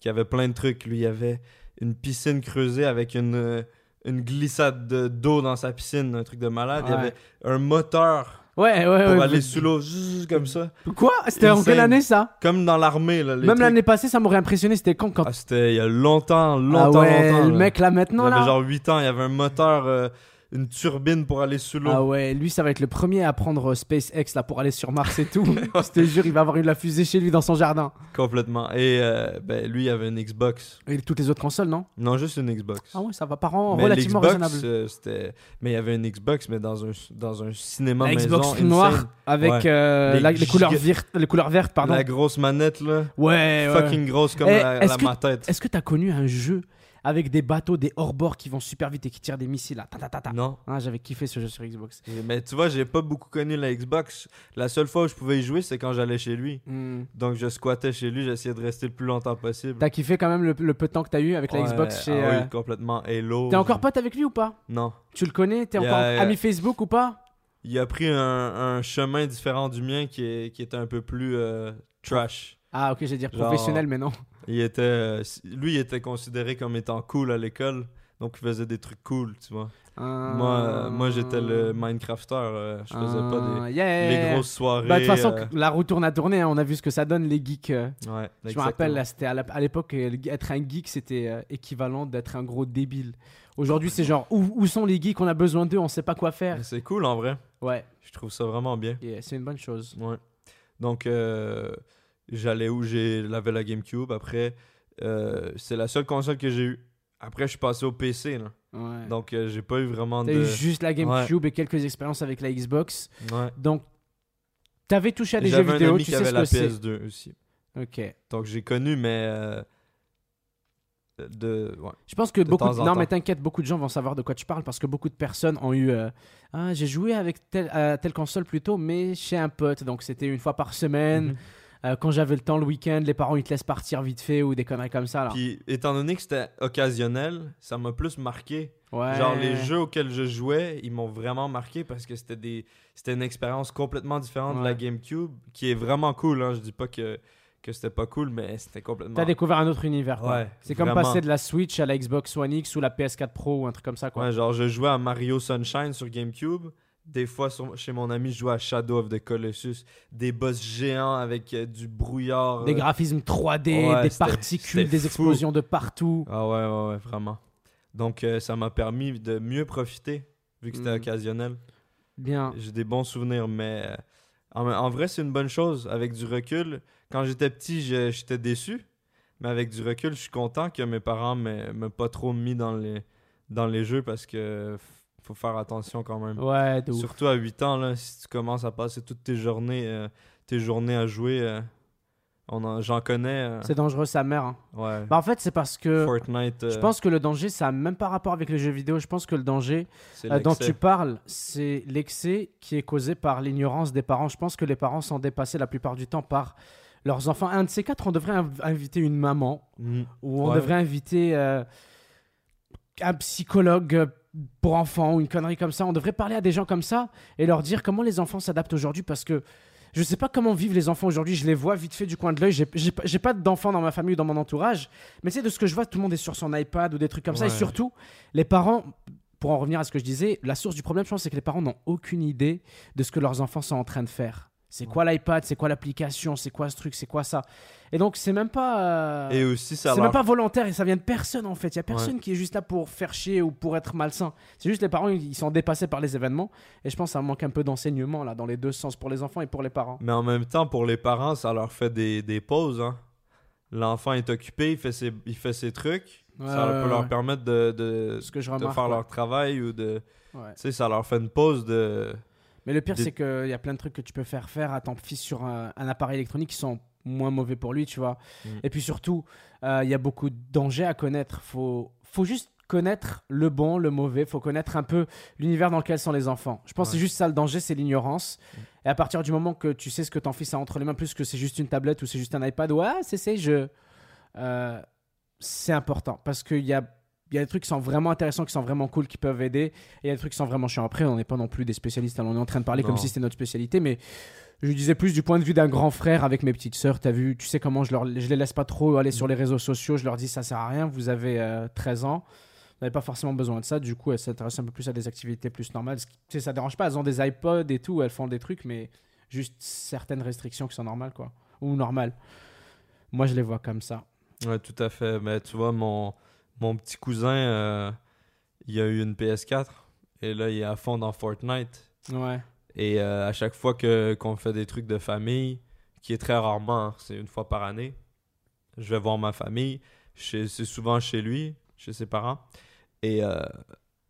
[SPEAKER 2] qui avait plein de trucs. Lui, il avait une piscine creusée avec une, euh, une glissade de- d'eau dans sa piscine, un truc de malade. Il y
[SPEAKER 1] Ouais.
[SPEAKER 2] avait un moteur
[SPEAKER 1] Ouais, ouais,
[SPEAKER 2] pour
[SPEAKER 1] ouais.
[SPEAKER 2] aller
[SPEAKER 1] vous-
[SPEAKER 2] sous l'eau, zzz, comme ça.
[SPEAKER 1] Quoi C'était en quelle
[SPEAKER 2] Insane.
[SPEAKER 1] année ça
[SPEAKER 2] Comme dans l'armée, là. les
[SPEAKER 1] Même
[SPEAKER 2] trucs.
[SPEAKER 1] l'année passée, ça m'aurait impressionné, c'était quand quand
[SPEAKER 2] Ah, c'était il y a longtemps,
[SPEAKER 1] Ah
[SPEAKER 2] longtemps,
[SPEAKER 1] ouais,
[SPEAKER 2] longtemps.
[SPEAKER 1] le
[SPEAKER 2] là.
[SPEAKER 1] mec là maintenant
[SPEAKER 2] J'avais
[SPEAKER 1] là.
[SPEAKER 2] genre 8 ans, il y avait un moteur, euh, une turbine pour aller sous l'eau.
[SPEAKER 1] Ah ouais, lui ça va être le premier à prendre euh, SpaceX là pour aller sur Mars et tout. je te jure, il va avoir eu de la fusée chez lui dans son jardin.
[SPEAKER 2] Complètement. Et euh, ben, lui, il avait une Xbox.
[SPEAKER 1] Et toutes les autres consoles, non
[SPEAKER 2] Non, juste une Xbox.
[SPEAKER 1] Ah ouais, ça va par an,
[SPEAKER 2] mais
[SPEAKER 1] relativement
[SPEAKER 2] l'Xbox,
[SPEAKER 1] raisonnable.
[SPEAKER 2] euh, c'était... Mais il y avait une Xbox, mais dans un, dans un cinéma
[SPEAKER 1] La
[SPEAKER 2] maison.
[SPEAKER 1] Xbox
[SPEAKER 2] insane.
[SPEAKER 1] noire avec
[SPEAKER 2] Ouais.
[SPEAKER 1] euh,
[SPEAKER 2] Les
[SPEAKER 1] la- les,
[SPEAKER 2] giga-
[SPEAKER 1] couleurs vir- les couleurs vertes, pardon.
[SPEAKER 2] La grosse manette, là.
[SPEAKER 1] Ouais, ouais.
[SPEAKER 2] Fucking grosse comme
[SPEAKER 1] Eh,
[SPEAKER 2] la,
[SPEAKER 1] est-ce
[SPEAKER 2] la-
[SPEAKER 1] que-
[SPEAKER 2] ma tête.
[SPEAKER 1] Est-ce que t'as connu un jeu avec des bateaux, des hors-bords qui vont super vite et qui tirent des missiles là ta, ta, ta, ta.
[SPEAKER 2] Non.
[SPEAKER 1] Ah, J'avais kiffé ce jeu sur Xbox.
[SPEAKER 2] Mais tu vois, j'ai pas beaucoup connu la Xbox. La seule fois où je pouvais y jouer, c'est quand j'allais chez lui.
[SPEAKER 1] Hmm.
[SPEAKER 2] Donc je squattais chez lui, j'essayais de rester le plus longtemps possible.
[SPEAKER 1] T'as kiffé quand même le, le peu de temps que t'as eu avec la
[SPEAKER 2] Ouais,
[SPEAKER 1] Xbox chez.
[SPEAKER 2] ah
[SPEAKER 1] euh,
[SPEAKER 2] oui, complètement. Hello.
[SPEAKER 1] T'es encore pote avec lui ou pas
[SPEAKER 2] Non.
[SPEAKER 1] Tu le connais T'es
[SPEAKER 2] Yeah,
[SPEAKER 1] encore
[SPEAKER 2] yeah.
[SPEAKER 1] ami Facebook ou pas
[SPEAKER 2] Il a pris un, un chemin différent du mien qui, est, qui était un peu plus euh, trash.
[SPEAKER 1] Ah, ok, j'allais dire
[SPEAKER 2] Genre-
[SPEAKER 1] professionnel, mais non.
[SPEAKER 2] Il était, euh, si- lui, il était considéré comme étant cool à l'école. Donc, il faisait des trucs cool, tu vois. Moi, euh, moi j'étais
[SPEAKER 1] Ah.
[SPEAKER 2] le Minecrafter. euh, je faisais pas des les grosses soirées.
[SPEAKER 1] Bah, de toute façon,
[SPEAKER 2] euh,
[SPEAKER 1] la roue tourne à tourner, hein, on a vu ce que ça donne, les geeks. euh.
[SPEAKER 2] ouais,
[SPEAKER 1] Je me
[SPEAKER 2] exactement.
[SPEAKER 1] rappelle, là, c'était à la- à l'époque, euh, être un geek, c'était euh, équivalent d'être un gros débile. Aujourd'hui, c'est genre, où, où sont les geeks On a besoin d'eux, on sait pas quoi faire.
[SPEAKER 2] Mais C'est cool, en vrai.
[SPEAKER 1] Ouais,
[SPEAKER 2] Je trouve ça vraiment bien.
[SPEAKER 1] et c'est une bonne chose.
[SPEAKER 2] Ouais. Donc, euh, j'allais où j'ai lavé la GameCube. Après, euh, c'est la seule console que j'ai eue. Après, je suis passé au PC. là.
[SPEAKER 1] Ouais.
[SPEAKER 2] Donc, euh, j'ai pas eu vraiment
[SPEAKER 1] T'as
[SPEAKER 2] de.
[SPEAKER 1] eu juste la GameCube et quelques expériences avec la Xbox.
[SPEAKER 2] Ouais.
[SPEAKER 1] Donc, t'avais touché à des jeux
[SPEAKER 2] J'avais un
[SPEAKER 1] vidéo,
[SPEAKER 2] ami
[SPEAKER 1] tu
[SPEAKER 2] qui
[SPEAKER 1] sais
[SPEAKER 2] avait
[SPEAKER 1] ce
[SPEAKER 2] la
[SPEAKER 1] que c'est.
[SPEAKER 2] PS2 aussi.
[SPEAKER 1] Ok.
[SPEAKER 2] Donc j'ai connu, mais euh, de, ouais.
[SPEAKER 1] Je pense que
[SPEAKER 2] De
[SPEAKER 1] beaucoup.
[SPEAKER 2] temps en
[SPEAKER 1] non,
[SPEAKER 2] temps.
[SPEAKER 1] mais t'inquiète, beaucoup de gens vont savoir de quoi tu parles parce que beaucoup de personnes ont eu. euh, ah, j'ai joué avec telle, à telle console plus tôt, mais chez un pote. Donc c'était une fois par semaine.
[SPEAKER 2] Mhm.
[SPEAKER 1] Euh, quand j'avais le temps le week-end, les parents ils te laissent partir vite fait ou des conneries comme ça. Alors.
[SPEAKER 2] Puis étant donné que c'était occasionnel, ça m'a plus marqué.
[SPEAKER 1] Ouais.
[SPEAKER 2] Genre les jeux auxquels je jouais, ils m'ont vraiment marqué parce que c'était des c'était une expérience complètement différente de la
[SPEAKER 1] Ouais.
[SPEAKER 2] GameCube qui est vraiment cool hein, je dis pas que que c'était pas cool mais c'était complètement
[SPEAKER 1] T'as découvert un autre univers. quoi.
[SPEAKER 2] Ouais,
[SPEAKER 1] C'est comme
[SPEAKER 2] vraiment.
[SPEAKER 1] passer de la Switch à la Xbox One X ou la PS4 Pro ou un truc comme ça. Quoi.
[SPEAKER 2] Ouais, genre je jouais à Mario Sunshine sur GameCube, des fois sur- chez mon ami je jouais à Shadow of the Colossus, des boss géants avec euh, du brouillard.
[SPEAKER 1] Des
[SPEAKER 2] euh.
[SPEAKER 1] graphismes 3D,
[SPEAKER 2] Ouais,
[SPEAKER 1] des
[SPEAKER 2] c'était-
[SPEAKER 1] particules,
[SPEAKER 2] c'était
[SPEAKER 1] des
[SPEAKER 2] fou.
[SPEAKER 1] explosions de partout.
[SPEAKER 2] Ah ouais ouais ouais, vraiment. Donc euh, ça m'a permis de mieux profiter vu que c'était
[SPEAKER 1] Mhm.
[SPEAKER 2] occasionnel.
[SPEAKER 1] Bien.
[SPEAKER 2] J'ai des bons souvenirs, mais euh, en, en vrai, c'est une bonne chose. Avec du recul, quand j'étais petit, je- j'étais déçu. Mais avec du recul, je suis content que mes parents ne m'aient pas trop mis dans les, dans les jeux parce que f- faut faire attention quand même.
[SPEAKER 1] Ouais, de ouf.
[SPEAKER 2] Surtout à 8 ans, là, si tu commences à passer toutes tes journées, euh, tes journées à jouer, euh, on en- j'en connais. euh,
[SPEAKER 1] C'est dangereux, sa mère. hein.
[SPEAKER 2] ouais,
[SPEAKER 1] Bah, en fait, c'est parce que.
[SPEAKER 2] Fortnite,
[SPEAKER 1] Je
[SPEAKER 2] euh,
[SPEAKER 1] pense que le danger, ça n'a même pas rapport avec les jeux vidéo. Je pense que le danger
[SPEAKER 2] c'est
[SPEAKER 1] euh, dont
[SPEAKER 2] l'excès.
[SPEAKER 1] tu parles, c'est l'excès qui est causé par l'ignorance des parents. Je pense que les parents sont dépassés la plupart du temps par leurs enfants. Un de ces quatre, on devrait inv- inviter une maman
[SPEAKER 2] Mhm.
[SPEAKER 1] ou on
[SPEAKER 2] Ouais.
[SPEAKER 1] devrait inviter euh, un psychologue euh, pour enfants ou une connerie comme ça. On devrait parler à des gens comme ça et leur dire comment les enfants s'adaptent aujourd'hui parce que je sais pas comment vivent les enfants aujourd'hui. Je les vois vite fait du coin de l'œil. J'ai- J'ai pas- j'ai pas d'enfants dans ma famille ou dans mon entourage, mais c'est de ce que je vois, tout le monde est sur son iPad ou des trucs comme ça. Et
[SPEAKER 2] Ouais.
[SPEAKER 1] surtout, les parents. Pour en revenir à ce que je disais, la source du problème, je pense, c'est que les parents n'ont aucune idée de ce que leurs enfants sont en train de faire. C'est quoi l'iPad, c'est quoi l'application, c'est quoi ce truc, c'est quoi ça. Et donc, c'est même pas. euh,
[SPEAKER 2] Et aussi, ça
[SPEAKER 1] c'est
[SPEAKER 2] leur
[SPEAKER 1] même pas volontaire et ça vient de personne en fait. Il y a personne qui est juste là pour faire chier ou pour être malsain. C'est juste les parents, ils ils sont dépassés par les événements. Et je pense que ça manque un peu d'enseignement là, dans les deux sens, pour les enfants et pour les parents.
[SPEAKER 2] Mais en même temps, pour les parents, ça leur fait des, des pauses. hein. L'enfant est occupé, il fait ses, il fait ses trucs.
[SPEAKER 1] Ouais,
[SPEAKER 2] ça leur-
[SPEAKER 1] ouais,
[SPEAKER 2] peut leur
[SPEAKER 1] ouais.
[SPEAKER 2] permettre de, de,
[SPEAKER 1] Ce que je
[SPEAKER 2] de
[SPEAKER 1] remarque.
[SPEAKER 2] faire
[SPEAKER 1] ouais.
[SPEAKER 2] leur travail ou de.
[SPEAKER 1] Ouais.
[SPEAKER 2] Tu sais, ça leur fait une pause de.
[SPEAKER 1] Mais le pire,
[SPEAKER 2] Des-
[SPEAKER 1] c'est qu'il y a plein de trucs que tu peux faire faire à ton fils sur un, un appareil électronique qui sont moins mauvais pour lui, tu vois.
[SPEAKER 2] Mm.
[SPEAKER 1] Et puis surtout, euh, il y a beaucoup de dangers à connaître. Faut, faut juste connaître le bon, le mauvais. Faut connaître un peu l'univers dans lequel sont les enfants. Je pense que c'est
[SPEAKER 2] Ouais. Mm.
[SPEAKER 1] juste ça le danger, c'est l'ignorance. Et à partir du moment que tu sais ce que ton fils a entre les mains, plus que c'est juste une tablette ou c'est juste un iPad, ouais, c'est ces jeux. Euh, c'est important parce qu'il y a, il y a des trucs qui sont vraiment intéressants, qui sont vraiment cool, qui peuvent aider. Et il y a des trucs qui sont vraiment chiants. Après, on n'est pas non plus des spécialistes. Alors, on est en train de parler comme
[SPEAKER 2] Non.
[SPEAKER 1] si c'était notre spécialité, mais je disais plus du point de vue d'un grand frère avec mes petites sœurs. T'as vu, tu sais comment je, leur, je les laisse pas trop aller sur les réseaux sociaux. Je leur dis ça sert à rien. Vous avez euh, 13 ans. Vous n'avez pas forcément besoin de ça. Du coup, elles s'intéressent un peu plus à des activités plus normales. Ce qui- Tu sais, ça dérange pas. Elles ont des iPods et tout. Elles font des trucs, mais juste certaines restrictions qui sont normales, quoi. Ou normales. Moi, je les vois comme ça.
[SPEAKER 2] Ouais, tout à fait. Mais tu vois, mon, mon petit cousin, euh, il a eu une PS4 et là, il est à fond dans Fortnite.
[SPEAKER 1] Ouais.
[SPEAKER 2] Et euh, à chaque fois que qu'on fait des trucs de famille, qui est très rarement, hein, c'est une fois par année, je vais voir ma famille. Chez- C'est souvent chez lui, chez ses parents. Et euh,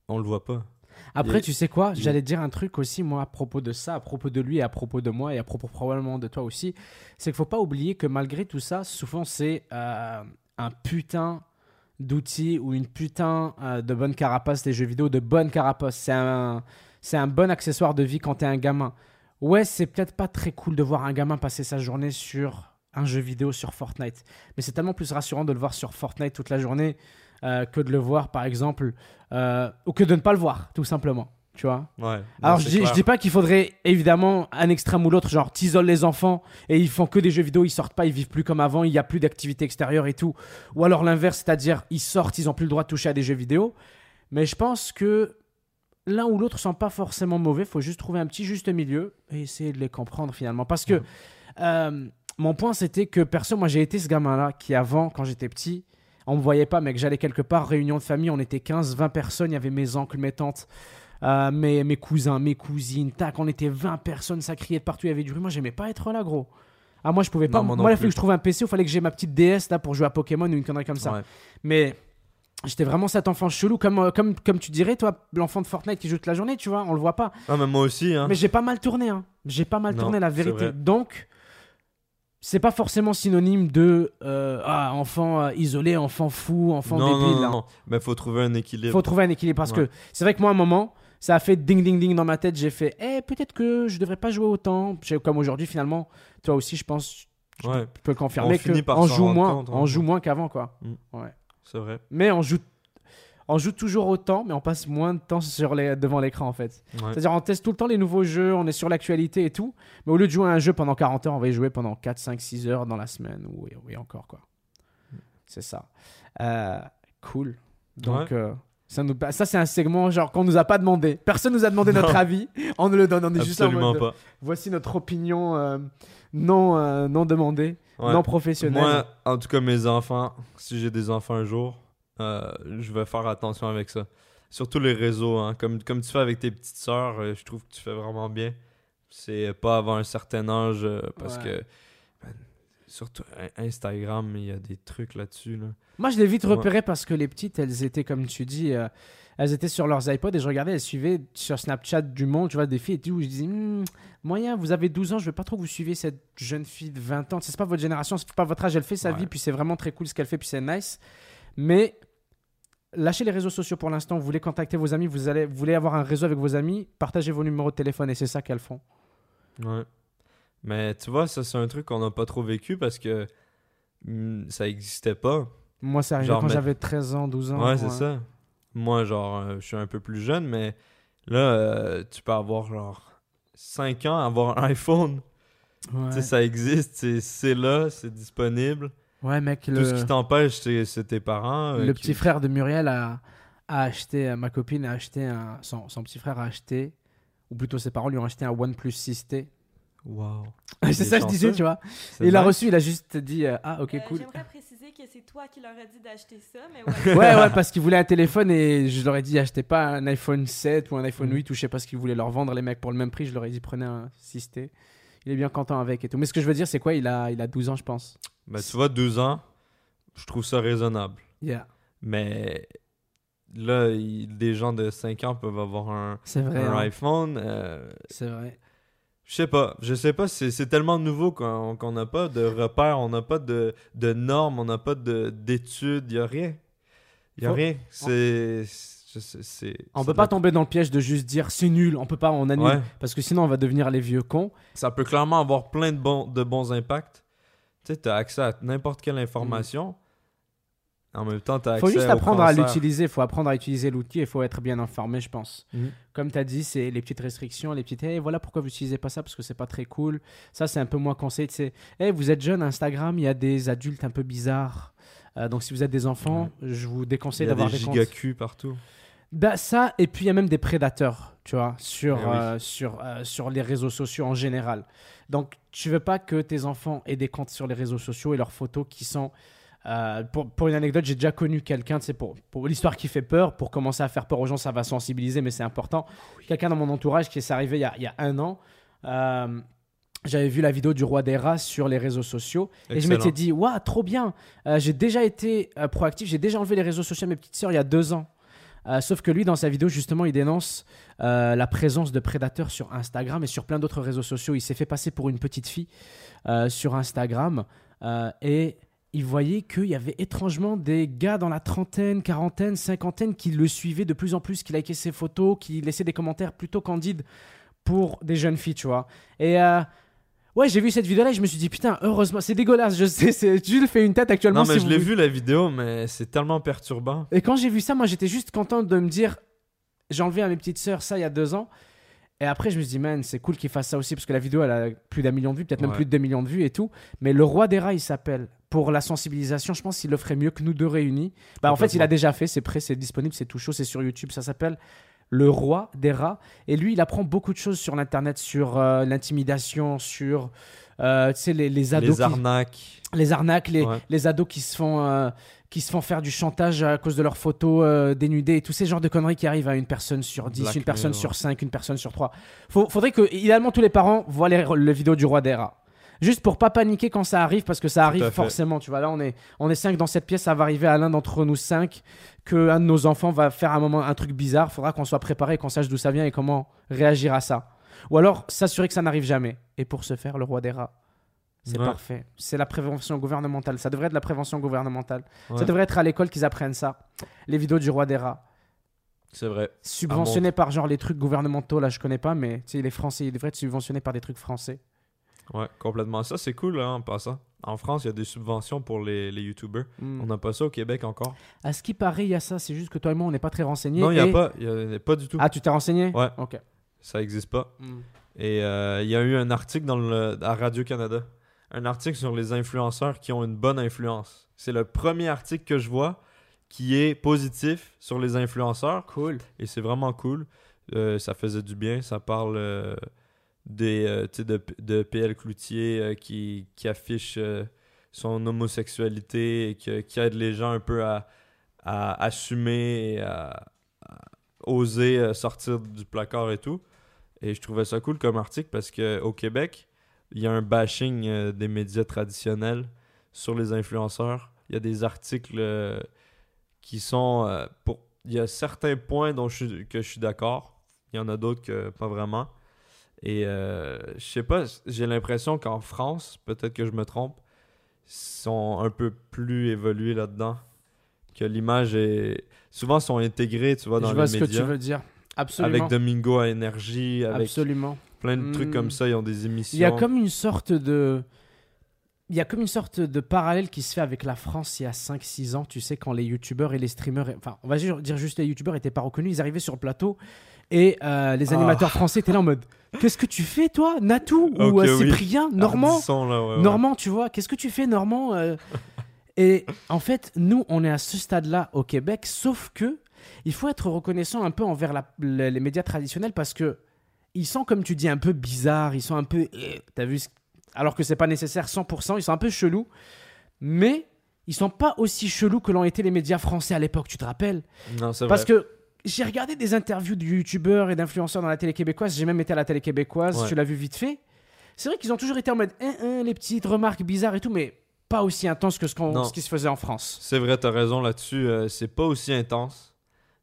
[SPEAKER 2] on le voit pas.
[SPEAKER 1] Après,
[SPEAKER 2] Et-
[SPEAKER 1] tu sais quoi
[SPEAKER 2] Mm.
[SPEAKER 1] J'allais te dire un truc aussi, moi, à propos de ça, à propos de lui, à propos de moi et à propos probablement de toi aussi. C'est qu'il faut pas oublier que malgré tout ça, souvent, c'est euh, un putain d'outils ou une putain euh, de bonne carapace, les jeux vidéo, de bonne carapace. C'est un, c'est un bon accessoire de vie quand t'es un gamin. Ouais, c'est peut-être pas très cool de voir un gamin passer sa journée sur un jeu vidéo sur Fortnite. Mais c'est tellement plus rassurant de le voir sur Fortnite toute la journée euh, que de le voir, par exemple, euh, ou que de ne pas le voir, tout simplement. Tu vois
[SPEAKER 2] Ouais.
[SPEAKER 1] Alors, je dis, je dis pas qu'il faudrait évidemment un extrême ou l'autre, genre t'isoles les enfants et ils font que des jeux vidéo, ils sortent pas, ils vivent plus comme avant, il y a plus d'activité extérieure et tout. Ou alors l'inverse, c'est-à-dire ils sortent, ils ont plus le droit de toucher à des jeux vidéo. Mais je pense que l'un ou l'autre sont pas forcément mauvais, faut juste trouver un petit juste milieu et essayer de les comprendre finalement. Parce que
[SPEAKER 2] Ouais.
[SPEAKER 1] euh, mon point c'était que perso, moi j'ai été ce gamin-là qui avant, quand j'étais petit, on me voyait pas, mec, j'allais quelque part, réunion de famille, on était 15, 20 personnes, il y avait mes oncles, mes tantes. Euh, mes, mes cousins, mes cousines, tac, on était 20 personnes, ça criait de partout, il y avait du bruit. Moi, j'aimais pas être là, gros. Ah, moi, je pouvais pas.
[SPEAKER 2] Non, moi non
[SPEAKER 1] moi, il fallait
[SPEAKER 2] plus.
[SPEAKER 1] que je trouve un PC, il fallait que j'ai ma petite DS là pour jouer à Pokémon ou une connerie comme ça. Mais j'étais vraiment cet enfant chelou, comme, euh, comme, comme tu dirais, toi, l'enfant de Fortnite qui joue toute la journée, tu vois, on le voit pas.
[SPEAKER 2] Non, mais moi aussi. Hein.
[SPEAKER 1] Mais j'ai pas mal tourné, hein. J'ai pas mal
[SPEAKER 2] Non,
[SPEAKER 1] tourné, la
[SPEAKER 2] c'est
[SPEAKER 1] vérité.
[SPEAKER 2] vrai.
[SPEAKER 1] Donc, c'est pas forcément synonyme de euh, ah, enfant euh, isolé, enfant fou, enfant
[SPEAKER 2] non,
[SPEAKER 1] débile.
[SPEAKER 2] non, non,
[SPEAKER 1] hein.
[SPEAKER 2] non. Mais faut trouver un équilibre.
[SPEAKER 1] Faut trouver un équilibre parce
[SPEAKER 2] Ouais.
[SPEAKER 1] que c'est vrai que moi, à un moment, ça a fait ding ding ding dans ma tête. J'ai fait, eh, peut-être que je devrais pas jouer autant. Je sais, Comme aujourd'hui, finalement, toi aussi, je pense,
[SPEAKER 2] Ouais,
[SPEAKER 1] tu peux confirmer
[SPEAKER 2] On
[SPEAKER 1] que
[SPEAKER 2] finit par
[SPEAKER 1] on
[SPEAKER 2] s'en
[SPEAKER 1] joue
[SPEAKER 2] rendre
[SPEAKER 1] moins,
[SPEAKER 2] compte, hein.
[SPEAKER 1] on joue moins qu'avant, quoi.
[SPEAKER 2] c'est vrai.
[SPEAKER 1] Mais on joue, on joue toujours autant, mais on passe moins de temps sur les, devant l'écran, en fait.
[SPEAKER 2] Ouais.
[SPEAKER 1] C'est-à-dire, on teste tout le temps les nouveaux jeux, on est sur l'actualité et tout. Mais au lieu de jouer à un jeu pendant 40 heures, on va y jouer pendant 4, 5, 6 heures dans la semaine. Oui, oui, encore quoi.
[SPEAKER 2] Mm.
[SPEAKER 1] C'est ça. Euh, cool. Donc, euh, ça, nous, ça, c'est un segment genre qu'on nous a pas demandé. Personne nous a demandé notre
[SPEAKER 2] Non.
[SPEAKER 1] avis. On nous le donne. On est juste en
[SPEAKER 2] Absolument
[SPEAKER 1] mode,
[SPEAKER 2] pas.
[SPEAKER 1] Voici notre opinion euh, non, euh, non demandée,
[SPEAKER 2] Ouais.
[SPEAKER 1] non professionnelle.
[SPEAKER 2] Moi, en tout cas, mes enfants, si j'ai des enfants un jour, euh, je vais faire attention avec ça. Surtout les réseaux, hein. comme, comme tu fais avec tes petites sœurs, euh, je trouve que tu fais vraiment bien. C'est pas avant un certain âge, euh, parce
[SPEAKER 1] Ouais.
[SPEAKER 2] que ben, surtout in- Instagram, il y a des trucs là-dessus. Là.
[SPEAKER 1] Moi, je l'ai vite
[SPEAKER 2] Ouais.
[SPEAKER 1] repéré parce que les petites, elles étaient, comme tu dis, euh, elles étaient sur leurs iPods et je regardais, elles suivaient sur Snapchat du monde, tu vois, des filles et tout. où Je disais, Hmm, moyen, vous avez 12 ans, je veux pas trop que vous suiviez cette jeune fille de 20 ans. C'est pas votre génération, c'est pas votre âge, elle fait sa
[SPEAKER 2] Ouais.
[SPEAKER 1] vie, puis c'est vraiment très cool ce qu'elle fait, puis c'est nice. Mais lâchez les réseaux sociaux pour l'instant, vous voulez contacter vos amis, vous, allez, vous voulez avoir un réseau avec vos amis, partagez vos numéros de téléphone et c'est ça qu'elles font.
[SPEAKER 2] Ouais. Mais tu vois, ça, c'est un truc qu'on n'a pas trop vécu parce que hmm, ça existait pas.
[SPEAKER 1] Moi, c'est arrivé
[SPEAKER 2] Genre,
[SPEAKER 1] quand
[SPEAKER 2] mais-
[SPEAKER 1] j'avais 13 ans, 12 ans.
[SPEAKER 2] Ouais, c'est ça. Moi, genre, euh, je suis un peu plus jeune, mais là, euh, tu peux avoir genre 5 ans, avoir un iPhone.
[SPEAKER 1] Ouais,
[SPEAKER 2] Tu sais, ça existe, c'est- c'est là, c'est disponible.
[SPEAKER 1] Ouais, mec, le...
[SPEAKER 2] Tout ce qui t'empêche, c'est c'est tes parents. euh,
[SPEAKER 1] Le
[SPEAKER 2] qui-
[SPEAKER 1] petit frère de Muriel a, a acheté, euh, ma copine a acheté, un, son, son petit frère a até, ou plutôt ses parents lui ont acheté un OnePlus 6T.
[SPEAKER 2] Wow.
[SPEAKER 1] c'est
[SPEAKER 2] est
[SPEAKER 1] ça que je disais,
[SPEAKER 2] chanceux.
[SPEAKER 1] tu vois.
[SPEAKER 2] C'est
[SPEAKER 1] Et il a
[SPEAKER 2] nice.
[SPEAKER 1] reçu, il a juste dit euh, Ah, ok,
[SPEAKER 3] Euh,
[SPEAKER 1] cool.
[SPEAKER 3] J'aimerais préciser que c'est toi qui leur as dit d'acheter ça, mais
[SPEAKER 1] Ouais,
[SPEAKER 3] ouais.
[SPEAKER 1] ouais, parce qu'il voulait un téléphone et je leur ai dit achetez pas un iPhone 7 ou un iPhone
[SPEAKER 2] Mm.
[SPEAKER 1] 8 ou je sais pas ce qu'ils voulaient leur vendre, les mecs, pour le même prix. Je leur ai dit prenez un 6T. Il est bien content avec et tout. Mais ce que je veux dire, c'est quoi il a, il a 12 ans, je pense.
[SPEAKER 2] Ben, tu vois, 12 ans, je trouve ça raisonnable.
[SPEAKER 1] Yeah.
[SPEAKER 2] Mais là, il- des gens de 5 ans peuvent avoir un,
[SPEAKER 1] C'est vrai.
[SPEAKER 2] un
[SPEAKER 1] hein.
[SPEAKER 2] iPhone. euh,
[SPEAKER 1] C'est vrai.
[SPEAKER 2] Je sais pas, je sais pas, c'est c'est tellement nouveau qu'on qu'on n'a pas de repères, on n'a pas de, de normes, on n'a pas de- d'études, il a rien. Il a
[SPEAKER 1] Faut-
[SPEAKER 2] rien. C'est. je sais- c'est-
[SPEAKER 1] On
[SPEAKER 2] ça
[SPEAKER 1] peut
[SPEAKER 2] doit-
[SPEAKER 1] pas tomber dans le piège de juste dire c'est nul, on peut pas, on annule.
[SPEAKER 2] Ouais.
[SPEAKER 1] Parce que sinon, on va devenir les vieux cons.
[SPEAKER 2] Ça peut clairement avoir plein de bons, de bons impacts. Tu sais, tu as accès à n'importe quelle information. En même temps, tu as accès
[SPEAKER 1] faut juste
[SPEAKER 2] au
[SPEAKER 1] apprendre à
[SPEAKER 2] cancer.
[SPEAKER 1] l'utiliser, faut apprendre à utiliser l'outil et faut être bien informé, je pense.
[SPEAKER 2] Mhm.
[SPEAKER 1] Comme tu as dit, c'est les petites restrictions, les petites hey, voilà pourquoi vous utilisez pas ça parce que c'est pas très cool. Ça c'est un peu moins conseillé, c'est hey, vous êtes jeune Instagram, il y a des adultes un peu bizarres. Euh, donc si vous êtes des enfants, je vous
[SPEAKER 2] Il
[SPEAKER 1] déconseille
[SPEAKER 2] y a
[SPEAKER 1] d'avoir
[SPEAKER 2] des
[SPEAKER 1] des, comptes.
[SPEAKER 2] gigaculs partout.
[SPEAKER 1] Bah, ça, et puis il y a même des prédateurs, tu vois, sur,
[SPEAKER 2] Eh oui.
[SPEAKER 1] euh, sur, euh, sur les réseaux sociaux en général. Donc, tu veux pas que tes enfants aient des comptes sur les réseaux sociaux et leurs photos qui sont. euh, pour, pour une anecdote, j'ai déjà connu quelqu'un, c'est pour, pour l'histoire qui fait peur, pour commencer à faire peur aux gens, ça va sensibiliser, mais c'est important.
[SPEAKER 2] Ah
[SPEAKER 1] Quelqu'un dans mon entourage qui est arrivé il y a, il y a un an, euh, j'avais vu la vidéo du roi des rats sur les réseaux sociaux et je
[SPEAKER 2] Excellent.
[SPEAKER 1] m'étais dit, waouh, trop bien. Euh, j'ai déjà été euh, proactif, j'ai déjà enlevé les réseaux sociaux à mes petites sœurs il y a deux ans. Euh, sauf que lui, dans sa vidéo, justement, il dénonce euh, la présence de prédateurs sur Instagram et sur plein d'autres réseaux sociaux. Il s'est fait passer pour une petite fille euh, sur Instagram euh, et il voyait qu'il y avait étrangement des gars dans la trentaine, quarantaine, cinquantaine qui le suivaient de plus en plus, qui likaient ses photos, qui laissaient des commentaires plutôt candides pour des jeunes filles, tu vois. Et euh, ouais, j'ai vu cette vidéo-là et je me suis dit, putain, heureusement, c'est dégueulasse, je sais, c'est- Jules fait une tête actuellement.
[SPEAKER 2] Non, mais
[SPEAKER 1] si
[SPEAKER 2] je
[SPEAKER 1] vous-
[SPEAKER 2] l'ai vu la vidéo, mais c'est tellement perturbant.
[SPEAKER 1] et quand j'ai vu ça, moi j'étais juste content de me dire, j'ai enlevé à mes petites sœurs ça il y a deux ans. Et après, je me suis dit, man, c'est cool qu'ils fassent ça aussi, parce que la vidéo, elle a plus d'un million de vues, peut-être même
[SPEAKER 2] Ouais.
[SPEAKER 1] plus de 2 millions de vues et tout. Mais le roi des rats, il s'appelle. Pour la sensibilisation, je pense qu'il le ferait mieux que nous deux réunis. Bah, en fait, il a
[SPEAKER 2] Complètement.
[SPEAKER 1] déjà fait, c'est prêt, c'est disponible, c'est tout chaud, c'est sur YouTube, ça s'appelle Le roi des rats. Et lui, il apprend beaucoup de choses sur l'Internet, sur euh, l'intimidation, sur euh, tu sais, les, les ados
[SPEAKER 2] Les
[SPEAKER 1] qui-
[SPEAKER 2] arnaques.
[SPEAKER 1] les arnaques, les,
[SPEAKER 2] Ouais.
[SPEAKER 1] les ados qui se font euh, qui se font faire du chantage à cause de leurs photos euh, dénudées et tous ces genres de conneries qui arrivent à une personne sur 10,
[SPEAKER 2] Black
[SPEAKER 1] une personne
[SPEAKER 2] Mirror.
[SPEAKER 1] sur 5, une personne sur 3. Faut, faudrait que idéalement tous les parents voient les, le vidéo du roi des rats. Juste pour pas paniquer quand ça arrive parce que ça arrive
[SPEAKER 2] à fait.
[SPEAKER 1] forcément, tu vois là on est on est 5 dans cette pièce, ça va arriver à l'un d'entre nous 5 que un de nos enfants va faire un moment un truc bizarre, faudra qu'on soit préparé, qu'on sache d'où ça vient et comment réagir à ça. Ou alors s'assurer que ça n'arrive jamais. Et pour ce faire, le roi des rats C'est
[SPEAKER 4] Ouais.
[SPEAKER 1] parfait. C'est la prévention gouvernementale. Ça devrait être la prévention gouvernementale. Ça
[SPEAKER 2] Ouais.
[SPEAKER 1] devrait être à l'école qu'ils apprennent ça. Les vidéos du roi des rats.
[SPEAKER 2] C'est vrai.
[SPEAKER 1] Subventionnées
[SPEAKER 2] Ah,
[SPEAKER 1] par genre les trucs gouvernementaux, là je connais pas, mais tu sais, les Français, ils devraient être subventionnés par des trucs français.
[SPEAKER 2] Ouais, complètement. Ça, c'est cool, hein, en passant. En France, il y a des subventions pour les, les YouTubers.
[SPEAKER 1] Hmm.
[SPEAKER 2] On n'a pas ça au Québec encore.
[SPEAKER 1] À ce qui paraît, il y a ça. C'est juste que toi et moi, on n'est pas très renseignés.
[SPEAKER 2] Non, il n'y a
[SPEAKER 1] et-
[SPEAKER 2] pas. Il y en a pas du tout.
[SPEAKER 1] Ah, tu t'es renseigné Hmm.
[SPEAKER 2] Ouais.
[SPEAKER 1] Ok.
[SPEAKER 2] Ça n'existe pas. Et euh, il y a eu un article dans le, à Radio-Canada. Un article sur les influenceurs qui ont une bonne influence. C'est le premier article que je vois qui est positif sur les influenceurs.
[SPEAKER 1] Cool.
[SPEAKER 2] Et c'est vraiment cool. Euh, ça faisait du bien. Ça parle euh, des, euh, tu sais, de, de PL Cloutier euh, qui, qui affiche euh, son homosexualité et que- qui aide les gens un peu à, à assumer et à, à oser euh, sortir du placard et tout. Et je trouvais ça cool comme article parce qu'au Québec, il y a un bashing euh, des médias traditionnels sur les influenceurs. Il y a des articles euh, qui sont euh, pour. Il y a certains points dont je, suis- que je suis d'accord. Il y en a d'autres que pas vraiment. Et euh, je sais pas, j'ai l'impression qu'en France, peut-être que je me trompe, sont un peu plus évolués là-dedans. Que l'image est. Souvent, sont intégrés, tu vois, dans
[SPEAKER 1] je
[SPEAKER 2] les
[SPEAKER 1] vois ce
[SPEAKER 2] médias.
[SPEAKER 1] que tu veux dire. Absolument.
[SPEAKER 2] Avec Domingo à énergie, avec
[SPEAKER 1] Absolument.
[SPEAKER 2] plein de trucs
[SPEAKER 1] Hmm.
[SPEAKER 2] comme ça, ils ont des émissions.
[SPEAKER 1] Il y a comme une sorte de. Il y a comme une sorte de parallèle qui se fait avec la France il y a 5-6 ans, tu sais, quand les youtubeurs et les streamers, enfin, on va ju- dire juste les youtubeurs étaient pas reconnus, ils arrivaient sur le plateau et euh, les
[SPEAKER 2] Ah.
[SPEAKER 1] animateurs français étaient là en mode Qu'est-ce que tu fais, toi, Natou Ou
[SPEAKER 2] Ok,
[SPEAKER 1] euh,
[SPEAKER 2] oui. Ah,
[SPEAKER 1] Cyprien Normand
[SPEAKER 2] Ardisson, là, ouais, ouais.
[SPEAKER 1] Normand, tu vois, qu'est-ce que tu fais, Normand Euh, Et en fait, nous, on est à ce stade-là au Québec, sauf que il faut être reconnaissant un peu envers la- le- les médias traditionnels parce que ils sont, comme tu dis, un peu bizarres, ils sont un peu. euh, T'as vu ce- Alors que c'est pas nécessaire 100%, ils sont un peu chelous, mais ils sont pas aussi chelous que l'ont été les médias français à l'époque, tu te rappelles
[SPEAKER 2] Non, c'est
[SPEAKER 1] Parce
[SPEAKER 2] vrai.
[SPEAKER 1] que. J'ai regardé des interviews de youtubeurs et d'influenceurs dans la télé québécoise. J'ai même été à la télé québécoise.
[SPEAKER 2] Ouais.
[SPEAKER 1] Tu l'as vu vite fait. C'est vrai qu'ils ont toujours été en mode hein, hein, les petites remarques bizarres et tout, mais pas aussi intense que ce, qu'on-
[SPEAKER 2] Non.
[SPEAKER 1] ce qui se faisait en France.
[SPEAKER 2] C'est vrai, t'as raison là-dessus. euh, c'est pas aussi intense,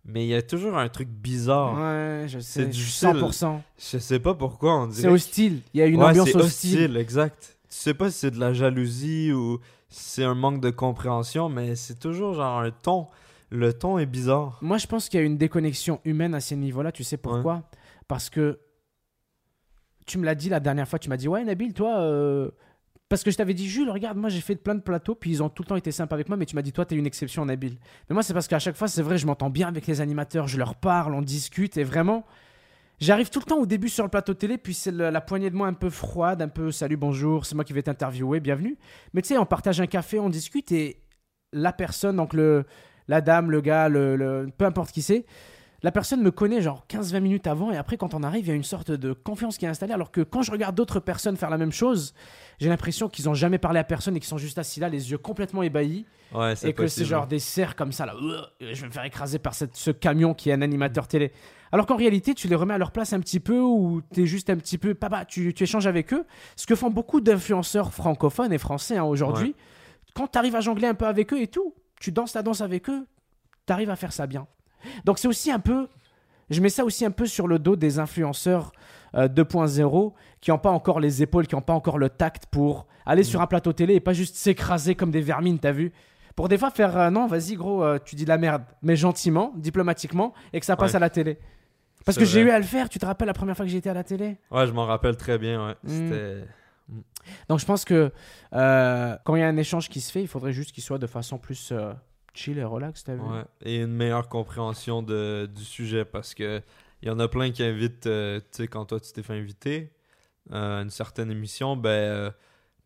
[SPEAKER 2] mais il y a toujours un truc bizarre.
[SPEAKER 1] Ouais, je sais.
[SPEAKER 2] Oh. du
[SPEAKER 1] 100%.
[SPEAKER 2] Je sais pas pourquoi on dirait.
[SPEAKER 1] C'est hostile. Il y a une
[SPEAKER 2] Ouais,
[SPEAKER 1] ambiance
[SPEAKER 2] c'est
[SPEAKER 1] hostile.
[SPEAKER 2] exact. Tu sais pas si c'est de la jalousie ou si c'est un manque de compréhension, mais c'est toujours genre un ton. Le ton est bizarre.
[SPEAKER 1] Moi, je pense qu'il y a une déconnexion humaine à ces niveaux-là. Tu sais pourquoi Parce que tu me l'as dit la dernière fois. Tu m'as dit ouais, Nabil, toi. euh, Parce que je t'avais dit, Jules, regarde, moi j'ai fait plein de plateaux, puis ils ont tout le temps été sympas avec moi, mais tu m'as dit, toi, t'es une exception, Nabil. Mais moi, c'est parce qu'à chaque fois, c'est vrai, je m'entends bien avec les animateurs, je leur parle, on discute, et vraiment, j'arrive tout le temps au début sur le plateau télé, puis c'est le- la poignée de main un peu froide, un peu salut, bonjour, c'est moi qui vais t'interviewer, bienvenue. Mais tu sais, on partage un café, on discute, et la personne, donc le, la dame, le gars, le, le- peu importe qui c'est, la personne me connaît genre 15-20 minutes avant et après quand on arrive, il y a une sorte de confiance qui est installée alors que quand je regarde d'autres personnes faire la même chose, j'ai l'impression qu'ils n'ont jamais parlé à personne et qu'ils sont juste assis là, les yeux complètement ébahis
[SPEAKER 2] Ouais, c'est
[SPEAKER 1] et que c'est
[SPEAKER 2] possible.
[SPEAKER 1] genre des cerfs comme ça là, Euh, je vais me faire écraser par cette- ce camion qui est un animateur télé. Alors qu'en réalité, tu les remets à leur place un petit peu ou t'es juste un petit peu, papa, tu, tu échanges avec eux, ce que font beaucoup d'influenceurs francophones et français hein, aujourd'hui. Quand t'arrives à jongler un peu avec eux et tout, tu danses la danse avec eux, t'arrives à faire ça bien. Donc c'est aussi un peu, je mets ça aussi un peu sur le dos des influenceurs euh, 2.0 qui n'ont pas encore les épaules, qui n'ont pas encore le tact pour aller
[SPEAKER 2] Mm.
[SPEAKER 1] sur un plateau télé et pas juste s'écraser comme des vermines, t'as vu Pour des fois faire euh, non, vas-y gros, euh, tu dis de la merde, mais gentiment, diplomatiquement, et que ça passe
[SPEAKER 2] Ouais.
[SPEAKER 1] à la télé. Parce
[SPEAKER 2] C'est
[SPEAKER 1] que j'ai eu
[SPEAKER 2] vrai.
[SPEAKER 1] à le faire, tu te rappelles la première fois que j'étais à la télé
[SPEAKER 2] Ouais, je m'en rappelle très bien. Ouais.
[SPEAKER 1] Mm.
[SPEAKER 2] C'était.
[SPEAKER 1] Donc je pense que euh, quand il y a un échange qui se fait, il faudrait juste qu'il soit de façon plus euh, chill et relax, t'as vu
[SPEAKER 2] Ouais, et une meilleure compréhension de, du sujet parce que il y en a plein qui invitent, euh, tu sais, quand toi tu t'es fait inviter euh, à une certaine émission, ben euh,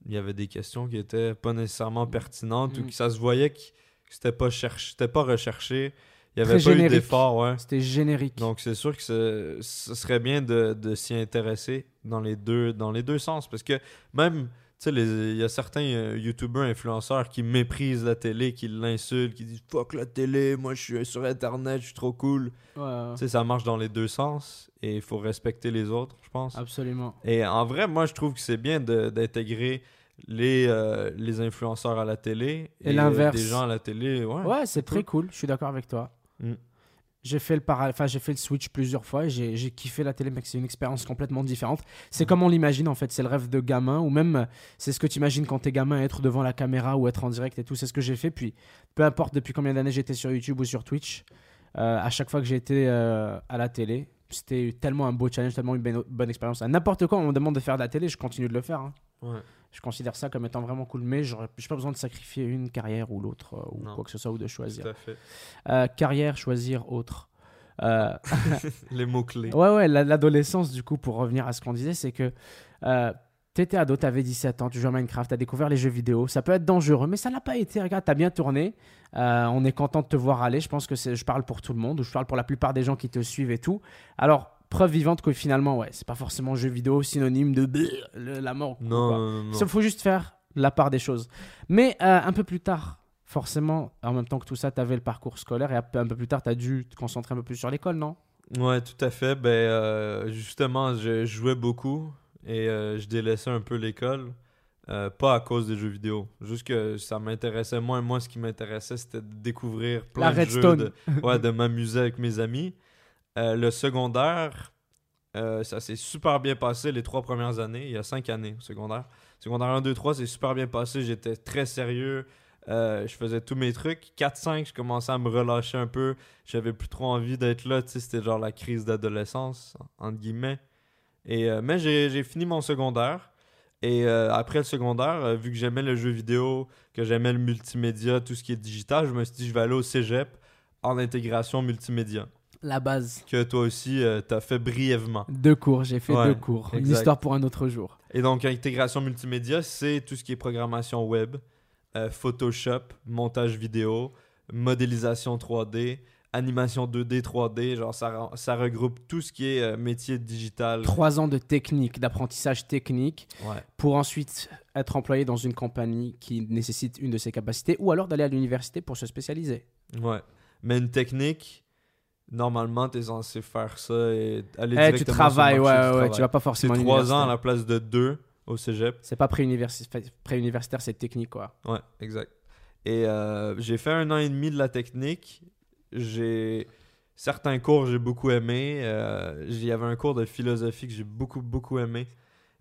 [SPEAKER 2] il y avait des questions qui étaient pas nécessairement pertinentes ou
[SPEAKER 1] Mm.
[SPEAKER 2] que ça se voyait que que c'était pas cherché, c'était pas recherché, il y
[SPEAKER 1] Très
[SPEAKER 2] avait pas eu
[SPEAKER 1] générique.
[SPEAKER 2] d'effort, ouais.
[SPEAKER 1] C'était générique.
[SPEAKER 2] Donc c'est sûr que ce, ce serait bien de, de s'y intéresser dans les deux dans les deux sens parce que même tu sais les- il y a certains euh, youtubeurs influenceurs qui méprisent la télé, qui l'insultent, qui disent fuck la télé, moi je suis sur internet, je suis trop cool.
[SPEAKER 1] Ouais, ouais,
[SPEAKER 2] Tu sais ça marche dans les deux sens et il faut respecter les autres, je pense.
[SPEAKER 1] Ah. absolument.
[SPEAKER 2] Et en vrai, moi je trouve que c'est bien de- d'intégrer les euh, les influenceurs à la télé
[SPEAKER 1] Et
[SPEAKER 2] euh,
[SPEAKER 1] l'inverse.
[SPEAKER 2] des gens à la télé, ouais.
[SPEAKER 1] Ouais, c'est très
[SPEAKER 2] cool.
[SPEAKER 1] cool, je suis d'accord avec toi.
[SPEAKER 2] Mm.
[SPEAKER 1] J'ai fait le para... enfin, j'ai fait le Switch plusieurs fois. et J'ai j'ai kiffé la télé, mais c'est une expérience complètement différente. C'est comme on l'imagine en fait. C'est le rêve de gamin ou même euh, c'est ce que tu imagines quand t'es gamin, être devant la caméra ou être en direct et tout. C'est ce que j'ai fait. Puis peu importe depuis combien d'années j'étais sur YouTube ou sur Twitch, euh, à chaque fois que j'ai été euh, à la télé, c'était tellement un beau challenge, tellement une bonne- bonne expérience. À n'importe quoi, on me demande de faire de la télé, je continue de le faire. hein.
[SPEAKER 4] Ouais.
[SPEAKER 1] Je considère ça comme étant vraiment cool, mais j'aurais- j'ai pas besoin de sacrifier une carrière ou l'autre euh, ou
[SPEAKER 4] Non.
[SPEAKER 1] quoi que ce soit ou de choisir.
[SPEAKER 2] Tout à fait.
[SPEAKER 1] Euh, carrière, choisir autre. Euh,
[SPEAKER 2] Les mots-clés.
[SPEAKER 1] ouais, ouais, la- l'adolescence, du coup, pour revenir à ce qu'on disait, c'est que euh, t'étais ado, t'avais 17 ans, tu jouais à Minecraft, t'as découvert les jeux vidéo. Ça peut être dangereux, mais ça l'a pas été. Regarde, t'as bien tourné. Euh, on est content de te voir aller. Je pense que c'est- je parle pour tout le monde, ou je parle pour la plupart des gens qui te suivent et tout. Alors, preuve vivante que finalement, ouais, c'est pas forcément jeu vidéo synonyme de bleu, le- la mort. ou
[SPEAKER 2] Non,
[SPEAKER 1] quoi.
[SPEAKER 2] non, non, non.
[SPEAKER 1] Il faut juste faire la part des choses. Mais euh, un peu plus tard, forcément, en même temps que tout ça, tu avais le parcours scolaire et un peu un peu plus tard, tu as dû te concentrer un peu plus sur l'école, non
[SPEAKER 2] Ouais, tout à fait. Ben, euh, justement, je jouais beaucoup et euh, je délaissais un peu l'école. Euh, pas à cause des jeux vidéo. Juste que ça m'intéressait moins. Moi, ce qui m'intéressait, c'était de découvrir plein
[SPEAKER 1] La
[SPEAKER 2] de
[SPEAKER 1] Redstone.
[SPEAKER 2] jeux. De, ouais, de m'amuser avec mes amis. Euh, le secondaire, euh, ça s'est super bien passé les trois premières années. Il y a cinq années au secondaire. Secondaire 1, 2, 3, c'est super bien passé. J'étais très sérieux. Euh, je faisais tous mes trucs. 4, 5, je commençais à me relâcher un peu. J'avais plus trop envie d'être là. Tu sais, c'était genre la crise d'adolescence, entre guillemets. Et, euh, mais j'ai j'ai fini mon secondaire. Et euh, après le secondaire, euh, vu que j'aimais le jeu vidéo, que j'aimais le multimédia, tout ce qui est digital, je me suis dit, je vais aller au cégep en intégration multimédia.
[SPEAKER 1] La base.
[SPEAKER 2] Que toi aussi, euh, t'as fait brièvement.
[SPEAKER 1] Deux cours, j'ai fait
[SPEAKER 2] Ouais,
[SPEAKER 1] deux cours. Une
[SPEAKER 2] exact.
[SPEAKER 1] histoire pour un autre jour.
[SPEAKER 2] Et donc, intégration multimédia, c'est tout ce qui est programmation web, euh, Photoshop, montage vidéo, modélisation 3D, animation 2D, 3D. Genre, ça, re- ça regroupe tout ce qui est euh, métier digital.
[SPEAKER 1] Trois ans de technique, d'apprentissage technique,
[SPEAKER 2] Euh, Ouais.
[SPEAKER 1] pour ensuite être employé dans une compagnie qui nécessite une de ses capacités, ou alors d'aller à l'université pour se spécialiser.
[SPEAKER 2] Ouais. Mais une technique, normalement, t'es censé faire ça et
[SPEAKER 1] Eh,
[SPEAKER 2] aller directement
[SPEAKER 1] tu
[SPEAKER 2] sur le
[SPEAKER 1] travailles, ouais,
[SPEAKER 2] marché du
[SPEAKER 1] ouais,
[SPEAKER 2] travail.
[SPEAKER 1] tu vas pas
[SPEAKER 2] C'est
[SPEAKER 1] forcément à
[SPEAKER 2] trois ans à
[SPEAKER 1] l'université.
[SPEAKER 2] la place de deux au cégep.
[SPEAKER 1] C'est pas pré-universi- pré-universitaire, c'est technique, quoi.
[SPEAKER 2] Ouais, exact. Et euh, j'ai fait un an et demi de la technique. J'ai certains cours j'ai beaucoup aimé. Euh, Il y avait un cours de philosophie que j'ai beaucoup beaucoup aimé.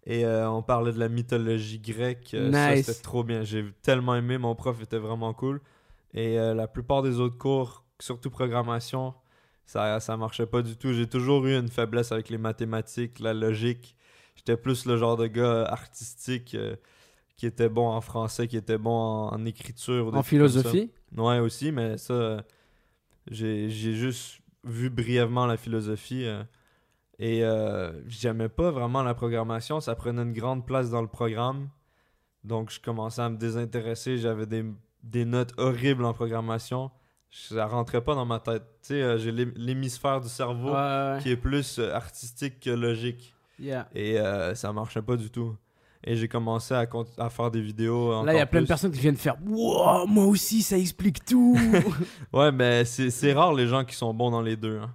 [SPEAKER 2] Et euh, on parlait de la mythologie grecque. Euh, ça,
[SPEAKER 1] Nice.
[SPEAKER 2] c'était trop bien. J'ai tellement aimé. Mon prof était vraiment cool. Et euh, la plupart des autres cours, surtout programmation, ça ça marchait pas du tout. J'ai toujours eu une faiblesse avec les mathématiques, la logique. J'étais plus le genre de gars artistique euh, qui était bon en français, qui était bon en, en écriture. ou des
[SPEAKER 1] En
[SPEAKER 2] trucs comme ça.
[SPEAKER 1] philosophie
[SPEAKER 2] Ouais, aussi, mais ça, euh, j'ai j'ai juste vu brièvement la philosophie euh, et euh, j'aimais pas vraiment la programmation. Ça prenait une grande place dans le programme. Donc, je commençais à me désintéresser. J'avais des, des notes horribles en programmation. Ça rentrait pas dans ma tête. Tu sais, euh, j'ai l'hé- l'hémisphère du cerveau
[SPEAKER 1] Ouais, ouais, ouais.
[SPEAKER 2] qui est plus euh, artistique que logique.
[SPEAKER 1] Yeah.
[SPEAKER 2] Et euh, ça marchait pas du tout. Et j'ai commencé à, cont- à faire des vidéos.
[SPEAKER 1] Là, il y a
[SPEAKER 2] encore
[SPEAKER 1] plein de
[SPEAKER 2] plus.
[SPEAKER 1] personnes qui viennent faire Wow, moi aussi, ça explique tout.
[SPEAKER 2] Ouais, mais c'est c'est rare les gens qui sont bons dans les deux. hein.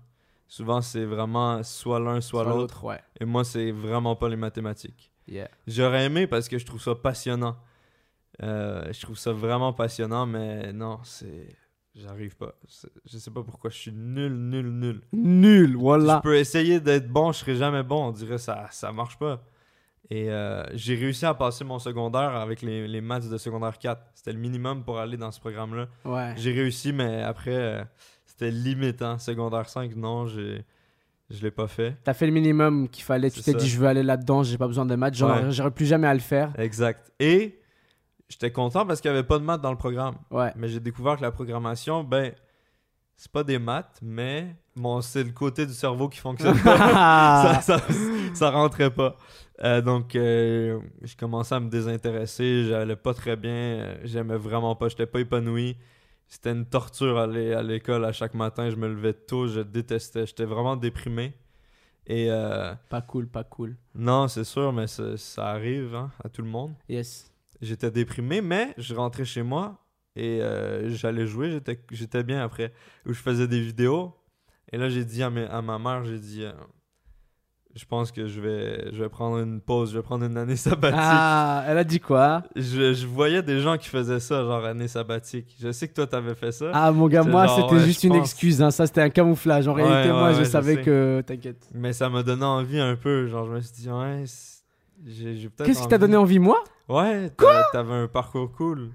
[SPEAKER 2] Souvent, c'est vraiment soit l'un, soit, l'autre.
[SPEAKER 1] ouais.
[SPEAKER 2] Et moi, c'est vraiment pas les mathématiques.
[SPEAKER 1] Yeah.
[SPEAKER 2] J'aurais aimé parce que je trouve ça passionnant. Euh, je trouve ça vraiment passionnant, mais non, c'est. J'arrive pas. C'est- Je sais pas pourquoi. Je suis nul, nul, nul.
[SPEAKER 1] Nul, voilà.
[SPEAKER 2] Je peux essayer d'être bon, je serai jamais bon. On dirait ça, ça marche pas. Et euh, j'ai réussi à passer mon secondaire avec les, les maths de secondaire 4. C'était le minimum pour aller dans ce programme-là.
[SPEAKER 1] Ouais.
[SPEAKER 2] J'ai réussi, mais après, euh, c'était limitant. Secondaire 5, non, j'ai... je l'ai pas fait.
[SPEAKER 1] T'as fait le minimum qu'il fallait. Tu
[SPEAKER 2] C'est
[SPEAKER 1] t'es
[SPEAKER 2] ça.
[SPEAKER 1] dit, je veux aller là-dedans, j'ai pas besoin de maths, genre,
[SPEAKER 2] Ouais.
[SPEAKER 1] j'aurais plus jamais à le faire.
[SPEAKER 2] Exact. Et j'étais content parce qu'il n'y avait pas de maths dans le programme.
[SPEAKER 1] Ouais.
[SPEAKER 2] Mais j'ai découvert que la programmation, ben, c'est pas des maths, mais bon, c'est le côté du cerveau qui fonctionne pas.
[SPEAKER 1] Ah.
[SPEAKER 2] ça, ça, ça rentrait pas. Euh, donc, euh, je commençais à me désintéresser. J'allais pas très bien. euh, J'aimais vraiment pas. J'étais pas épanoui. C'était une torture aller à l'école à chaque matin. Je me levais tôt. Je détestais. J'étais vraiment déprimé. Et euh,
[SPEAKER 1] Pas cool, pas cool.
[SPEAKER 2] non, c'est sûr, mais ça, ça arrive hein, à tout le monde.
[SPEAKER 1] Yes.
[SPEAKER 2] J'étais déprimé, mais je rentrais chez moi et euh, j'allais jouer. J'étais, j'étais bien après. Où je faisais des vidéos. Et là, j'ai dit à, mes- à ma mère, j'ai dit, euh, je pense que je vais, je vais prendre une pause, je vais prendre une année sabbatique.
[SPEAKER 1] Ah, elle a dit quoi
[SPEAKER 2] Je, je voyais des gens qui faisaient ça, genre année sabbatique. Je sais que toi, t'avais fait ça.
[SPEAKER 1] Ah, mon gars,
[SPEAKER 2] C'est
[SPEAKER 1] moi,
[SPEAKER 2] genre,
[SPEAKER 1] c'était
[SPEAKER 2] ouais,
[SPEAKER 1] juste
[SPEAKER 2] je
[SPEAKER 1] une
[SPEAKER 2] pense.
[SPEAKER 1] excuse. hein. Ça, c'était un camouflage. En
[SPEAKER 2] Ouais,
[SPEAKER 1] réalité,
[SPEAKER 2] ouais,
[SPEAKER 1] moi, je
[SPEAKER 2] ouais, je
[SPEAKER 1] savais
[SPEAKER 2] sais.
[SPEAKER 1] que. T'inquiète.
[SPEAKER 2] Mais ça m'a donné envie un peu. Genre, je me suis dit, ouais, c'est- j'ai j'ai peut-être.
[SPEAKER 1] Qu'est-ce qui t'a donné envie, moi
[SPEAKER 2] Ouais, t'avais t'avais un parcours cool.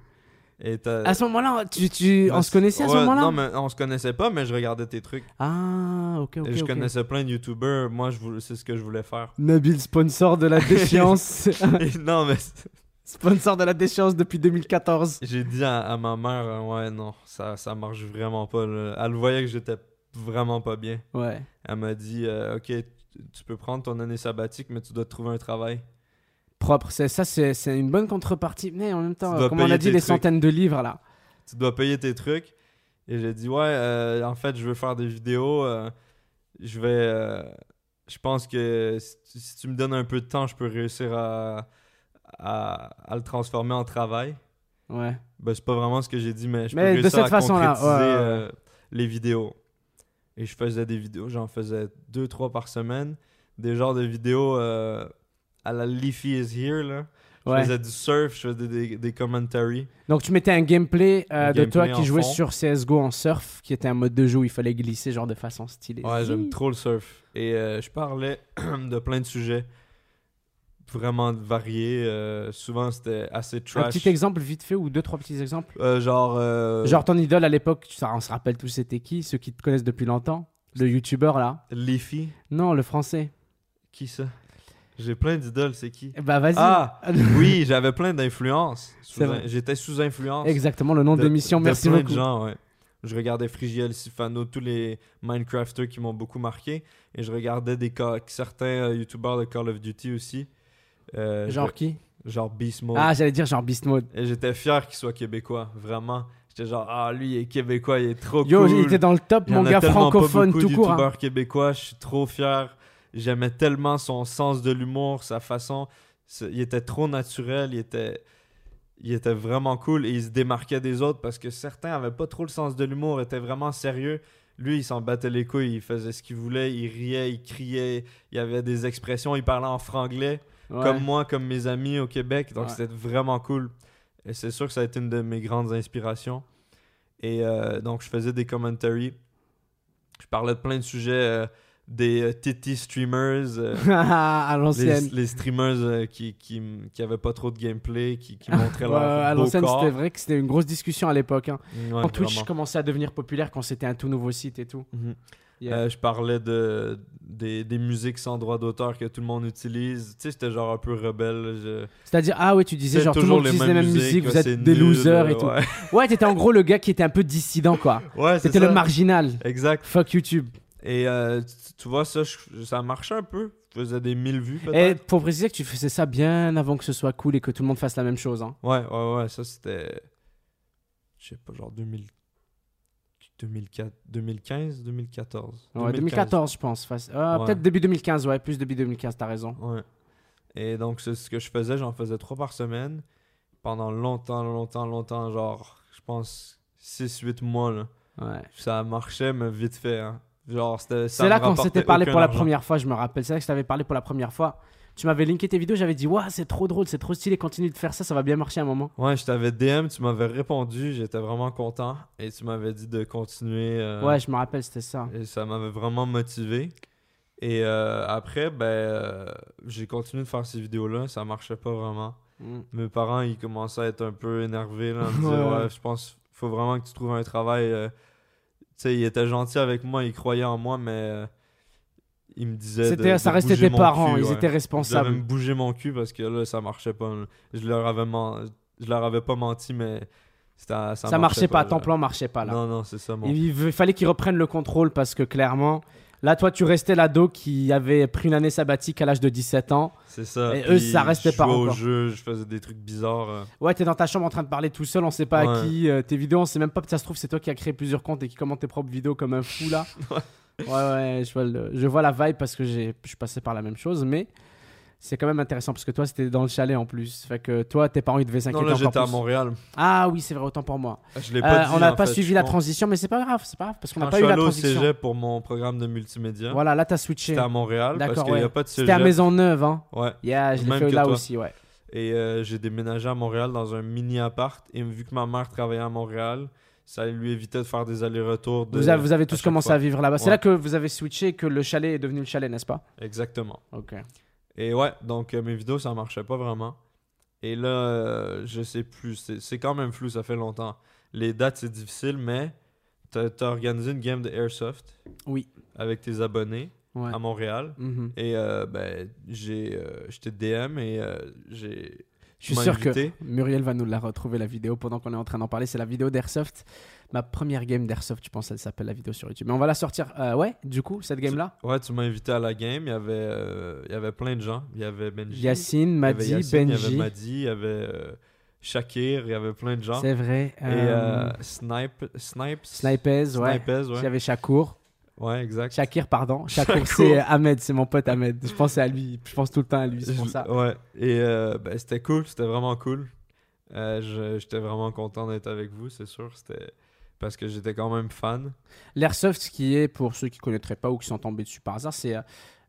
[SPEAKER 2] Et t'as-
[SPEAKER 1] À ce moment-là, tu, tu...
[SPEAKER 2] Ouais,
[SPEAKER 1] on se connaissait Ah, à ce
[SPEAKER 2] ouais,
[SPEAKER 1] moment-là
[SPEAKER 2] Non, mais on se connaissait pas, mais je regardais tes trucs.
[SPEAKER 1] Ah, ok, ok.
[SPEAKER 2] Et je
[SPEAKER 1] ok.
[SPEAKER 2] connaissais plein de youtubeurs. Moi, je voulais- c'est ce que je voulais faire.
[SPEAKER 1] Nabil, sponsor de la déchéance.
[SPEAKER 2] Et non, mais c'est-
[SPEAKER 1] sponsor de la déchéance depuis 2014.
[SPEAKER 2] j'ai dit à, à ma mère, euh, ouais, non, ça, ça marche vraiment pas. là. Elle voyait que j'étais vraiment pas bien.
[SPEAKER 1] Ouais.
[SPEAKER 2] Elle m'a dit, euh, ok, tu- tu peux prendre ton année sabbatique, mais tu dois te trouver un travail.
[SPEAKER 1] Propre. C'est, ça, c'est, c'est une bonne contrepartie. Mais en même temps,
[SPEAKER 2] Tu
[SPEAKER 1] euh,
[SPEAKER 2] dois
[SPEAKER 1] comme on a
[SPEAKER 2] payer
[SPEAKER 1] dit,
[SPEAKER 2] tes
[SPEAKER 1] les
[SPEAKER 2] trucs.
[SPEAKER 1] centaines de livres, là.
[SPEAKER 2] Tu dois payer tes trucs. Et j'ai dit, ouais, euh, en fait, je veux faire des vidéos. euh, je vais. euh, je pense que si tu, si tu me donnes un peu de temps, je peux réussir à, à, à le transformer en travail.
[SPEAKER 1] Ouais.
[SPEAKER 2] Ben, c'est pas vraiment ce que j'ai dit, mais je
[SPEAKER 1] Mais de
[SPEAKER 2] peux réussir
[SPEAKER 1] cette
[SPEAKER 2] à
[SPEAKER 1] façon-là,
[SPEAKER 2] concrétiser,
[SPEAKER 1] ouais, ouais, ouais.
[SPEAKER 2] euh, les vidéos. Et je faisais des vidéos, j'en faisais deux, trois par semaine. Des genres de vidéos euh, à la Leafy is here, là. Je
[SPEAKER 1] Ouais.
[SPEAKER 2] faisais du surf, je faisais des, des, des commentaries.
[SPEAKER 1] Donc, tu mettais un gameplay, euh,
[SPEAKER 2] Un
[SPEAKER 1] de toi
[SPEAKER 2] gameplay
[SPEAKER 1] qui
[SPEAKER 2] en
[SPEAKER 1] jouait sur
[SPEAKER 2] fond.
[SPEAKER 1] CSGO en surf, qui était un mode de jeu où il fallait glisser, genre de façon stylée.
[SPEAKER 2] Ouais, j'aime trop le surf. Et euh, je parlais de plein de sujets vraiment variés. euh, souvent, c'était assez
[SPEAKER 1] Un
[SPEAKER 2] trash.
[SPEAKER 1] petit exemple vite fait ou deux, trois petits exemples.
[SPEAKER 2] Euh, genre. euh,
[SPEAKER 1] Genre ton idole à l'époque, tu- ça, on se rappelle tous c'était qui, ceux qui te connaissent depuis longtemps. Le youtubeur là.
[SPEAKER 2] Leafy.
[SPEAKER 1] Non, le français.
[SPEAKER 2] Qui ça J'ai plein d'idoles, c'est qui
[SPEAKER 1] Eh Bah vas-y.
[SPEAKER 2] Ah Oui, j'avais plein d'influences. Sous-
[SPEAKER 1] C'est vrai.
[SPEAKER 2] J'étais sous influence.
[SPEAKER 1] Exactement le nom de, l'émission, merci
[SPEAKER 2] plein
[SPEAKER 1] beaucoup.
[SPEAKER 2] de gens, ouais. Je regardais Frigiel, Sifano, tous les Minecrafters qui m'ont beaucoup marqué. Et je regardais des ca- certains euh, YouTubers de Call of Duty aussi. Euh,
[SPEAKER 1] Genre qui
[SPEAKER 2] je- genre Beast Mode.
[SPEAKER 1] Ah, j'allais dire genre Beast Mode.
[SPEAKER 2] Et j'étais fier qu'il soit québécois, vraiment. J'étais genre, ah, lui, il est québécois, il est trop
[SPEAKER 1] Yo,
[SPEAKER 2] cool.
[SPEAKER 1] il était dans le top,
[SPEAKER 2] Il y
[SPEAKER 1] mon
[SPEAKER 2] en a
[SPEAKER 1] gars
[SPEAKER 2] tellement pas
[SPEAKER 1] francophone
[SPEAKER 2] beaucoup
[SPEAKER 1] tout court. hein.
[SPEAKER 2] d'youtubeurs québécois, je suis trop fier. J'aimais tellement son sens de l'humour, sa façon. C'est- Il était trop naturel, il était, il était vraiment cool et il se démarquait des autres parce que certains avaient pas trop le sens de l'humour, étaient vraiment sérieux. Lui, il s'en battait les couilles, il faisait ce qu'il voulait, il riait, il criait, il y avait des expressions, il parlait en franglais
[SPEAKER 1] Ouais.
[SPEAKER 2] bah, comme moi, comme mes amis au Québec. Donc
[SPEAKER 1] Ouais.
[SPEAKER 2] c'était vraiment cool. Et c'est sûr que ça a été une de mes grandes inspirations. Et euh, donc je faisais des commentaries. Je parlais de plein de sujets, euh, des euh, titty streamers, euh,
[SPEAKER 1] à
[SPEAKER 2] les,
[SPEAKER 1] l'ancienne.
[SPEAKER 2] les streamers euh, qui, qui, m- qui avaient pas trop de gameplay, qui, qui montraient
[SPEAKER 1] Ouais,
[SPEAKER 2] leur
[SPEAKER 1] à
[SPEAKER 2] beau
[SPEAKER 1] l'ancienne,
[SPEAKER 2] corps.
[SPEAKER 1] c'était vrai que c'était une grosse discussion à l'époque. hein.
[SPEAKER 2] Ouais,
[SPEAKER 1] quand Twitch
[SPEAKER 2] vraiment.
[SPEAKER 1] commençait à devenir populaire, quand c'était un tout nouveau site et tout.
[SPEAKER 2] Mhm.
[SPEAKER 1] Yeah.
[SPEAKER 2] Euh, je parlais de, des, des musiques sans droit d'auteur que tout le monde utilise. Tu sais, j'étais genre un peu rebelle. Je...
[SPEAKER 1] C'est-à-dire, ah ouais, tu disais
[SPEAKER 2] C'est
[SPEAKER 1] genre tout le monde utilise les mêmes musiques, vous
[SPEAKER 2] ouais,
[SPEAKER 1] êtes
[SPEAKER 2] c'est
[SPEAKER 1] des
[SPEAKER 2] nul, euh,
[SPEAKER 1] losers et tout.
[SPEAKER 2] ouais.
[SPEAKER 1] Ouais, t'étais en gros le gars qui était un peu dissident, quoi.
[SPEAKER 2] Ouais, c'est
[SPEAKER 1] T'étais le
[SPEAKER 2] ça.
[SPEAKER 1] marginal.
[SPEAKER 2] Exact.
[SPEAKER 1] Fuck YouTube.
[SPEAKER 2] Et euh, tu, tu vois, ça, je- ça marchait un peu. Je faisais des 1000 vues
[SPEAKER 1] Et
[SPEAKER 2] peut-être.
[SPEAKER 1] pour préciser que tu faisais ça bien avant que ce soit cool et que tout le monde fasse la même chose. hein.
[SPEAKER 2] Ouais, ouais, ouais, ça c'était. Je sais pas, genre 2000... 2004, 2015, 2014.
[SPEAKER 1] Ouais, 2014, je pense. Face- ah,
[SPEAKER 2] Ouais.
[SPEAKER 1] Peut-être début 2015, ouais, plus début 2015, t'as raison.
[SPEAKER 2] Ouais. Et donc, c'est ce que je faisais. J'en faisais trois par semaine pendant longtemps, longtemps, longtemps. Genre, je pense 6-8 mois. Là.
[SPEAKER 1] Ouais.
[SPEAKER 2] Ça marchait, mais vite fait. hein. Genre, c'était. ça
[SPEAKER 1] C'est là
[SPEAKER 2] me
[SPEAKER 1] qu'on
[SPEAKER 2] rapportait
[SPEAKER 1] s'était parlé
[SPEAKER 2] aucun
[SPEAKER 1] pour la
[SPEAKER 2] argent.
[SPEAKER 1] première fois, je me rappelle. C'est là que je t'avais parlé pour la première fois. Tu m'avais linké tes vidéos, j'avais dit, waouh, c'est trop drôle, c'est trop stylé, continue de faire ça, ça va bien marcher à un moment.
[SPEAKER 2] Ouais, je t'avais DM, tu m'avais répondu, j'étais vraiment content et tu m'avais dit de continuer. euh,
[SPEAKER 1] Ouais, je me rappelle, c'était ça.
[SPEAKER 2] Et ça m'avait vraiment motivé. Et euh, après, ben, euh, j'ai continué de faire ces vidéos-là, ça marchait pas vraiment.
[SPEAKER 1] Mm.
[SPEAKER 2] Mes parents, ils commençaient à être un peu énervés, là, à me dire,
[SPEAKER 1] Ouais.
[SPEAKER 2] ouais, je pense, faut vraiment que tu trouves un travail. euh, Tu sais, ils étaient gentils avec moi, ils croyaient en moi, mais euh, ils me disaient. de-
[SPEAKER 1] C'était,
[SPEAKER 2] de
[SPEAKER 1] ça restait
[SPEAKER 2] bouger
[SPEAKER 1] tes
[SPEAKER 2] mon
[SPEAKER 1] parents,
[SPEAKER 2] cul,
[SPEAKER 1] ils
[SPEAKER 2] ouais.
[SPEAKER 1] étaient
[SPEAKER 2] J'avais
[SPEAKER 1] responsables.
[SPEAKER 2] même bougé mon cul parce que là, ça marchait pas. là. Je leur avais, men- je leur avais pas menti, mais c'était- ça,
[SPEAKER 1] Ça, marchait pas,
[SPEAKER 2] là.
[SPEAKER 1] ton plan marchait pas là.
[SPEAKER 2] Non, non, c'est ça. Mon...
[SPEAKER 1] Il, il fallait qu'ils reprennent le contrôle parce que clairement, là, toi, tu restais l'ado qui avait pris une année sabbatique à l'âge de 17 ans.
[SPEAKER 2] C'est ça.
[SPEAKER 1] Et eux,
[SPEAKER 2] Puis,
[SPEAKER 1] ça restait
[SPEAKER 2] je
[SPEAKER 1] pas
[SPEAKER 2] jouais au
[SPEAKER 1] encore.
[SPEAKER 2] jeu, je faisais des trucs bizarres. euh.
[SPEAKER 1] Ouais, t'es dans ta chambre en train de parler tout seul, on sait pas à
[SPEAKER 2] Ouais.
[SPEAKER 1] qui. euh, tes vidéos, on sait même pas. Ça se trouve, c'est toi qui as créé plusieurs comptes et qui commente tes propres vidéos comme un fou là. ouais, ouais, je vois, le- je vois la vibe parce que j'ai- je suis passé par la même chose, mais c'est quand même intéressant parce que toi, c'était dans le chalet en plus. Fait que toi, tes parents, ils devaient
[SPEAKER 2] Non,
[SPEAKER 1] s'inquiéter
[SPEAKER 2] là,
[SPEAKER 1] encore
[SPEAKER 2] j'étais à
[SPEAKER 1] plus.
[SPEAKER 2] Montréal.
[SPEAKER 1] Ah oui, c'est vrai, autant pour moi.
[SPEAKER 2] Je l'ai
[SPEAKER 1] Euh,
[SPEAKER 2] pas dit,
[SPEAKER 1] on n'a
[SPEAKER 2] en
[SPEAKER 1] pas
[SPEAKER 2] fait,
[SPEAKER 1] suivi
[SPEAKER 2] je
[SPEAKER 1] la
[SPEAKER 2] pense.
[SPEAKER 1] transition, mais c'est pas grave, c'est pas grave parce qu'on
[SPEAKER 2] Quand
[SPEAKER 1] n'a
[SPEAKER 2] je
[SPEAKER 1] pas
[SPEAKER 2] suis
[SPEAKER 1] eu la
[SPEAKER 2] allé au
[SPEAKER 1] transition.
[SPEAKER 2] cégep pour mon programme de multimédia.
[SPEAKER 1] Voilà, là, t'as switché.
[SPEAKER 2] C'était à Montréal parce
[SPEAKER 1] D'accord,
[SPEAKER 2] qu'il n'y a
[SPEAKER 1] ouais.
[SPEAKER 2] pas de cégep.
[SPEAKER 1] C'était à Maisonneuve, hein.
[SPEAKER 2] Ouais.
[SPEAKER 1] Yeah, je l'ai
[SPEAKER 2] Même
[SPEAKER 1] fait
[SPEAKER 2] que
[SPEAKER 1] là
[SPEAKER 2] toi.
[SPEAKER 1] aussi, ouais.
[SPEAKER 2] Et euh, j'ai déménagé à Montréal dans un mini appart. Et vu que ma mère travaillait à Montréal, ça lui évitait de faire des allers-retours. de-
[SPEAKER 1] Vous avez, vous avez
[SPEAKER 2] à
[SPEAKER 1] tous
[SPEAKER 2] chaque
[SPEAKER 1] commencé
[SPEAKER 2] fois.
[SPEAKER 1] à vivre là-bas. C'est
[SPEAKER 2] Ouais.
[SPEAKER 1] là que vous avez switché et que le chalet est devenu le chalet, n'est-ce pas
[SPEAKER 2] Exactement.
[SPEAKER 1] Ok.
[SPEAKER 2] Et ouais, donc euh, mes vidéos, ça marchait pas vraiment. Et là, euh, je sais plus, c'est- c'est quand même flou, ça fait longtemps. Les dates, c'est difficile, mais t'as as organisé une game de Airsoft
[SPEAKER 1] Oui.
[SPEAKER 2] avec tes abonnés
[SPEAKER 1] Ouais.
[SPEAKER 2] à Montréal.
[SPEAKER 1] Mhm.
[SPEAKER 2] Et euh, ben, j'ai, euh, j'étais DM et euh, j'ai.
[SPEAKER 1] Je suis
[SPEAKER 2] m'as
[SPEAKER 1] sûr que
[SPEAKER 2] invité.
[SPEAKER 1] Muriel va nous la retrouver, la vidéo, pendant qu'on est en train d'en parler. C'est la vidéo d'Airsoft. Ma première game d'Airsoft, je pense, elle s'appelle la vidéo sur YouTube. Mais on va la sortir. euh, ouais, du coup, cette game-là
[SPEAKER 2] Ouais, tu m'as invité à la game, il y avait, euh, il y avait plein de gens. Il y avait Benji.
[SPEAKER 1] Yacine,
[SPEAKER 2] il y avait
[SPEAKER 1] Madi,
[SPEAKER 2] Yacine, Il y avait
[SPEAKER 1] Benji.
[SPEAKER 2] Madi, il y avait euh, Shakir, il y avait plein de gens.
[SPEAKER 1] C'est vrai.
[SPEAKER 2] Et
[SPEAKER 1] euh,
[SPEAKER 2] euh, Snipe, Snipes.
[SPEAKER 1] Snipez, ouais.
[SPEAKER 2] Snipez,
[SPEAKER 1] Il
[SPEAKER 2] ouais.
[SPEAKER 1] y avait Shakur.
[SPEAKER 2] Ouais, exact.
[SPEAKER 1] Shakir, pardon. Shakur,
[SPEAKER 2] Shakur.
[SPEAKER 1] c'est Ahmed, c'est mon pote Ahmed. Je pensais à lui. Je pense tout le temps à lui, c'est pour
[SPEAKER 2] Je-
[SPEAKER 1] ça.
[SPEAKER 2] Ouais, et euh, ben, c'était cool, c'était vraiment cool. Euh, je- j'étais vraiment content d'être avec vous, c'est sûr. C'était parce que j'étais quand même fan.
[SPEAKER 1] L'airsoft, qui est, pour ceux qui ne connaîtraient pas ou qui sont tombés dessus par hasard, c'est. euh,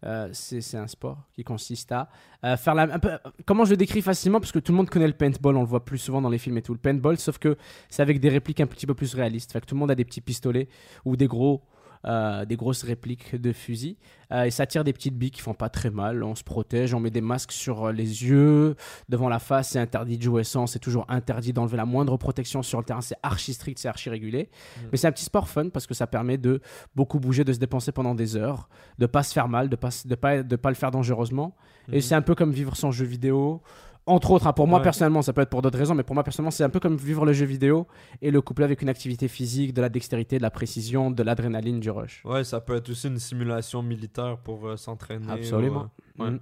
[SPEAKER 1] euh, c'est c'est un sport qui consiste à euh, faire la. un peu- comment je le décris facilement Parce que tout le monde connaît le paintball, on le voit plus souvent dans les films et tout. Le paintball, sauf que c'est avec des répliques un petit peu plus réalistes. Fait que tout le monde a des petits pistolets ou des gros. euh, des grosses répliques de fusil Euh, et ça tire des petites billes qui font pas très mal on se protège on met des masques sur euh, les yeux devant la face c'est interdit de jouer sans c'est toujours interdit d'enlever la moindre protection sur le terrain c'est archi strict c'est archi régulé
[SPEAKER 2] Mm.
[SPEAKER 1] mais c'est un petit sport fun parce que ça permet de beaucoup bouger de se dépenser pendant des heures de pas se faire mal de pas se- de pas de pas le faire dangereusement
[SPEAKER 2] Mhm.
[SPEAKER 1] et c'est un peu comme vivre sans jeu vidéo. Entre autres, hein, pour moi
[SPEAKER 2] Ouais.
[SPEAKER 1] personnellement, ça peut être pour d'autres raisons, mais pour moi personnellement, c'est un peu comme vivre le jeu vidéo et le coupler avec une activité physique, de la dextérité, de la précision, de l'adrénaline, du rush.
[SPEAKER 2] Ouais, ça peut être aussi une simulation militaire pour euh, s'entraîner.
[SPEAKER 1] Absolument.
[SPEAKER 2] ou, euh, ouais.
[SPEAKER 1] Mm.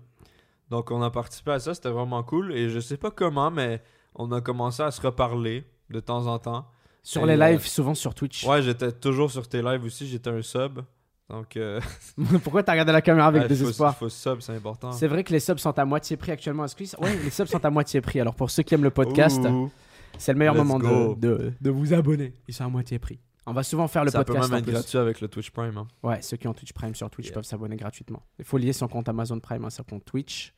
[SPEAKER 2] Donc on a participé à ça, c'était vraiment cool. Et je sais pas comment, mais on a commencé à se reparler de temps en temps.
[SPEAKER 1] Sur
[SPEAKER 2] Et,
[SPEAKER 1] les
[SPEAKER 2] euh,
[SPEAKER 1] lives, souvent sur Twitch.
[SPEAKER 2] Ouais, j'étais toujours sur tes lives aussi, j'étais un sub. Donc euh,
[SPEAKER 1] Pourquoi t'as regardé la caméra avec
[SPEAKER 2] ouais, faut-
[SPEAKER 1] désespoir
[SPEAKER 2] faut sub, c'est important.
[SPEAKER 1] C'est vrai que les subs sont à moitié prix actuellement. Est-ce que- Ouais, les subs sont à moitié prix. Alors pour ceux qui aiment le podcast,
[SPEAKER 2] Ouh.
[SPEAKER 1] c'est le meilleur
[SPEAKER 2] Let's
[SPEAKER 1] moment de,
[SPEAKER 2] go.
[SPEAKER 1] de- de vous abonner. Ils sont à moitié prix. On va souvent faire Ah, le
[SPEAKER 2] ça peut
[SPEAKER 1] podcast
[SPEAKER 2] même
[SPEAKER 1] en
[SPEAKER 2] être
[SPEAKER 1] plus.
[SPEAKER 2] gratuit avec le Twitch Prime. hein.
[SPEAKER 1] Ouais, ceux qui ont Twitch Prime sur Twitch
[SPEAKER 2] Yeah.
[SPEAKER 1] peuvent s'abonner gratuitement. Il faut lier son compte Amazon Prime à son compte Twitch.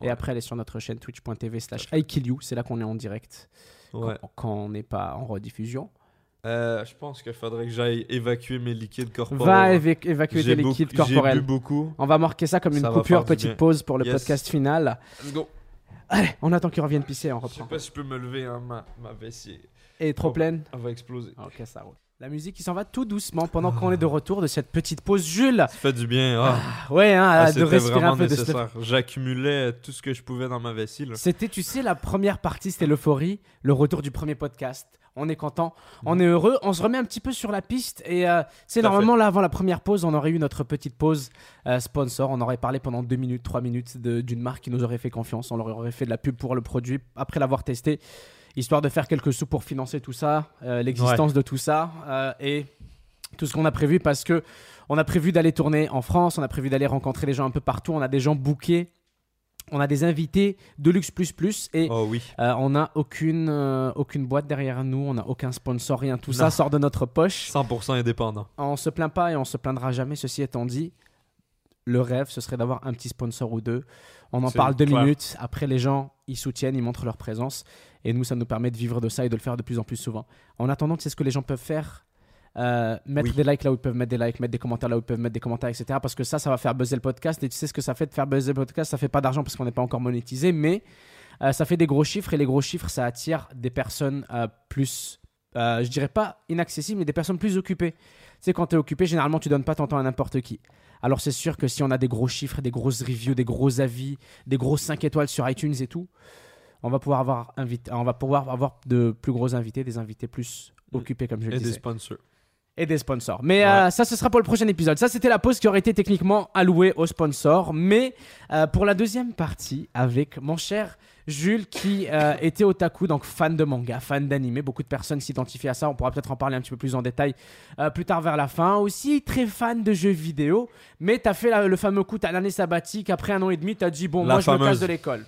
[SPEAKER 1] Et
[SPEAKER 2] Ouais.
[SPEAKER 1] après, aller sur notre chaîne twitch.tv slash IKillYou. C'est là qu'on est en direct
[SPEAKER 2] Ouais.
[SPEAKER 1] quand, quand on n'est pas en rediffusion.
[SPEAKER 2] Euh, je pense qu'il faudrait que j'aille évacuer mes liquides corporels.
[SPEAKER 1] Va éva- évacuer
[SPEAKER 2] Oh. J'ai
[SPEAKER 1] tes
[SPEAKER 2] beaucoup-
[SPEAKER 1] liquides
[SPEAKER 2] J'ai
[SPEAKER 1] corporels.
[SPEAKER 2] bu beaucoup.
[SPEAKER 1] On va marquer ça comme une
[SPEAKER 2] Ça va
[SPEAKER 1] coupure,
[SPEAKER 2] faire du
[SPEAKER 1] petite
[SPEAKER 2] bien.
[SPEAKER 1] pause pour le
[SPEAKER 2] Yes.
[SPEAKER 1] podcast final.
[SPEAKER 2] Let's go.
[SPEAKER 1] Allez, on attend qu'il revienne pisser, on
[SPEAKER 2] Je sais
[SPEAKER 1] reprend.
[SPEAKER 2] pas si je peux me lever, hein, ma, ma vessie.
[SPEAKER 1] Et trop
[SPEAKER 2] Oh.
[SPEAKER 1] pleine
[SPEAKER 2] Elle va exploser.
[SPEAKER 1] Ok, ça roule. La musique qui s'en va tout doucement pendant
[SPEAKER 2] Ah.
[SPEAKER 1] qu'on est de retour de cette petite pause. Jules
[SPEAKER 2] Ça fait du bien. Ah,
[SPEAKER 1] Ouais, hein,
[SPEAKER 2] Ah,
[SPEAKER 1] de
[SPEAKER 2] c'était
[SPEAKER 1] respirer
[SPEAKER 2] vraiment
[SPEAKER 1] un peu, de se
[SPEAKER 2] nécessaire. J'accumulais tout ce que je pouvais dans ma vessie. là.
[SPEAKER 1] C'était, tu sais, la première partie, c'était l'euphorie, le retour du premier podcast. On est content, on est heureux, on se remet un petit peu sur la piste. Et euh, tu sais,
[SPEAKER 2] Tout à
[SPEAKER 1] normalement, là, avant la première pause, on aurait eu notre petite pause euh, sponsor. On aurait parlé pendant 2 minutes, 3 minutes de- d'une marque qui nous aurait fait confiance. On leur aurait fait de la pub pour le produit après l'avoir testé, histoire de faire quelques sous pour financer tout ça, euh, l'existence de tout ça euh, et tout ce qu'on a prévu parce que on a prévu d'aller tourner en France, on a prévu d'aller rencontrer des gens un peu partout, on a des gens bookés, on a des invités de luxe plus plus et
[SPEAKER 2] Oh oui.
[SPEAKER 1] euh, on n'a aucune, euh, aucune boîte derrière nous, on n'a aucun sponsor, rien, tout ça
[SPEAKER 2] Non.
[SPEAKER 1] sort de notre poche.
[SPEAKER 2] 100% indépendant.
[SPEAKER 1] On se plaint pas et on se plaindra jamais, ceci étant dit. Le rêve, ce serait d'avoir un petit sponsor ou deux. On en
[SPEAKER 2] C'est
[SPEAKER 1] parle deux
[SPEAKER 2] clair.
[SPEAKER 1] minutes. Après, les gens, ils soutiennent, ils montrent leur présence. Et nous, ça nous permet de vivre de ça et de le faire de plus en plus souvent. En attendant, c'est ce que les gens peuvent faire. Euh, mettre
[SPEAKER 2] Oui.
[SPEAKER 1] des likes là où ils peuvent mettre des likes, mettre des commentaires là où ils peuvent mettre des commentaires, etc. Parce que ça, ça va faire buzzer le podcast. Et tu sais ce que ça fait de faire buzzer le podcast Ça fait pas d'argent parce qu'on n'est pas encore monétisé, mais euh, ça fait des gros chiffres et les gros chiffres, ça attire des personnes euh, plus, euh, je dirais pas inaccessibles, mais des personnes plus occupées. Tu sais, quand tu es occupé, généralement, tu donnes pas ton temps à n'importe qui. Alors c'est sûr que si on a des gros chiffres, des grosses reviews, des gros avis, des grosses 5 étoiles sur iTunes et tout, on va pouvoir avoir, invité, on va pouvoir avoir de plus gros invités, des invités plus occupés, comme je le
[SPEAKER 2] Et des
[SPEAKER 1] disais
[SPEAKER 2] sponsors.
[SPEAKER 1] et des sponsors. Mais
[SPEAKER 2] Ouais.
[SPEAKER 1] euh, ça, ce sera pour le prochain épisode. Ça, c'était la pause qui aurait été techniquement allouée aux sponsors. Mais euh, pour la deuxième partie, avec mon cher Jules qui euh, était otaku, donc fan de manga, fan d'anime. Beaucoup de personnes s'identifiaient à ça. On pourra peut-être en parler un petit peu plus en détail euh, plus tard vers la fin. Aussi très fan de jeux vidéo, mais t'as fait la- le fameux coup, t'as l'année sabbatique. Après un an et demi, t'as dit bon,
[SPEAKER 4] La
[SPEAKER 1] moi je me casse
[SPEAKER 4] fameuse.
[SPEAKER 1] de l'école.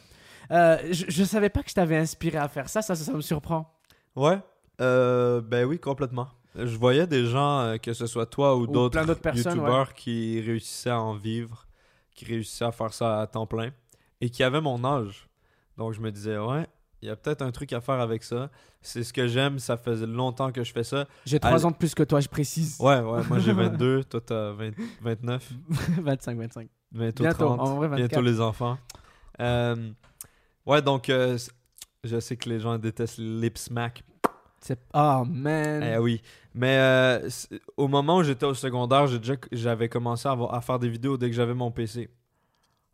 [SPEAKER 1] Euh, je, je savais pas que je t'avais inspiré à faire ça, ça, ça, ça me surprend.
[SPEAKER 4] Ouais. Euh, ben oui, complètement. Je voyais des gens, euh, que ce soit toi ou,
[SPEAKER 1] Ou
[SPEAKER 4] d'autres
[SPEAKER 1] plein d'autres personnes,
[SPEAKER 4] youtubeurs qui réussissaient à en vivre, qui réussissaient à faire ça à temps plein et qui avaient mon âge. Donc je me disais, ouais, il y a peut-être un truc à faire avec ça. C'est ce que j'aime, ça faisait longtemps que je fais ça.
[SPEAKER 1] J'ai
[SPEAKER 4] Allez.
[SPEAKER 1] trois ans de plus que toi, je précise.
[SPEAKER 4] Ouais, ouais, moi j'ai 22, toi t'as 20 29,
[SPEAKER 1] 25, 25.
[SPEAKER 4] bientôt,
[SPEAKER 1] Bientôt,
[SPEAKER 4] 30,
[SPEAKER 1] en vrai, 24.
[SPEAKER 4] bientôt les enfants. Euh, ouais, donc euh, c- je sais que les gens détestent lip smack
[SPEAKER 1] C'est... Oh man.
[SPEAKER 4] Eh oui. Mais euh, c'est- au moment où j'étais au secondaire, j'ai déjà- j'avais commencé à, avoir- à faire des vidéos dès que j'avais mon PC.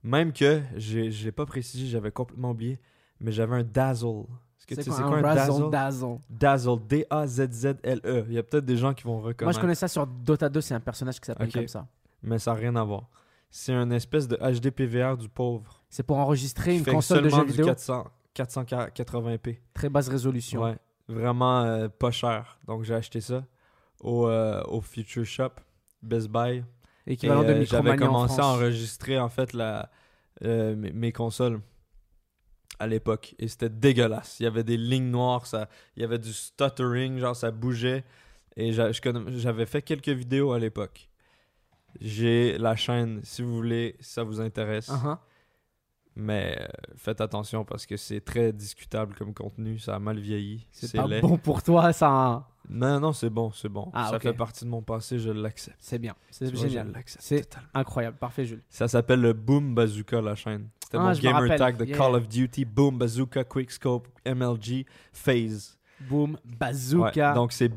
[SPEAKER 4] Même que, j'ai- je l'ai pas précisé, j'avais complètement oublié, mais j'avais un Dazzle. Est-ce que tu sais c'est quoi un Dazzle?
[SPEAKER 1] razzle dazzle
[SPEAKER 4] Dazzle, D-A-Z-Z-L-E. E. Il y a peut-être des gens qui vont
[SPEAKER 1] Moi
[SPEAKER 4] reconnaître,
[SPEAKER 1] je connais ça sur Dota 2, c'est un personnage qui s'appelle
[SPEAKER 4] Ok.
[SPEAKER 1] comme ça.
[SPEAKER 4] mais ça n'a rien à voir. C'est une espèce de HDPVR du pauvre.
[SPEAKER 1] C'est pour enregistrer
[SPEAKER 4] qui
[SPEAKER 1] une
[SPEAKER 4] fait que
[SPEAKER 1] console de
[SPEAKER 4] seulement
[SPEAKER 1] jeux
[SPEAKER 4] du
[SPEAKER 1] vidéo
[SPEAKER 4] 400 480p.
[SPEAKER 1] très basse résolution.
[SPEAKER 4] Ouais, vraiment euh, pas cher. Donc j'ai acheté ça au, euh, au Future Shop, Best Buy. Et,
[SPEAKER 1] Équivalent de
[SPEAKER 4] euh, J'avais
[SPEAKER 1] Micromania en
[SPEAKER 4] commencé à
[SPEAKER 1] France.
[SPEAKER 4] enregistrer en fait la, euh, mes, mes consoles à l'époque et c'était dégueulasse. Il y avait des lignes noires, ça, il y avait du stuttering, genre ça bougeait. Et j'a- je conna- j'avais fait quelques vidéos à l'époque. J'ai la chaîne, si vous voulez, si ça vous intéresse.
[SPEAKER 1] Uh-huh.
[SPEAKER 4] Mais euh, faites attention parce que c'est très discutable comme contenu, ça a mal vieilli.
[SPEAKER 1] C'est
[SPEAKER 4] C'est
[SPEAKER 1] pas
[SPEAKER 4] laid.
[SPEAKER 1] bon pour toi, ça. hein.
[SPEAKER 4] Non, non, c'est bon, c'est bon.
[SPEAKER 1] Ah,
[SPEAKER 4] ça
[SPEAKER 1] ok.
[SPEAKER 4] fait partie de mon passé, je l'accepte.
[SPEAKER 1] C'est bien, c'est
[SPEAKER 4] Tu vois,
[SPEAKER 1] génial.
[SPEAKER 4] Je l'accepte
[SPEAKER 1] C'est-
[SPEAKER 4] totalement.
[SPEAKER 1] Incroyable, parfait Jules.
[SPEAKER 4] Ça s'appelle le Boom Bazooka, la chaîne. C'était
[SPEAKER 1] Ah,
[SPEAKER 4] mon
[SPEAKER 1] je me
[SPEAKER 4] gamer
[SPEAKER 1] rappelle.
[SPEAKER 4] tag de
[SPEAKER 1] Yeah.
[SPEAKER 4] Call of Duty, Boom Bazooka, Quickscope, MLG, Phase.
[SPEAKER 1] Boom,
[SPEAKER 4] Ouais,
[SPEAKER 1] bazooka.
[SPEAKER 4] donc c'est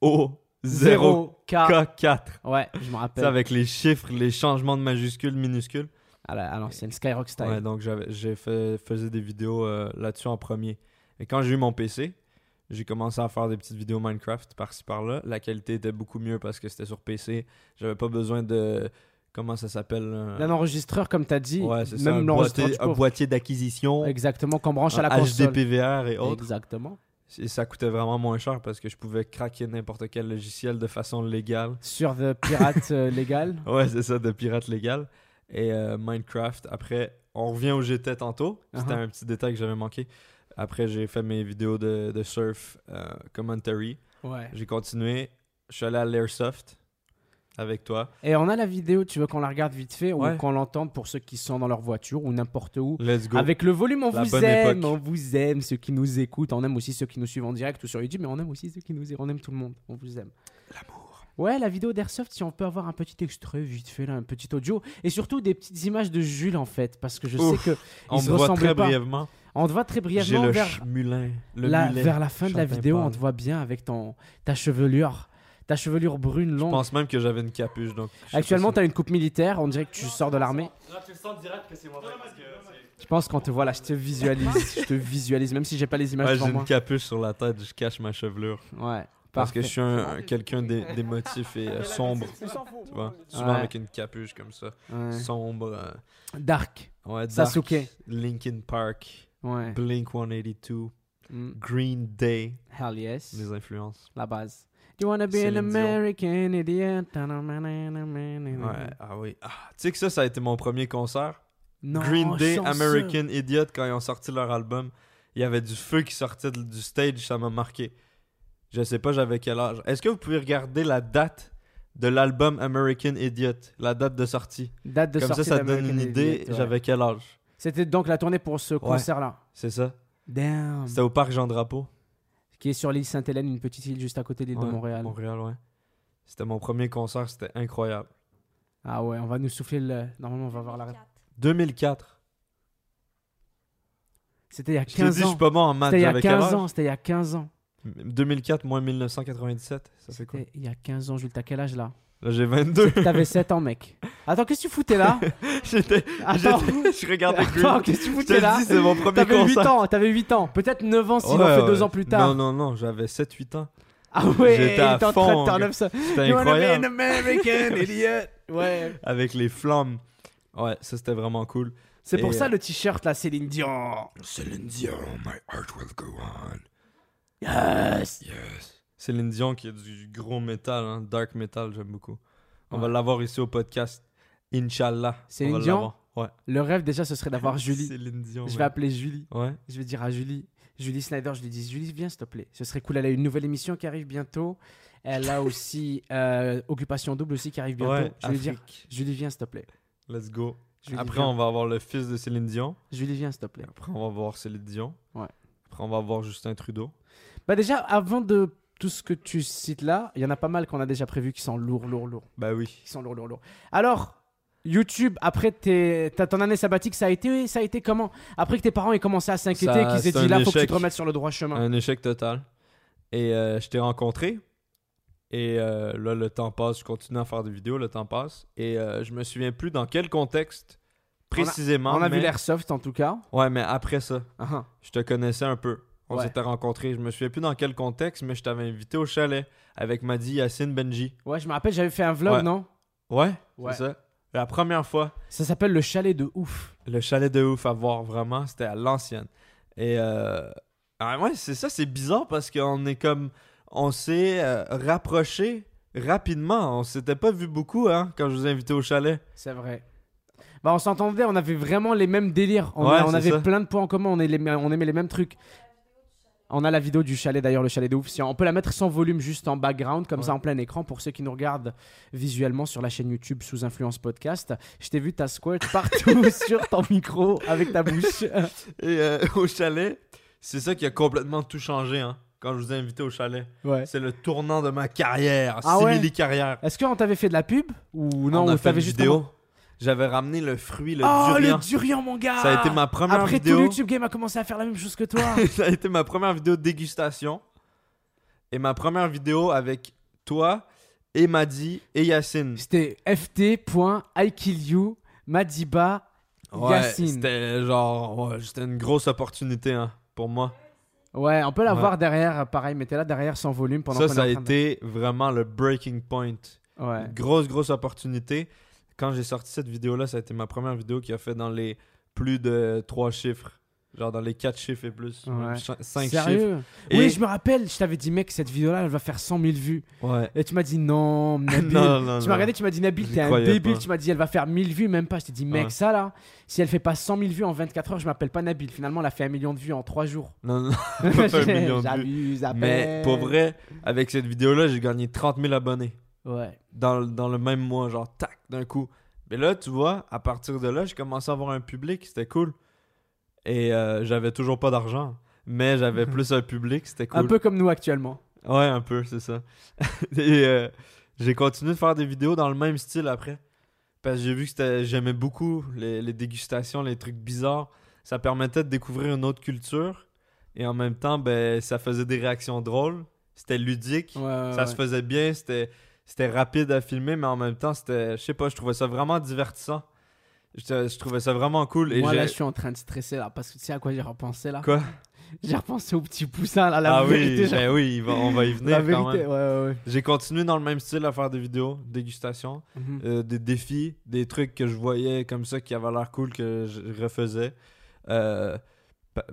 [SPEAKER 4] B-O-0-M-X-B4-Z-O-0-K4.
[SPEAKER 1] 0K. Ouais, je me
[SPEAKER 4] C'est
[SPEAKER 1] rappelle.
[SPEAKER 4] avec les chiffres, les changements de majuscules, minuscules.
[SPEAKER 1] À la- à l'ancienne Skyrock style.
[SPEAKER 4] Ouais, donc j'avais- j'ai fait, faisais des vidéos euh, là-dessus en premier. Et quand j'ai eu mon PC, j'ai commencé à faire des petites vidéos Minecraft par-ci par-là. La qualité était beaucoup mieux parce que c'était sur PC. J'avais pas besoin de comment ça s'appelle un-
[SPEAKER 1] D'un enregistreur, comme t'as dit,
[SPEAKER 4] Ouais, c'est ça, un
[SPEAKER 1] même l'enregistreur.
[SPEAKER 4] boîtier,
[SPEAKER 1] tu
[SPEAKER 4] un
[SPEAKER 1] peux-
[SPEAKER 4] boîtier d'acquisition,
[SPEAKER 1] Exactement, qu'on branche à la
[SPEAKER 4] un
[SPEAKER 1] console.
[SPEAKER 4] HDPVR et autres.
[SPEAKER 1] Exactement.
[SPEAKER 4] Et ça coûtait vraiment moins cher parce que je pouvais craquer n'importe quel logiciel de façon légale.
[SPEAKER 1] Sur The Pirate euh, Légal.
[SPEAKER 4] Ouais, c'est ça, de pirate légal. Et euh, Minecraft, après, on revient où j'étais tantôt. C'était
[SPEAKER 1] Uh-huh.
[SPEAKER 4] un petit détail que j'avais manqué. Après, j'ai fait mes vidéos de, de surf, euh, commentary.
[SPEAKER 1] Ouais.
[SPEAKER 4] J'ai continué. Je suis allé à l'Airsoft avec toi.
[SPEAKER 1] Et on a la vidéo, tu veux qu'on la regarde vite fait
[SPEAKER 4] Ouais.
[SPEAKER 1] ou qu'on l'entende pour ceux qui sont dans leur voiture ou n'importe où
[SPEAKER 4] Let's go.
[SPEAKER 1] Avec le volume, on
[SPEAKER 4] La
[SPEAKER 1] vous
[SPEAKER 4] bonne
[SPEAKER 1] aime,
[SPEAKER 4] époque.
[SPEAKER 1] on vous aime, ceux qui nous écoutent, on aime aussi ceux qui nous suivent en direct ou sur YouTube, mais on aime aussi ceux qui nous on aime tout le monde, on vous aime. L'amour. Ouais, la vidéo d'Airsoft, si on peut avoir un petit extrait vite fait, là, un petit audio, et surtout des petites images de Jules en fait, parce que je sais
[SPEAKER 4] Ouf.
[SPEAKER 1] que
[SPEAKER 4] on
[SPEAKER 1] ils se
[SPEAKER 4] me voit
[SPEAKER 1] ressemblaient
[SPEAKER 4] très
[SPEAKER 1] pas.
[SPEAKER 4] brièvement.
[SPEAKER 1] on te voit très
[SPEAKER 4] J'ai
[SPEAKER 1] brièvement
[SPEAKER 4] le
[SPEAKER 1] vers
[SPEAKER 4] chmulin. Le
[SPEAKER 1] la,
[SPEAKER 4] mulet.
[SPEAKER 1] vers la fin de la
[SPEAKER 4] Chantin
[SPEAKER 1] vidéo,
[SPEAKER 4] parle.
[SPEAKER 1] on te voit bien avec ton ta chevelure, ta chevelure brune
[SPEAKER 4] Je
[SPEAKER 1] longue.
[SPEAKER 4] pense même que j'avais une capuche. Donc je sais
[SPEAKER 1] Actuellement,
[SPEAKER 4] pas
[SPEAKER 1] t'as une coupe militaire, on dirait que tu sors de l'armée. Je pense qu'on te voit là, je te visualise, je te visualise, même si j'ai pas les
[SPEAKER 4] si-
[SPEAKER 1] images
[SPEAKER 4] Ouais,
[SPEAKER 1] devant
[SPEAKER 4] j'ai
[SPEAKER 1] moi.
[SPEAKER 4] une capuche sur la tête, je cache ma chevelure.
[SPEAKER 1] Ouais.
[SPEAKER 4] Parce que
[SPEAKER 1] parfait.
[SPEAKER 4] je suis un, un- quelqu'un d'é- d'émotif et euh, sombre. Tu vois, souvent
[SPEAKER 1] Ouais.
[SPEAKER 4] avec une capuche comme ça.
[SPEAKER 1] Ouais.
[SPEAKER 4] sombre. euh,
[SPEAKER 1] Dark.
[SPEAKER 4] ouais, Dark,
[SPEAKER 1] Sasuke.
[SPEAKER 4] Linkin Park,
[SPEAKER 1] Ouais.
[SPEAKER 4] Blink 182,
[SPEAKER 1] Mm.
[SPEAKER 4] Green Day,
[SPEAKER 1] Hell yes.
[SPEAKER 4] les influences.
[SPEAKER 1] La base. You wanna be an
[SPEAKER 4] Céline Dion.
[SPEAKER 1] American idiot.
[SPEAKER 4] Ouais, ah oui. Ah, tu sais que ça, ça a été mon premier concert.
[SPEAKER 1] Non,
[SPEAKER 4] Green Day,
[SPEAKER 1] sans ça.
[SPEAKER 4] American Idiot, quand ils ont sorti leur album, il y avait du feu qui sortait de- du stage, ça m'a marqué. Je sais pas, j'avais quel âge. Est-ce que vous pouvez regarder la date de l'album American Idiot, la date de sortie
[SPEAKER 1] Date de
[SPEAKER 4] Comme ça,
[SPEAKER 1] sortie
[SPEAKER 4] ça donne une
[SPEAKER 1] d'American
[SPEAKER 4] idée,
[SPEAKER 1] Idiot, ouais.
[SPEAKER 4] j'avais quel âge
[SPEAKER 1] C'était donc la tournée pour ce concert-là.
[SPEAKER 4] C'est ça
[SPEAKER 1] Damn.
[SPEAKER 4] C'était au parc Jean-Drapeau.
[SPEAKER 1] Qui est sur l'île Sainte-Hélène, une petite île juste à côté de l'île de
[SPEAKER 4] Ouais,
[SPEAKER 1] Montréal.
[SPEAKER 4] Montréal, ouais. C'était mon premier concert, c'était incroyable.
[SPEAKER 1] Ah ouais, on va nous souffler le. Normalement, on va voir la.
[SPEAKER 4] 2004.
[SPEAKER 1] C'était il y a
[SPEAKER 4] Je te dis,
[SPEAKER 1] 15
[SPEAKER 4] je suis
[SPEAKER 1] ans.
[SPEAKER 4] pas bon en maths.
[SPEAKER 1] C'était il y a
[SPEAKER 4] j'avais quel âge?
[SPEAKER 1] 15 ans. C'était il y a 15 ans.
[SPEAKER 4] 2004 moins 1997, ça fait quoi
[SPEAKER 1] C'était il y a 15 ans, Jules. T'as quel âge là
[SPEAKER 4] Là, j'ai 22.
[SPEAKER 1] T'avais 7 ans, mec. Attends, qu'est-ce que tu foutais là
[SPEAKER 4] J'étais,
[SPEAKER 1] Attends.
[SPEAKER 4] j'étais- je regardais
[SPEAKER 1] Attends,
[SPEAKER 4] Green.
[SPEAKER 1] qu'est-ce que tu
[SPEAKER 4] Je te
[SPEAKER 1] foutais là
[SPEAKER 4] le dis, c'est mon premier
[SPEAKER 1] T'avais 8
[SPEAKER 4] concert.
[SPEAKER 1] ans, t'avais 8 ans. Peut-être 9 ans s'il
[SPEAKER 4] Ouais,
[SPEAKER 1] en fait 2
[SPEAKER 4] ouais.
[SPEAKER 1] ans plus tard.
[SPEAKER 4] Non, non, non, j'avais 7-8 ans.
[SPEAKER 1] Ah ouais,
[SPEAKER 4] J'étais à
[SPEAKER 1] il était en train
[SPEAKER 4] fond,
[SPEAKER 1] de turn up ça.
[SPEAKER 4] C'était
[SPEAKER 1] You wanna be an
[SPEAKER 4] incroyable.
[SPEAKER 1] American idiot. Ouais.
[SPEAKER 4] Avec les flammes.
[SPEAKER 2] Ouais, ça c'était vraiment cool.
[SPEAKER 1] C'est pour
[SPEAKER 2] Et,
[SPEAKER 1] ça
[SPEAKER 2] euh,
[SPEAKER 1] le t-shirt là, Céline Dion.
[SPEAKER 2] Céline Dion, my heart will go on.
[SPEAKER 1] Yes.
[SPEAKER 2] Yes. Céline Dion qui est du gros métal, hein, dark metal, j'aime beaucoup. On va l'avoir ici au podcast. Inch'Allah.
[SPEAKER 1] Céline
[SPEAKER 2] On va
[SPEAKER 1] Dion?
[SPEAKER 2] l'avoir. Ouais.
[SPEAKER 1] Le rêve déjà, ce serait d'avoir Julie.
[SPEAKER 2] Céline Dion.
[SPEAKER 1] Je vais
[SPEAKER 2] man.
[SPEAKER 1] appeler Julie.
[SPEAKER 2] Ouais.
[SPEAKER 1] Je vais dire à Julie, Julie Snyder, je lui dis Julie, viens s'il te plaît. Ce serait cool. Elle a une nouvelle émission qui arrive bientôt. Elle a aussi euh, Occupation Double aussi qui arrive bientôt.
[SPEAKER 2] Ouais,
[SPEAKER 1] je vais lui dire
[SPEAKER 2] Afrique.
[SPEAKER 1] Julie, viens s'il te plaît.
[SPEAKER 2] Let's go.
[SPEAKER 1] Je lui dis,
[SPEAKER 2] Après,
[SPEAKER 1] viens.
[SPEAKER 2] on va avoir le fils de Céline Dion.
[SPEAKER 1] Julie, viens s'il te plaît.
[SPEAKER 2] Après, on va voir Céline Dion.
[SPEAKER 1] Ouais.
[SPEAKER 2] Après, on va voir Justin Trudeau.
[SPEAKER 1] Bah déjà, avant de tout ce que tu cites là, il y en a pas mal qu'on a déjà prévu qui sont lourds, lourds, lourds.
[SPEAKER 2] Bah oui.
[SPEAKER 1] Qui sont lourds, lourds, lourds. Alors, YouTube, après tes, ta- ton année sabbatique, ça a été, ça a été comment Après que tes parents aient commencé à s'inquiéter,
[SPEAKER 2] Ça-
[SPEAKER 1] qu'ils
[SPEAKER 2] c'est
[SPEAKER 1] aient
[SPEAKER 2] un
[SPEAKER 1] dit là, faut que tu
[SPEAKER 2] échec. Euh,
[SPEAKER 1] te remettes sur le droit chemin.
[SPEAKER 2] Un échec total. Et euh, je t'ai rencontré. Et euh, là, le temps passe. Je continue à faire des vidéos. Le temps passe. Et euh, je me souviens plus dans quel contexte précisément.
[SPEAKER 1] On a vu
[SPEAKER 2] mais-
[SPEAKER 1] l'airsoft en tout cas.
[SPEAKER 2] Ouais, mais après ça,
[SPEAKER 1] Ah, ah.
[SPEAKER 2] je te connaissais un peu. On
[SPEAKER 1] Ouais.
[SPEAKER 2] s'était rencontrés. Je me souviens plus dans quel contexte, mais je t'avais invité au chalet avec Madi, Yacine, Benji.
[SPEAKER 1] Ouais, je me rappelle, j'avais fait un vlog,
[SPEAKER 2] Ouais.
[SPEAKER 1] non
[SPEAKER 2] Ouais,
[SPEAKER 1] Ouais.
[SPEAKER 2] c'est ça. La première fois,
[SPEAKER 1] Ça s'appelle le chalet de ouf.
[SPEAKER 2] le chalet de ouf à voir vraiment, c'était à l'ancienne. Et euh, ah ouais, c'est ça, c'est bizarre parce qu'on est comme. On s'est euh, rapprochés rapidement. On s'était pas vu beaucoup hein, quand je vous ai invité au chalet.
[SPEAKER 1] C'est vrai. Bah, on s'entendait, on avait vraiment les mêmes délires. On,
[SPEAKER 2] Ouais,
[SPEAKER 1] a- on
[SPEAKER 2] c'est
[SPEAKER 1] avait
[SPEAKER 2] ça.
[SPEAKER 1] plein de points en commun, on, est les- on aimait les mêmes trucs. On a la vidéo du chalet d'ailleurs, le chalet de ouf. Si on peut la mettre sans volume, juste en background, comme
[SPEAKER 2] Ouais.
[SPEAKER 1] ça en plein écran, pour ceux qui nous regardent visuellement sur la chaîne YouTube sous influence podcast. Je t'ai vu ta squirt partout sur ton micro avec ta bouche.
[SPEAKER 2] Et euh, au chalet, c'est ça qui a complètement tout changé hein, quand je vous ai invité au chalet.
[SPEAKER 1] ouais.
[SPEAKER 2] C'est le tournant de ma carrière,
[SPEAKER 1] Ah ouais?
[SPEAKER 2] carrière.
[SPEAKER 1] Est-ce qu'on t'avait fait de la pub ou non
[SPEAKER 2] on
[SPEAKER 1] ou
[SPEAKER 2] a fait une
[SPEAKER 1] t'avais juste
[SPEAKER 2] vidéo. J'avais ramené le fruit, le
[SPEAKER 1] oh
[SPEAKER 2] durian.
[SPEAKER 1] le durian mon gars.
[SPEAKER 2] Ça a été ma première
[SPEAKER 1] Après
[SPEAKER 2] vidéo.
[SPEAKER 1] tout YouTube Game a commencé à faire la même chose que toi.
[SPEAKER 2] ça a été ma première vidéo de dégustation. Et ma première vidéo avec toi et Madi et Yacine.
[SPEAKER 1] C'était ft.ikillyou, Madiba, Yacine.
[SPEAKER 2] C'était genre, ouais, c'était une grosse opportunité hein, pour moi.
[SPEAKER 1] Ouais, on peut la
[SPEAKER 2] Ouais.
[SPEAKER 1] voir derrière, euh, pareil, mettez-la derrière sans volume pendant
[SPEAKER 2] ça,
[SPEAKER 1] qu'on
[SPEAKER 2] ça a
[SPEAKER 1] est en train de-
[SPEAKER 2] été vraiment le breaking point.
[SPEAKER 1] Ouais.
[SPEAKER 2] Grosse, grosse opportunité. Quand j'ai sorti cette vidéo-là, ça a été ma première vidéo qui a fait dans les plus de trois chiffres. Genre dans les quatre chiffres et plus.
[SPEAKER 1] Ouais.
[SPEAKER 2] 5 Cinq chiffres.
[SPEAKER 1] Sérieux
[SPEAKER 2] Et-
[SPEAKER 1] Oui, je me rappelle, je t'avais dit, mec, cette vidéo-là, elle va faire 100 000 vues.
[SPEAKER 2] Ouais.
[SPEAKER 1] Et tu m'as dit, non, Nabil.
[SPEAKER 2] Non, non,
[SPEAKER 1] tu
[SPEAKER 2] non.
[SPEAKER 1] m'as regardé, tu m'as dit, Nabil,
[SPEAKER 2] J'y
[SPEAKER 1] t'es un
[SPEAKER 2] croyais
[SPEAKER 1] débile.
[SPEAKER 2] pas.
[SPEAKER 1] Tu m'as dit, elle va faire 1000 vues, même pas. Je t'ai dit, mec,
[SPEAKER 2] Ouais.
[SPEAKER 1] ça là, si elle fait pas 100 000 vues en 24 heures, je m'appelle pas Nabil. Finalement, elle a fait un million de vues en 3 jours.
[SPEAKER 2] Non, non, pas un million de vues.
[SPEAKER 1] J'abuse, à peine.
[SPEAKER 2] Mais pour vrai, avec cette vidéo-là, j'ai gagné 30 000 abonnés.
[SPEAKER 1] Ouais.
[SPEAKER 2] dans, le- dans le même mois, genre tac, d'un coup. Mais là, tu vois, à partir de là, j'ai commencé à avoir un public, c'était cool. Et euh, j'avais toujours pas d'argent, mais j'avais plus un public, c'était cool.
[SPEAKER 1] Un peu comme nous actuellement.
[SPEAKER 2] Ouais, un peu, c'est ça. Et euh, j'ai continué de faire des vidéos dans le même style après. Parce que j'ai vu que c'était- j'aimais beaucoup les, les dégustations, les trucs bizarres. Ça permettait de découvrir une autre culture. Et en même temps, ben, ça faisait des réactions drôles. C'était ludique.
[SPEAKER 1] Ouais, ouais,
[SPEAKER 2] Ça
[SPEAKER 1] ouais.
[SPEAKER 2] se faisait bien, c'était c'était rapide à filmer, mais en même temps, c'était, je sais pas, je trouvais ça vraiment divertissant. Je, je trouvais ça vraiment cool. Et
[SPEAKER 1] Moi
[SPEAKER 2] j'ai-
[SPEAKER 1] là, je suis en train de stresser là parce que tu sais à quoi j'ai repensé là
[SPEAKER 2] Quoi
[SPEAKER 1] J'ai repensé au petit poussin là, la
[SPEAKER 2] Ah
[SPEAKER 1] vérité.
[SPEAKER 2] oui,
[SPEAKER 1] j'ai-
[SPEAKER 2] ben oui, il va- on va y venir
[SPEAKER 1] la vérité,
[SPEAKER 2] quand
[SPEAKER 1] ouais,
[SPEAKER 2] même.
[SPEAKER 1] ouais, ouais.
[SPEAKER 2] J'ai continué dans le même style à faire des vidéos, dégustation,
[SPEAKER 1] Mhm.
[SPEAKER 2] euh, des défis, des trucs que je voyais comme ça qui avaient l'air cool que je refaisais. Euh, pa-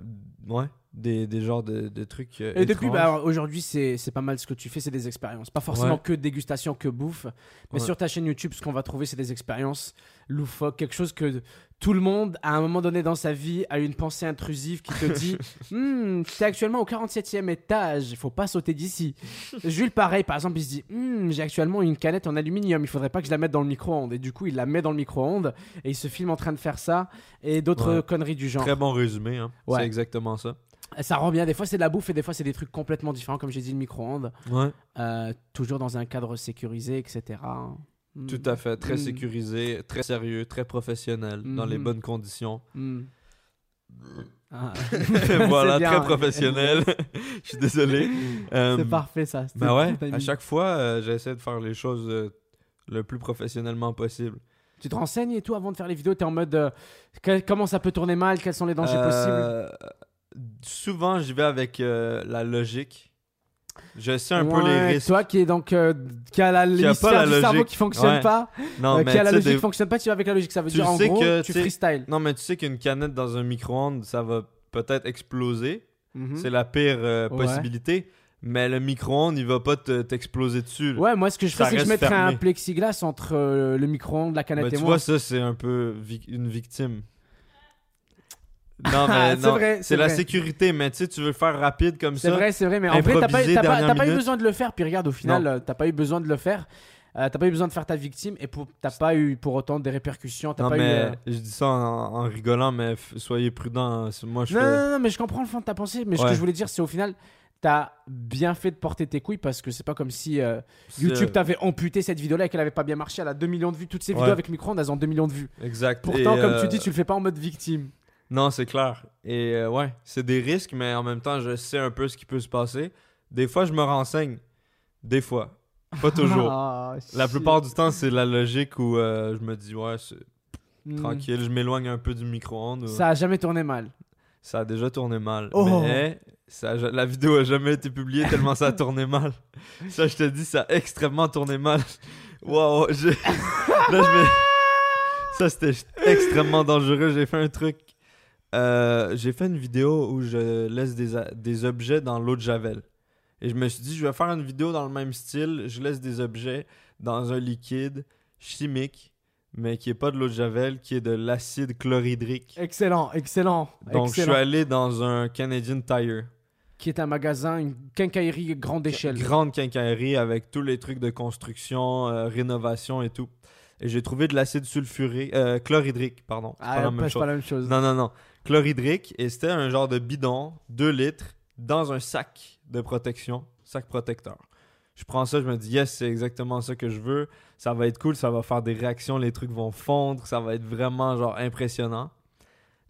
[SPEAKER 2] ouais, des, des genres de, de trucs. euh,
[SPEAKER 1] Et depuis,
[SPEAKER 2] étranges.
[SPEAKER 1] bah, aujourd'hui, c'est c'est pas mal ce que tu fais, c'est des expériences. Pas forcément
[SPEAKER 2] Ouais.
[SPEAKER 1] que dégustation, que bouffe. Mais
[SPEAKER 2] Ouais.
[SPEAKER 1] sur ta chaîne YouTube, ce qu'on va trouver, c'est des expériences loufoques. Quelque chose que tout le monde, à un moment donné dans sa vie, a une pensée intrusive qui te dit Hmm, t'es actuellement au 47e étage, il faut pas sauter d'ici. Jules, pareil, par exemple, il se dit Hmm, j'ai actuellement une canette en aluminium, il faudrait pas que je la mette dans le micro-ondes. Et du coup, il la met dans le micro-ondes et il se filme en train de faire ça et d'autres
[SPEAKER 2] Ouais.
[SPEAKER 1] conneries du genre.
[SPEAKER 2] Très bon résumé, hein.
[SPEAKER 1] Ouais.
[SPEAKER 2] c'est exactement ça.
[SPEAKER 1] Ça rend bien. Des fois, c'est de la bouffe et des fois, c'est des trucs complètement différents, comme j'ai dit, le micro-ondes.
[SPEAKER 2] Ouais.
[SPEAKER 1] Euh, toujours dans un cadre sécurisé, etc. Mm.
[SPEAKER 2] Tout à fait, très
[SPEAKER 1] Mm.
[SPEAKER 2] sécurisé, très sérieux, très professionnel, dans les
[SPEAKER 1] Mhm.
[SPEAKER 2] bonnes conditions.
[SPEAKER 1] Mm. Ah.
[SPEAKER 2] voilà,
[SPEAKER 1] C'est bien,
[SPEAKER 2] très
[SPEAKER 1] hein.
[SPEAKER 2] professionnel. Je suis désolé. Euh,
[SPEAKER 1] C'est parfait ça. C'était
[SPEAKER 4] bah
[SPEAKER 2] Ben ouais,
[SPEAKER 1] le timing.
[SPEAKER 2] à chaque fois, euh, j'essaie de faire les choses euh, le plus professionnellement possible.
[SPEAKER 1] Tu te renseignes et tout avant de faire les vidéos. T'es en mode euh, que- comment ça peut tourner mal, quels
[SPEAKER 4] Euh,
[SPEAKER 1] sont les dangers possibles.
[SPEAKER 2] Euh, Souvent, j'y vais avec euh, la logique.
[SPEAKER 4] Je sais un peu les
[SPEAKER 1] Ouais,
[SPEAKER 4] risques.
[SPEAKER 1] Toi qui est donc euh, qui a la
[SPEAKER 4] Qui a
[SPEAKER 1] l'hémisphère
[SPEAKER 4] pas la
[SPEAKER 1] du cerveau
[SPEAKER 4] logique.
[SPEAKER 1] qui fonctionne
[SPEAKER 4] Ouais.
[SPEAKER 1] pas,
[SPEAKER 4] Non,
[SPEAKER 1] euh,
[SPEAKER 4] mais
[SPEAKER 1] qui a la
[SPEAKER 4] tu sais,
[SPEAKER 1] logique
[SPEAKER 4] des-
[SPEAKER 1] qui fonctionne pas, tu vas avec la logique. Ça veut
[SPEAKER 4] Tu
[SPEAKER 1] dire en
[SPEAKER 4] sais
[SPEAKER 1] gros,
[SPEAKER 4] que,
[SPEAKER 1] tu
[SPEAKER 4] tu sais-
[SPEAKER 1] freestyle.
[SPEAKER 4] non, mais tu sais qu'une canette dans un micro-ondes, ça va peut-être exploser.
[SPEAKER 1] Mhm.
[SPEAKER 4] C'est la pire euh,
[SPEAKER 1] Ouais.
[SPEAKER 4] possibilité. Mais le micro-ondes, il va pas te- t'exploser dessus. là.
[SPEAKER 1] Ouais, moi ce que je fais
[SPEAKER 4] Ça
[SPEAKER 1] c'est que je
[SPEAKER 4] reste
[SPEAKER 1] mettrais un
[SPEAKER 4] fermé.
[SPEAKER 1] plexiglas entre euh, le micro-ondes, la canette
[SPEAKER 4] Ben,
[SPEAKER 1] et
[SPEAKER 4] tu
[SPEAKER 1] moi.
[SPEAKER 4] vois, ça, c'est un peu vic- une victime. Non,
[SPEAKER 1] Ah,
[SPEAKER 4] mais
[SPEAKER 1] c'est
[SPEAKER 4] non,
[SPEAKER 1] vrai, c'est
[SPEAKER 4] c'est la
[SPEAKER 1] vrai.
[SPEAKER 4] sécurité, mais tu sais, tu veux le faire rapide comme
[SPEAKER 1] C'est
[SPEAKER 4] ça.
[SPEAKER 1] vrai, c'est vrai, mais en vrai, t'as pas,
[SPEAKER 4] improviser
[SPEAKER 1] t'as pas-
[SPEAKER 4] dernière
[SPEAKER 1] t'as pas eu
[SPEAKER 4] minute.
[SPEAKER 1] besoin de le faire. Puis regarde, au final, euh, t'as pas eu besoin de le faire. Euh, t'as pas eu besoin de faire ta victime et pour- t'as pas eu pour autant des répercussions. T'as
[SPEAKER 4] Non,
[SPEAKER 1] pas eu. euh,
[SPEAKER 4] mais je dis ça en, en rigolant, mais f- soyez prudents. hein. C'est- Moi, je
[SPEAKER 1] Non,
[SPEAKER 4] fais-
[SPEAKER 1] non, non, mais je comprends le fond de ta pensée. Mais ce que
[SPEAKER 4] Ouais.
[SPEAKER 1] je voulais dire, c'est au final, t'as bien fait de porter tes couilles parce que c'est pas comme si euh,
[SPEAKER 4] c'est-
[SPEAKER 1] YouTube t'avait amputé cette vidéo-là et qu'elle avait pas bien marché. Elle a 2 millions de vues. Toutes ces
[SPEAKER 4] Ouais.
[SPEAKER 1] vidéos avec micro-ondes, elles ont 2 millions de vues.
[SPEAKER 4] Exact.
[SPEAKER 1] Pourtant,
[SPEAKER 4] Et,
[SPEAKER 1] comme
[SPEAKER 4] euh,
[SPEAKER 1] tu dis, tu le fais pas en mode victime.
[SPEAKER 4] Non, c'est clair. Et euh, ouais, c'est des risques, mais en même temps, je sais un peu ce qui peut se passer. Des fois, je me renseigne. Des fois. Pas toujours.
[SPEAKER 1] Ah,
[SPEAKER 4] la
[SPEAKER 1] shit.
[SPEAKER 4] plupart du temps, c'est la logique où euh, je me dis, ouais, c'est
[SPEAKER 1] Hmm.
[SPEAKER 4] tranquille, je m'éloigne un peu du micro-ondes.
[SPEAKER 1] Ça a jamais tourné mal.
[SPEAKER 4] Ça a déjà tourné mal.
[SPEAKER 1] Oh.
[SPEAKER 4] Mais ça a ja- la vidéo a jamais été publiée tellement ça a tourné mal. Ça, je te dis, ça a extrêmement tourné mal. Waouh, je... là, je vais- Ça, c'était ch- extrêmement dangereux. J'ai fait un truc. Euh, J'ai fait une vidéo où je laisse des, a- des objets dans l'eau de Javel. Et je me suis dit, je vais faire une vidéo dans le même style. Je laisse des objets dans un liquide chimique, mais qui est pas de l'eau de Javel, qui est de l'acide chlorhydrique.
[SPEAKER 1] Excellent, excellent.
[SPEAKER 4] Donc, je
[SPEAKER 1] excellent.
[SPEAKER 4] suis allé dans un Canadian Tire.
[SPEAKER 1] Qui est un magasin, une quincaillerie grande échelle.
[SPEAKER 4] Grande quincaillerie avec tous les trucs de construction, euh, rénovation et tout. Et j'ai trouvé de l'acide sulfuré, euh, chlorhydrique, pardon. C'est
[SPEAKER 1] Ah,
[SPEAKER 4] pas la
[SPEAKER 1] pas-
[SPEAKER 4] même
[SPEAKER 1] c'est
[SPEAKER 4] chose.
[SPEAKER 1] pas la même chose.
[SPEAKER 4] Non, non, non. Chlorhydrique, et c'était un genre de bidon, 2 litres, dans un sac de protection, sac protecteur. Je prends ça, je me dis, yes, c'est exactement ça que je veux. Ça va être cool, ça va faire des réactions, les trucs vont fondre, ça va être vraiment genre impressionnant.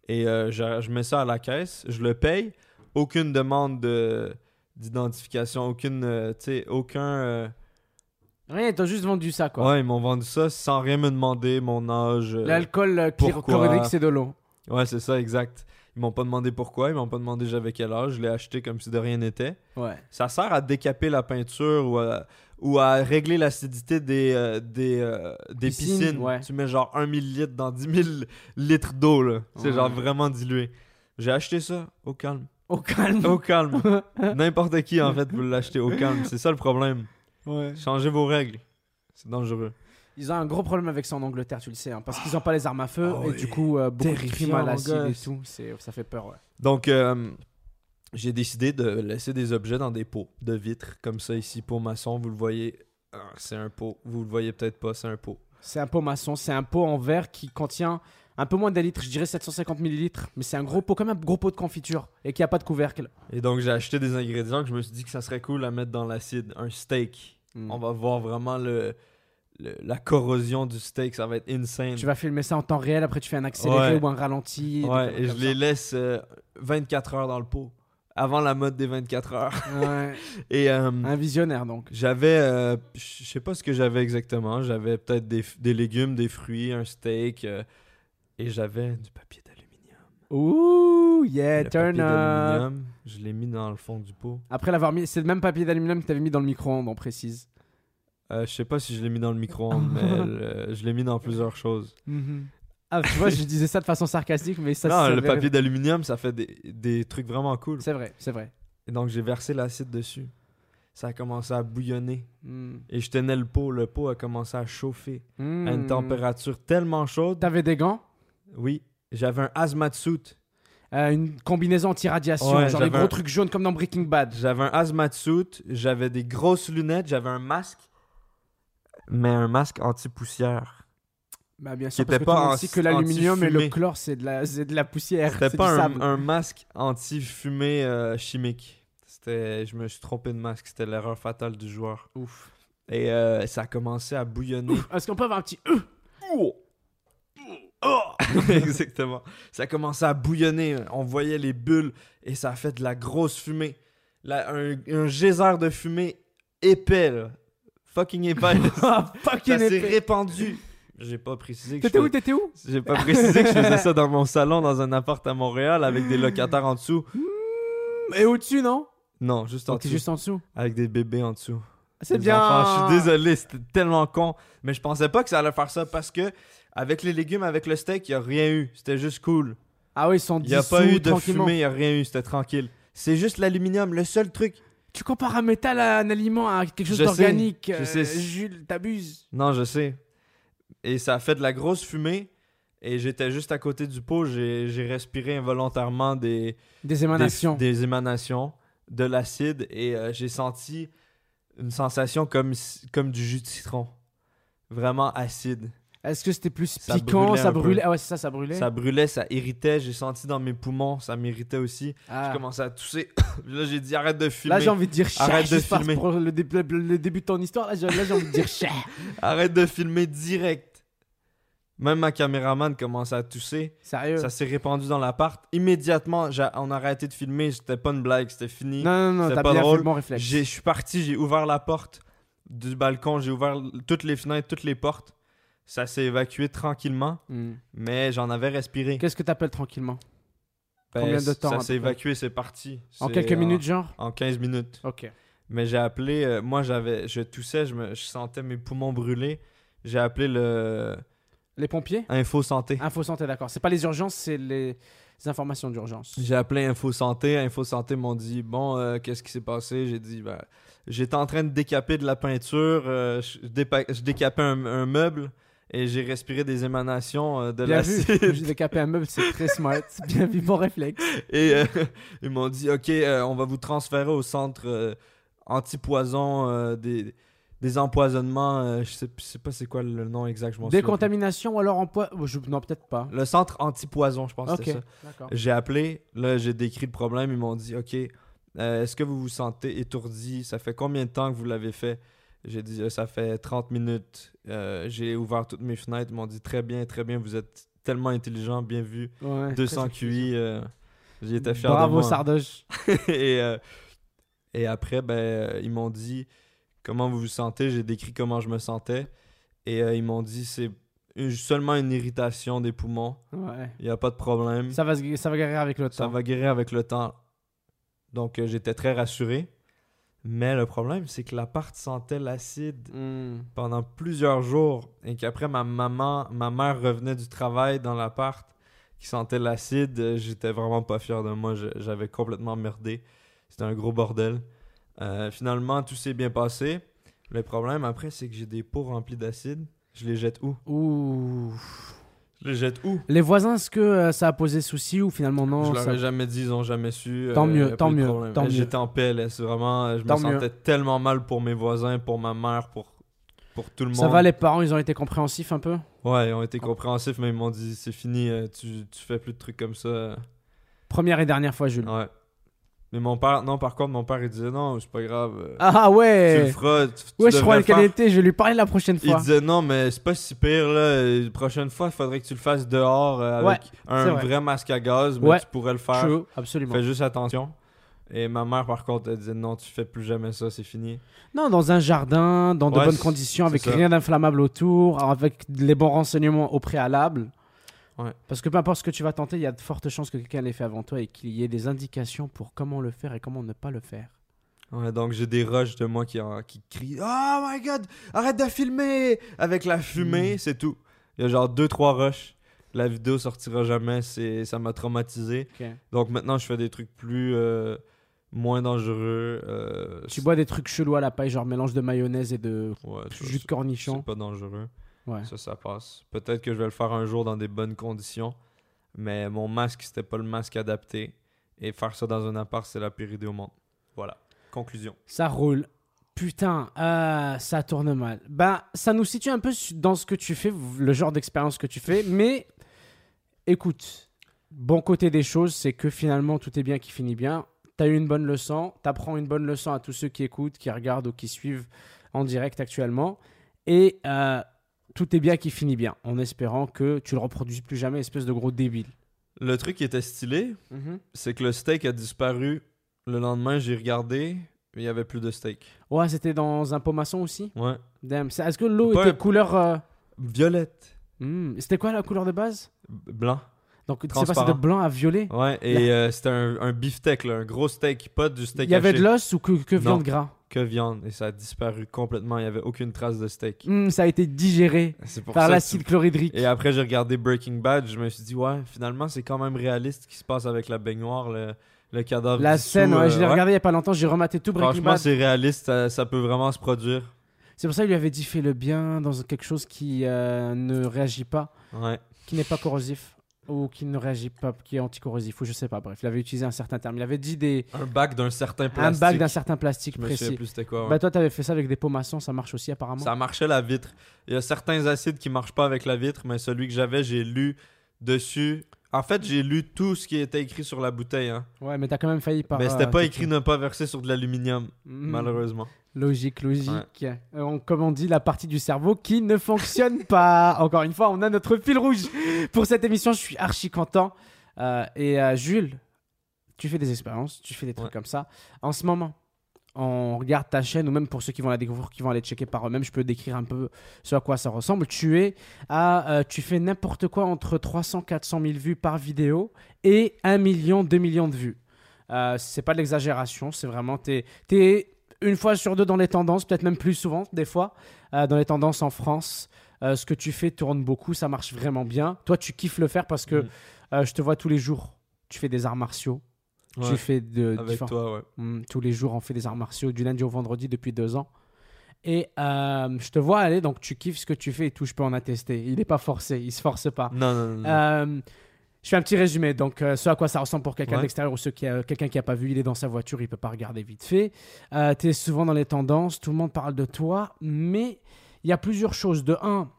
[SPEAKER 4] Et euh, je, je mets ça à la caisse, je le paye. Aucune demande de- d'identification, aucune, euh, tu sais, aucun. euh,
[SPEAKER 1] Rien, t'as juste vendu ça, quoi.
[SPEAKER 4] Ouais, ils m'ont vendu ça sans rien me demander, mon âge. euh,
[SPEAKER 1] L'alcool euh, chlor-
[SPEAKER 4] pourquoi
[SPEAKER 1] chlorhydrique, c'est de l'eau.
[SPEAKER 4] Ouais, c'est ça, exact. Ils m'ont pas demandé pourquoi, ils m'ont pas demandé j'avais quel âge, je l'ai acheté comme si de rien n'était.
[SPEAKER 1] Ouais.
[SPEAKER 4] Ça sert à décaper la peinture ou à, ou à régler l'acidité des, euh, des, euh, des
[SPEAKER 1] Piscine,
[SPEAKER 4] piscines.
[SPEAKER 1] ouais.
[SPEAKER 4] Tu mets genre 1 millilitre dans 10 000 litres d'eau, là. C'est
[SPEAKER 1] Ouais.
[SPEAKER 4] genre vraiment dilué. J'ai acheté ça au calme.
[SPEAKER 1] Au calme.
[SPEAKER 4] Au calme. N'importe qui, en fait, peut l'acheter au calme. C'est ça le problème. Changez vos règles. C'est dangereux.
[SPEAKER 1] Ils ont un gros problème avec ça en Angleterre, tu le sais, hein, parce qu'ils ont pas les armes à feu
[SPEAKER 4] Ah
[SPEAKER 1] et
[SPEAKER 4] oui.
[SPEAKER 1] du coup, euh, beaucoup de
[SPEAKER 4] Terrifiant,
[SPEAKER 1] crimes à
[SPEAKER 4] mon
[SPEAKER 1] l'acide
[SPEAKER 4] gars.
[SPEAKER 1] et tout. c'est- Ça fait peur, ouais.
[SPEAKER 4] Donc, euh, j'ai décidé de laisser des objets dans des pots de vitres, comme ça ici, pot maçon, vous le voyez. Ah, C'est un pot. Vous le voyez peut-être pas, c'est un pot.
[SPEAKER 1] C'est un pot maçon, c'est un pot en verre qui contient un peu moins d'un litre, je dirais 750 millilitres, mais c'est un gros pot, comme un gros pot de confiture et qui a pas de couvercle.
[SPEAKER 4] Et donc, j'ai acheté des ingrédients que je me suis dit que ça serait cool à mettre dans l'acide. Un steak.
[SPEAKER 1] Hmm.
[SPEAKER 4] On va voir vraiment le, le- la corrosion du steak. Ça va être insane.
[SPEAKER 1] Tu vas filmer ça en temps réel, après tu fais un accéléré
[SPEAKER 4] Ouais.
[SPEAKER 1] ou un ralenti. des
[SPEAKER 4] ouais,
[SPEAKER 1] trucs
[SPEAKER 4] et je
[SPEAKER 1] comme
[SPEAKER 4] les laisse euh, 24 heures dans le pot. Avant la mode des 24 heures.
[SPEAKER 1] ça. Ouais.
[SPEAKER 4] Et euh,
[SPEAKER 1] Un visionnaire donc.
[SPEAKER 4] J'avais, euh, je je sais pas ce que j'avais exactement. J'avais peut-être des, f- des légumes, des fruits, un steak euh, et j'avais du papier d'aluminium.
[SPEAKER 1] Ouh, yeah,
[SPEAKER 4] Le papier
[SPEAKER 1] turn up.
[SPEAKER 4] d'aluminium, je l'ai mis dans le fond du pot.
[SPEAKER 1] Après l'avoir mis, c'est le même papier d'aluminium que t'avais mis dans le micro-ondes, on précise.
[SPEAKER 4] Euh, je sais pas si je l'ai mis dans le micro-ondes, mais le- je l'ai mis dans plusieurs choses.
[SPEAKER 1] Ah, tu vois, je disais ça de façon sarcastique, mais ça
[SPEAKER 4] non,
[SPEAKER 1] c'est
[SPEAKER 4] le
[SPEAKER 1] vrai.
[SPEAKER 4] papier d'aluminium, ça fait des, des trucs vraiment cool.
[SPEAKER 1] C'est vrai, c'est vrai.
[SPEAKER 4] Et donc j'ai versé l'acide dessus. Ça a commencé à bouillonner
[SPEAKER 1] Mm.
[SPEAKER 4] et je tenais le pot. Le pot a commencé à chauffer à une
[SPEAKER 1] Mm.
[SPEAKER 4] température tellement chaude.
[SPEAKER 1] T'avais des gants
[SPEAKER 4] Oui, j'avais un hazmat suit.
[SPEAKER 1] Euh, une combinaison anti-radiation,
[SPEAKER 4] Ouais,
[SPEAKER 1] genre des
[SPEAKER 4] j'avais
[SPEAKER 1] gros
[SPEAKER 4] un-
[SPEAKER 1] trucs jaunes comme dans Breaking Bad.
[SPEAKER 4] J'avais un hazmat suit, j'avais des grosses lunettes, j'avais un masque. Mais un masque anti-poussière.
[SPEAKER 1] Bah bien
[SPEAKER 4] Qui
[SPEAKER 1] sûr, parce que
[SPEAKER 4] était
[SPEAKER 1] tout le
[SPEAKER 4] pas
[SPEAKER 1] monde
[SPEAKER 4] en-
[SPEAKER 1] sait que l'aluminium et le
[SPEAKER 4] anti-fumée.
[SPEAKER 1] chlore, c'est de la, c'est de la poussière.
[SPEAKER 4] C'était
[SPEAKER 1] c'est du
[SPEAKER 4] pas un,
[SPEAKER 1] sable.
[SPEAKER 4] un masque anti-fumée euh, chimique. C'était, je me suis trompé de masque, c'était l'erreur fatale du joueur.
[SPEAKER 1] Ouf.
[SPEAKER 4] Et euh, ça a commencé à bouillonner.
[SPEAKER 1] Est-ce qu'on peut avoir un petit... Euh
[SPEAKER 4] Exactement. Ça commençait à bouillonner. euh, On voyait les bulles et ça a fait de la grosse fumée. La- un, un geyser de fumée épais, là. Fucking épais.
[SPEAKER 1] Ah, fucking
[SPEAKER 4] ça s'est
[SPEAKER 1] épais.
[SPEAKER 4] répandu. J'ai pas précisé que je
[SPEAKER 1] T'étais où,
[SPEAKER 4] fais-
[SPEAKER 1] t'étais où
[SPEAKER 4] j'ai pas précisé que je faisais ça dans mon salon dans un appart à Montréal avec des locataires en dessous.
[SPEAKER 1] Et au-dessus, non
[SPEAKER 4] Non, juste en
[SPEAKER 1] Donc, t'es
[SPEAKER 4] dessous.
[SPEAKER 1] juste en dessous.
[SPEAKER 4] Avec des bébés en dessous.
[SPEAKER 1] C'est
[SPEAKER 4] Des
[SPEAKER 1] bien.
[SPEAKER 4] enfants. Je suis désolé, c'était tellement con. Mais je pensais pas que ça allait faire ça parce que avec les légumes, avec le steak, il a rien eu. C'était juste cool.
[SPEAKER 1] Ah oui, ils sont
[SPEAKER 4] Il a pas eu
[SPEAKER 1] dissous
[SPEAKER 4] de
[SPEAKER 1] tranquillement.
[SPEAKER 4] fumée, il a rien eu. C'était tranquille. C'est juste l'aluminium, le seul truc.
[SPEAKER 1] Tu compares un métal à un aliment, à quelque chose
[SPEAKER 4] Je sais,
[SPEAKER 1] d'organique. euh,
[SPEAKER 4] je sais.
[SPEAKER 1] Jules, t'abuses.
[SPEAKER 4] Non, je sais. Et ça a fait de la grosse fumée. Et j'étais juste à côté du pot. J'ai j'ai respiré involontairement des,
[SPEAKER 1] Des
[SPEAKER 4] des-
[SPEAKER 1] émanations.
[SPEAKER 4] Des, émanations, de l'acide, et euh, j'ai senti une sensation comme, si- comme du jus de citron. Vraiment acide.
[SPEAKER 1] Est-ce que c'était plus
[SPEAKER 4] Ça
[SPEAKER 1] piquant
[SPEAKER 4] brûlait
[SPEAKER 1] Ça
[SPEAKER 4] un peu.
[SPEAKER 1] brûlait. Ah ouais, c'est ça, ça brûlait.
[SPEAKER 4] Ça brûlait, ça irritait, j'ai senti dans mes poumons, ça m'irritait aussi.
[SPEAKER 1] Ah.
[SPEAKER 4] J'ai commencé à tousser. là, j'ai dit arrête de fumer.
[SPEAKER 1] Là, j'ai envie de dire cher.
[SPEAKER 4] Arrête de
[SPEAKER 1] juste par-
[SPEAKER 4] filmer.
[SPEAKER 1] Pour le, dé- le- le début de ton histoire, là, j'ai là, j'ai envie de dire cher.
[SPEAKER 4] Arrête de filmer direct. Même ma caméraman commençait à tousser.
[SPEAKER 1] Sérieux
[SPEAKER 4] Ça s'est répandu dans l'appart. Immédiatement, j'a- on a arrêté de filmer. C'était pas une blague, c'était fini.
[SPEAKER 1] Non, non, non,
[SPEAKER 4] C'est
[SPEAKER 1] t'as
[SPEAKER 4] pas
[SPEAKER 1] bien fait
[SPEAKER 4] drôle.
[SPEAKER 1] le bon réflexe.
[SPEAKER 4] J'ai- Je suis parti, j'ai ouvert la porte du balcon, j'ai ouvert l- toutes les fenêtres, toutes les portes. Ça s'est évacué tranquillement,
[SPEAKER 1] Hmm.
[SPEAKER 4] mais j'en avais respiré.
[SPEAKER 1] Qu'est-ce que t'appelles tranquillement
[SPEAKER 4] Ben,
[SPEAKER 1] combien de
[SPEAKER 4] c-
[SPEAKER 1] temps, à
[SPEAKER 4] Ça
[SPEAKER 1] peu
[SPEAKER 4] s'est
[SPEAKER 1] près
[SPEAKER 4] évacué, c'est parti.
[SPEAKER 1] En
[SPEAKER 4] C'est
[SPEAKER 1] quelques minutes, genre
[SPEAKER 4] En 15 minutes.
[SPEAKER 1] Ok.
[SPEAKER 4] Mais j'ai appelé, euh, moi j'avais, je toussais, je, me, je sentais mes poumons brûler. J'ai appelé le
[SPEAKER 1] Les pompiers
[SPEAKER 4] Info Santé.
[SPEAKER 1] Info santé, d'accord. C'est pas les urgences, c'est les les informations d'urgence.
[SPEAKER 4] J'ai appelé Info Santé. Info Santé m'ont dit Bon, euh, qu'est-ce qui s'est passé J'ai dit ben, J'étais en train de décaper de la peinture. euh, je, dépa- je décapais un, un meuble et j'ai respiré des émanations euh, de
[SPEAKER 1] Bien vu. J'ai
[SPEAKER 4] l'acide.
[SPEAKER 1] décapé un meuble, c'est très smart. Bien vu, bon réflexe.
[SPEAKER 4] et euh, ils m'ont dit Ok, euh, on va vous transférer au centre euh, anti-poison euh, des, des empoisonnements. euh, je, sais, je sais pas c'est quoi le nom exact. Je m'en souviens plus.
[SPEAKER 1] Décontamination ou alors emploi oh, je... Non, peut-être pas.
[SPEAKER 4] Le centre anti-poison, je pense que
[SPEAKER 1] Ok.
[SPEAKER 4] c'était ça.
[SPEAKER 1] D'accord.
[SPEAKER 4] J'ai appelé, là j'ai décrit le problème, ils m'ont dit OK, euh, est-ce que vous vous sentez étourdi Ça fait combien de temps que vous l'avez fait J'ai dit Euh, ça fait 30 minutes. Euh, j'ai ouvert toutes mes fenêtres, ils m'ont dit très bien, très bien, vous êtes tellement intelligent, bien vu.
[SPEAKER 1] Ouais,
[SPEAKER 4] 200
[SPEAKER 1] très satisfaisant.
[SPEAKER 4] QI, euh, j'étais fier de
[SPEAKER 1] Bravo,
[SPEAKER 4] moi.
[SPEAKER 1] Sardoche.
[SPEAKER 4] et, euh, et après, ben, euh, ils m'ont dit comment vous vous sentez. J'ai décrit comment je me sentais. Et euh, ils m'ont dit c'est une- seulement une irritation des poumons.
[SPEAKER 1] Ouais.
[SPEAKER 4] Il n'y a pas de problème.
[SPEAKER 1] Ça va, se- ça va guérir avec le
[SPEAKER 4] Ça
[SPEAKER 1] temps.
[SPEAKER 4] va guérir avec le temps. Donc euh, j'étais très rassuré. Mais le problème, c'est que l'appart sentait l'acide
[SPEAKER 1] Hmm.
[SPEAKER 4] pendant plusieurs jours et qu'après ma maman, ma mère revenait du travail dans l'appart qui sentait l'acide. Euh, J'étais vraiment pas fier de moi. Je- J'avais complètement merdé. C'était un gros bordel. Euh, finalement, tout s'est bien passé. Le problème après, c'est que j'ai des pots remplis d'acide. Je les jette où
[SPEAKER 1] Ouh.
[SPEAKER 4] Je les jette où
[SPEAKER 1] Les voisins, est-ce que euh, ça a posé souci ou finalement non
[SPEAKER 4] je leur
[SPEAKER 1] ça-
[SPEAKER 4] ai jamais dit, ils ont jamais su.
[SPEAKER 1] Tant
[SPEAKER 4] euh,
[SPEAKER 1] mieux,
[SPEAKER 4] y a
[SPEAKER 1] tant
[SPEAKER 4] pas eu de
[SPEAKER 1] mieux,
[SPEAKER 4] problème.
[SPEAKER 1] tant
[SPEAKER 4] Et J'étais en PLS, vraiment. euh, Je
[SPEAKER 1] Tant
[SPEAKER 4] me sentais tellement mal pour mes voisins, pour ma mère, pour, pour tout le monde.
[SPEAKER 1] Ça va, les parents, ils ont été compréhensifs un peu
[SPEAKER 4] Ouais, ils ont été compréhensifs, mais ils m'ont dit c'est fini, euh, tu, tu fais plus de trucs comme ça.
[SPEAKER 1] Première et dernière fois, Jules.
[SPEAKER 4] Ouais. Mais mon père, non, par contre, mon père, il disait non, c'est pas grave. euh,
[SPEAKER 1] Ah
[SPEAKER 4] Tu le
[SPEAKER 1] ouais
[SPEAKER 4] feras. Tu, tu
[SPEAKER 1] Ouais, je crois
[SPEAKER 4] devrais
[SPEAKER 1] qu'elle
[SPEAKER 4] faire.
[SPEAKER 1] était, je vais lui parler la prochaine
[SPEAKER 4] Il
[SPEAKER 1] fois.
[SPEAKER 4] disait non, mais c'est pas si pire, là. La prochaine fois, il faudrait que tu le fasses dehors euh, avec un
[SPEAKER 1] c'est vrai.
[SPEAKER 4] vrai masque à gaz, mais
[SPEAKER 1] Ouais.
[SPEAKER 4] tu pourrais le faire.
[SPEAKER 1] True, absolument.
[SPEAKER 4] Fais juste attention. Et ma mère, par contre, elle disait non, tu fais plus jamais ça, c'est fini.
[SPEAKER 1] Non, dans un jardin, dans de
[SPEAKER 4] Ouais,
[SPEAKER 1] bonnes
[SPEAKER 4] c'est-
[SPEAKER 1] conditions, avec
[SPEAKER 4] c'est ça.
[SPEAKER 1] rien d'inflammable autour, avec les bons renseignements au préalable.
[SPEAKER 4] Ouais.
[SPEAKER 1] Parce que peu importe ce que tu vas tenter, il y a de fortes chances que quelqu'un l'ait fait avant toi et qu'il y ait des indications pour comment le faire et comment ne pas le faire.
[SPEAKER 4] Ouais, donc j'ai des rushs de moi qui, en- qui crient Oh my god, arrête de filmer Avec la
[SPEAKER 1] Hmm.
[SPEAKER 4] fumée, c'est tout. Il y a genre 2-3 rushs. La vidéo sortira jamais, c'est ça m'a traumatisé.
[SPEAKER 1] Ok.
[SPEAKER 4] Donc maintenant, je fais des trucs plus. euh, moins dangereux. euh,
[SPEAKER 1] Tu bois des trucs chelous à la paille, genre mélange de mayonnaise et de
[SPEAKER 4] ouais, ça,
[SPEAKER 1] jus de
[SPEAKER 4] ça,
[SPEAKER 1] cornichon.
[SPEAKER 4] C'est pas dangereux.
[SPEAKER 1] Ouais.
[SPEAKER 4] Ça, ça passe. Peut-être que je vais le faire un jour dans des bonnes conditions. Mais mon masque, c'était pas le masque adapté. Et faire ça dans un appart, c'est la pire idée au monde. Voilà. Conclusion.
[SPEAKER 1] Ça roule. Putain, euh, ça tourne mal. Bah, ça nous situe un peu su- dans ce que tu fais, le genre d'expérience que tu fais, mais écoute, bon côté des choses, c'est que finalement tout est bien qui finit bien. T'as eu une bonne leçon, t'apprends une bonne leçon à tous ceux qui écoutent, qui regardent ou qui suivent en direct actuellement. Et euh, tout est bien qui finit bien, en espérant que tu le reproduises plus jamais, espèce de gros débile.
[SPEAKER 4] Le truc qui était stylé, c'est que le steak a disparu. Le lendemain, j'ai regardé. Il y avait plus de steak.
[SPEAKER 1] Ouais, c'était dans un pot maçon aussi
[SPEAKER 4] Ouais.
[SPEAKER 1] Damn. C'est- Est-ce que l'eau
[SPEAKER 4] Pas
[SPEAKER 1] était
[SPEAKER 4] un-
[SPEAKER 1] couleur. euh,
[SPEAKER 4] Violette.
[SPEAKER 1] hmm, C'était quoi la couleur de base
[SPEAKER 4] B- Blanc.
[SPEAKER 1] Donc, c'est passé de
[SPEAKER 2] Transparent.
[SPEAKER 1] blanc à violet.
[SPEAKER 2] Ouais, et euh, c'était un, un beefsteak, là, un gros steak, pas du steak
[SPEAKER 1] Il y avait
[SPEAKER 2] haché,
[SPEAKER 1] de l'os ou que, que
[SPEAKER 2] Non.
[SPEAKER 1] viande gras
[SPEAKER 2] que viande, et ça a disparu complètement, il n'y avait aucune trace de steak.
[SPEAKER 1] Hmm, Ça a été digéré
[SPEAKER 2] C'est pour
[SPEAKER 1] par
[SPEAKER 2] ça que
[SPEAKER 1] l'acide chlorhydrique.
[SPEAKER 2] Et après, j'ai regardé Breaking Bad, je me suis dit, ouais, finalement, c'est quand même réaliste ce qui se passe avec la baignoire, le, le cadavre.
[SPEAKER 1] La
[SPEAKER 2] dissous,
[SPEAKER 1] scène, ouais,
[SPEAKER 2] euh,
[SPEAKER 1] je l'ai regardé il y a pas longtemps, j'ai rematé tout Breaking
[SPEAKER 2] Franchement,
[SPEAKER 1] Bad.
[SPEAKER 2] c'est réaliste, ça, ça peut vraiment se produire.
[SPEAKER 1] C'est pour ça qu'il lui avait dit fais le bien dans quelque chose qui euh, ne réagit pas,
[SPEAKER 2] Ouais.
[SPEAKER 1] qui n'est pas corrosif ou qui ne réagit pas, qui est anticorrosif ou je sais pas. Bref, il avait utilisé un certain terme. Il avait dit des
[SPEAKER 2] Un bac d'un certain
[SPEAKER 1] un
[SPEAKER 2] plastique.
[SPEAKER 1] bac d'un certain plastique
[SPEAKER 2] Je me souviens
[SPEAKER 1] précis.
[SPEAKER 2] plus c'était quoi. ouais.
[SPEAKER 1] Bah toi, t'avais fait ça avec des pots maçons, ça marche aussi apparemment.
[SPEAKER 2] Ça marchait la vitre. Il y a certains acides qui marchent pas avec la vitre, mais celui que j'avais, j'ai lu dessus. En fait, j'ai lu tout ce qui était écrit sur la bouteille. hein.
[SPEAKER 1] Ouais, mais t'as quand même failli par.
[SPEAKER 2] mais c'était
[SPEAKER 1] euh,
[SPEAKER 2] pas
[SPEAKER 1] quelque
[SPEAKER 2] écrit
[SPEAKER 1] chose.
[SPEAKER 2] ne pas verser sur de l'aluminium,
[SPEAKER 1] Mhm.
[SPEAKER 2] malheureusement.
[SPEAKER 1] Logique, logique. Euh, on- comme on dit, la partie du cerveau qui ne fonctionne pas. Encore une fois, on a notre fil rouge pour cette émission. Je suis archi content. Euh, et euh, Jules, tu fais des expériences, tu fais des trucs
[SPEAKER 2] Ouais.
[SPEAKER 1] comme ça. En ce moment, on regarde ta chaîne, ou même pour ceux qui vont la découvrir, qui vont aller checker par eux-mêmes, je peux décrire un peu ce à quoi ça ressemble. Tu es à, euh, tu fais n'importe quoi entre 300 400 000 vues par vidéo et 1 million, 2 millions de vues. Euh, c'est pas de l'exagération, c'est vraiment t'es es une fois sur deux dans les tendances, peut-être même plus souvent des fois euh, dans les tendances en France. Euh, ce que tu fais tourne beaucoup, ça marche vraiment bien. Toi, tu kiffes le faire parce que
[SPEAKER 2] Mm.
[SPEAKER 1] euh, je te vois tous les jours. Tu fais des arts martiaux,
[SPEAKER 2] Ouais,
[SPEAKER 1] tu fais de
[SPEAKER 2] avec
[SPEAKER 1] différents-
[SPEAKER 2] toi, ouais.
[SPEAKER 1] Mm, tous les jours, on fait des arts martiaux du lundi au vendredi depuis deux ans. Et euh, je te vois aller, donc tu kiffes ce que tu fais et tout, je peux en attester. Il n'est pas forcé, il se force pas.
[SPEAKER 2] Non, non, non. non.
[SPEAKER 1] Euh, je fais un petit résumé. Donc, euh, ce à quoi ça ressemble pour quelqu'un
[SPEAKER 2] Ouais.
[SPEAKER 1] de l'extérieur ou ceux qui a- quelqu'un qui n'a pas vu, il est dans sa voiture, il peut pas regarder vite fait. tu es souvent dans les tendances, tout le monde parle de toi, mais il y a plusieurs choses. De un,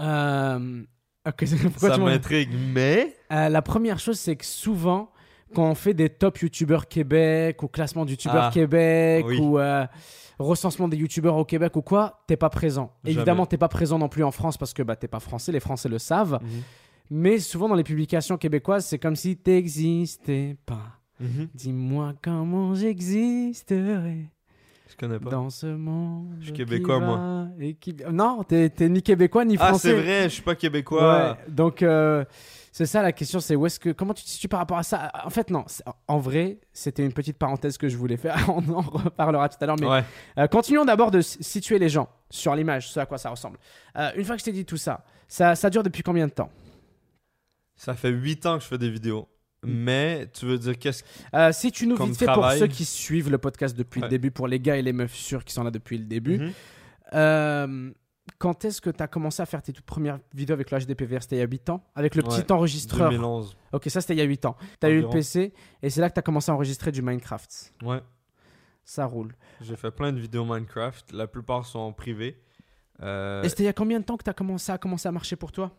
[SPEAKER 1] euh, ok, pourquoi
[SPEAKER 2] ça
[SPEAKER 1] tu m'en-
[SPEAKER 2] m'intrigue, mais.
[SPEAKER 1] euh, la première chose, c'est que souvent, quand on fait des top youtubeurs Québec ou classement du youtubeur
[SPEAKER 2] Ah,
[SPEAKER 1] Québec
[SPEAKER 2] oui.
[SPEAKER 1] ou euh, recensement des youtubeurs au Québec ou quoi, t'es pas présent.
[SPEAKER 2] Jamais.
[SPEAKER 1] Évidemment, t'es pas présent non plus en France parce que bah, t'es pas français, les Français le savent.
[SPEAKER 2] Mhm.
[SPEAKER 1] Mais souvent dans les publications québécoises, c'est comme si t'existais pas.
[SPEAKER 2] Mhm.
[SPEAKER 1] Dis-moi comment j'existerais
[SPEAKER 2] Je connais pas.
[SPEAKER 1] dans ce monde.
[SPEAKER 2] Je suis québécois, moi.
[SPEAKER 1] moi. Non, t'es t'es ni québécois ni
[SPEAKER 2] Ah,
[SPEAKER 1] français.
[SPEAKER 2] c'est vrai, je suis pas québécois.
[SPEAKER 1] Ouais, donc euh, c'est ça la question, c'est où est-ce que comment tu te situes par rapport à ça En fait non, c'est- en vrai c'était une petite parenthèse que je voulais faire. On en reparlera tout à l'heure, mais
[SPEAKER 2] Ouais.
[SPEAKER 1] euh, continuons d'abord de s- situer les gens sur l'image, ce à quoi ça ressemble. Euh, une fois que je t'ai dit tout ça, ça, ça dure depuis combien de temps
[SPEAKER 2] Ça fait 8 ans que je fais des vidéos. Mais tu veux dire qu'est-ce que.
[SPEAKER 1] Euh, Si tu nous
[SPEAKER 2] Comme
[SPEAKER 1] vite fait pour
[SPEAKER 2] travail.
[SPEAKER 1] ceux qui suivent le podcast depuis le
[SPEAKER 2] Ouais.
[SPEAKER 1] début, pour les gars et les meufs sûrs qui sont là depuis le début,
[SPEAKER 2] Mhm.
[SPEAKER 1] euh, quand est-ce que tu as commencé à faire tes toutes premières vidéos avec le HDPVR C'était il y a 8 ans Avec le petit
[SPEAKER 2] Ouais,
[SPEAKER 1] enregistreur
[SPEAKER 2] 2011.
[SPEAKER 1] Ok, ça c'était il y a 8 ans. T'as eu le
[SPEAKER 2] Environ.
[SPEAKER 1] PC et c'est là que t'as commencé à enregistrer du Minecraft.
[SPEAKER 2] Ouais.
[SPEAKER 1] Ça roule.
[SPEAKER 2] J'ai fait plein de vidéos Minecraft. La plupart sont privées. Euh,
[SPEAKER 1] Et c'était il y a combien de temps que t'as commencé à commencer à marcher pour toi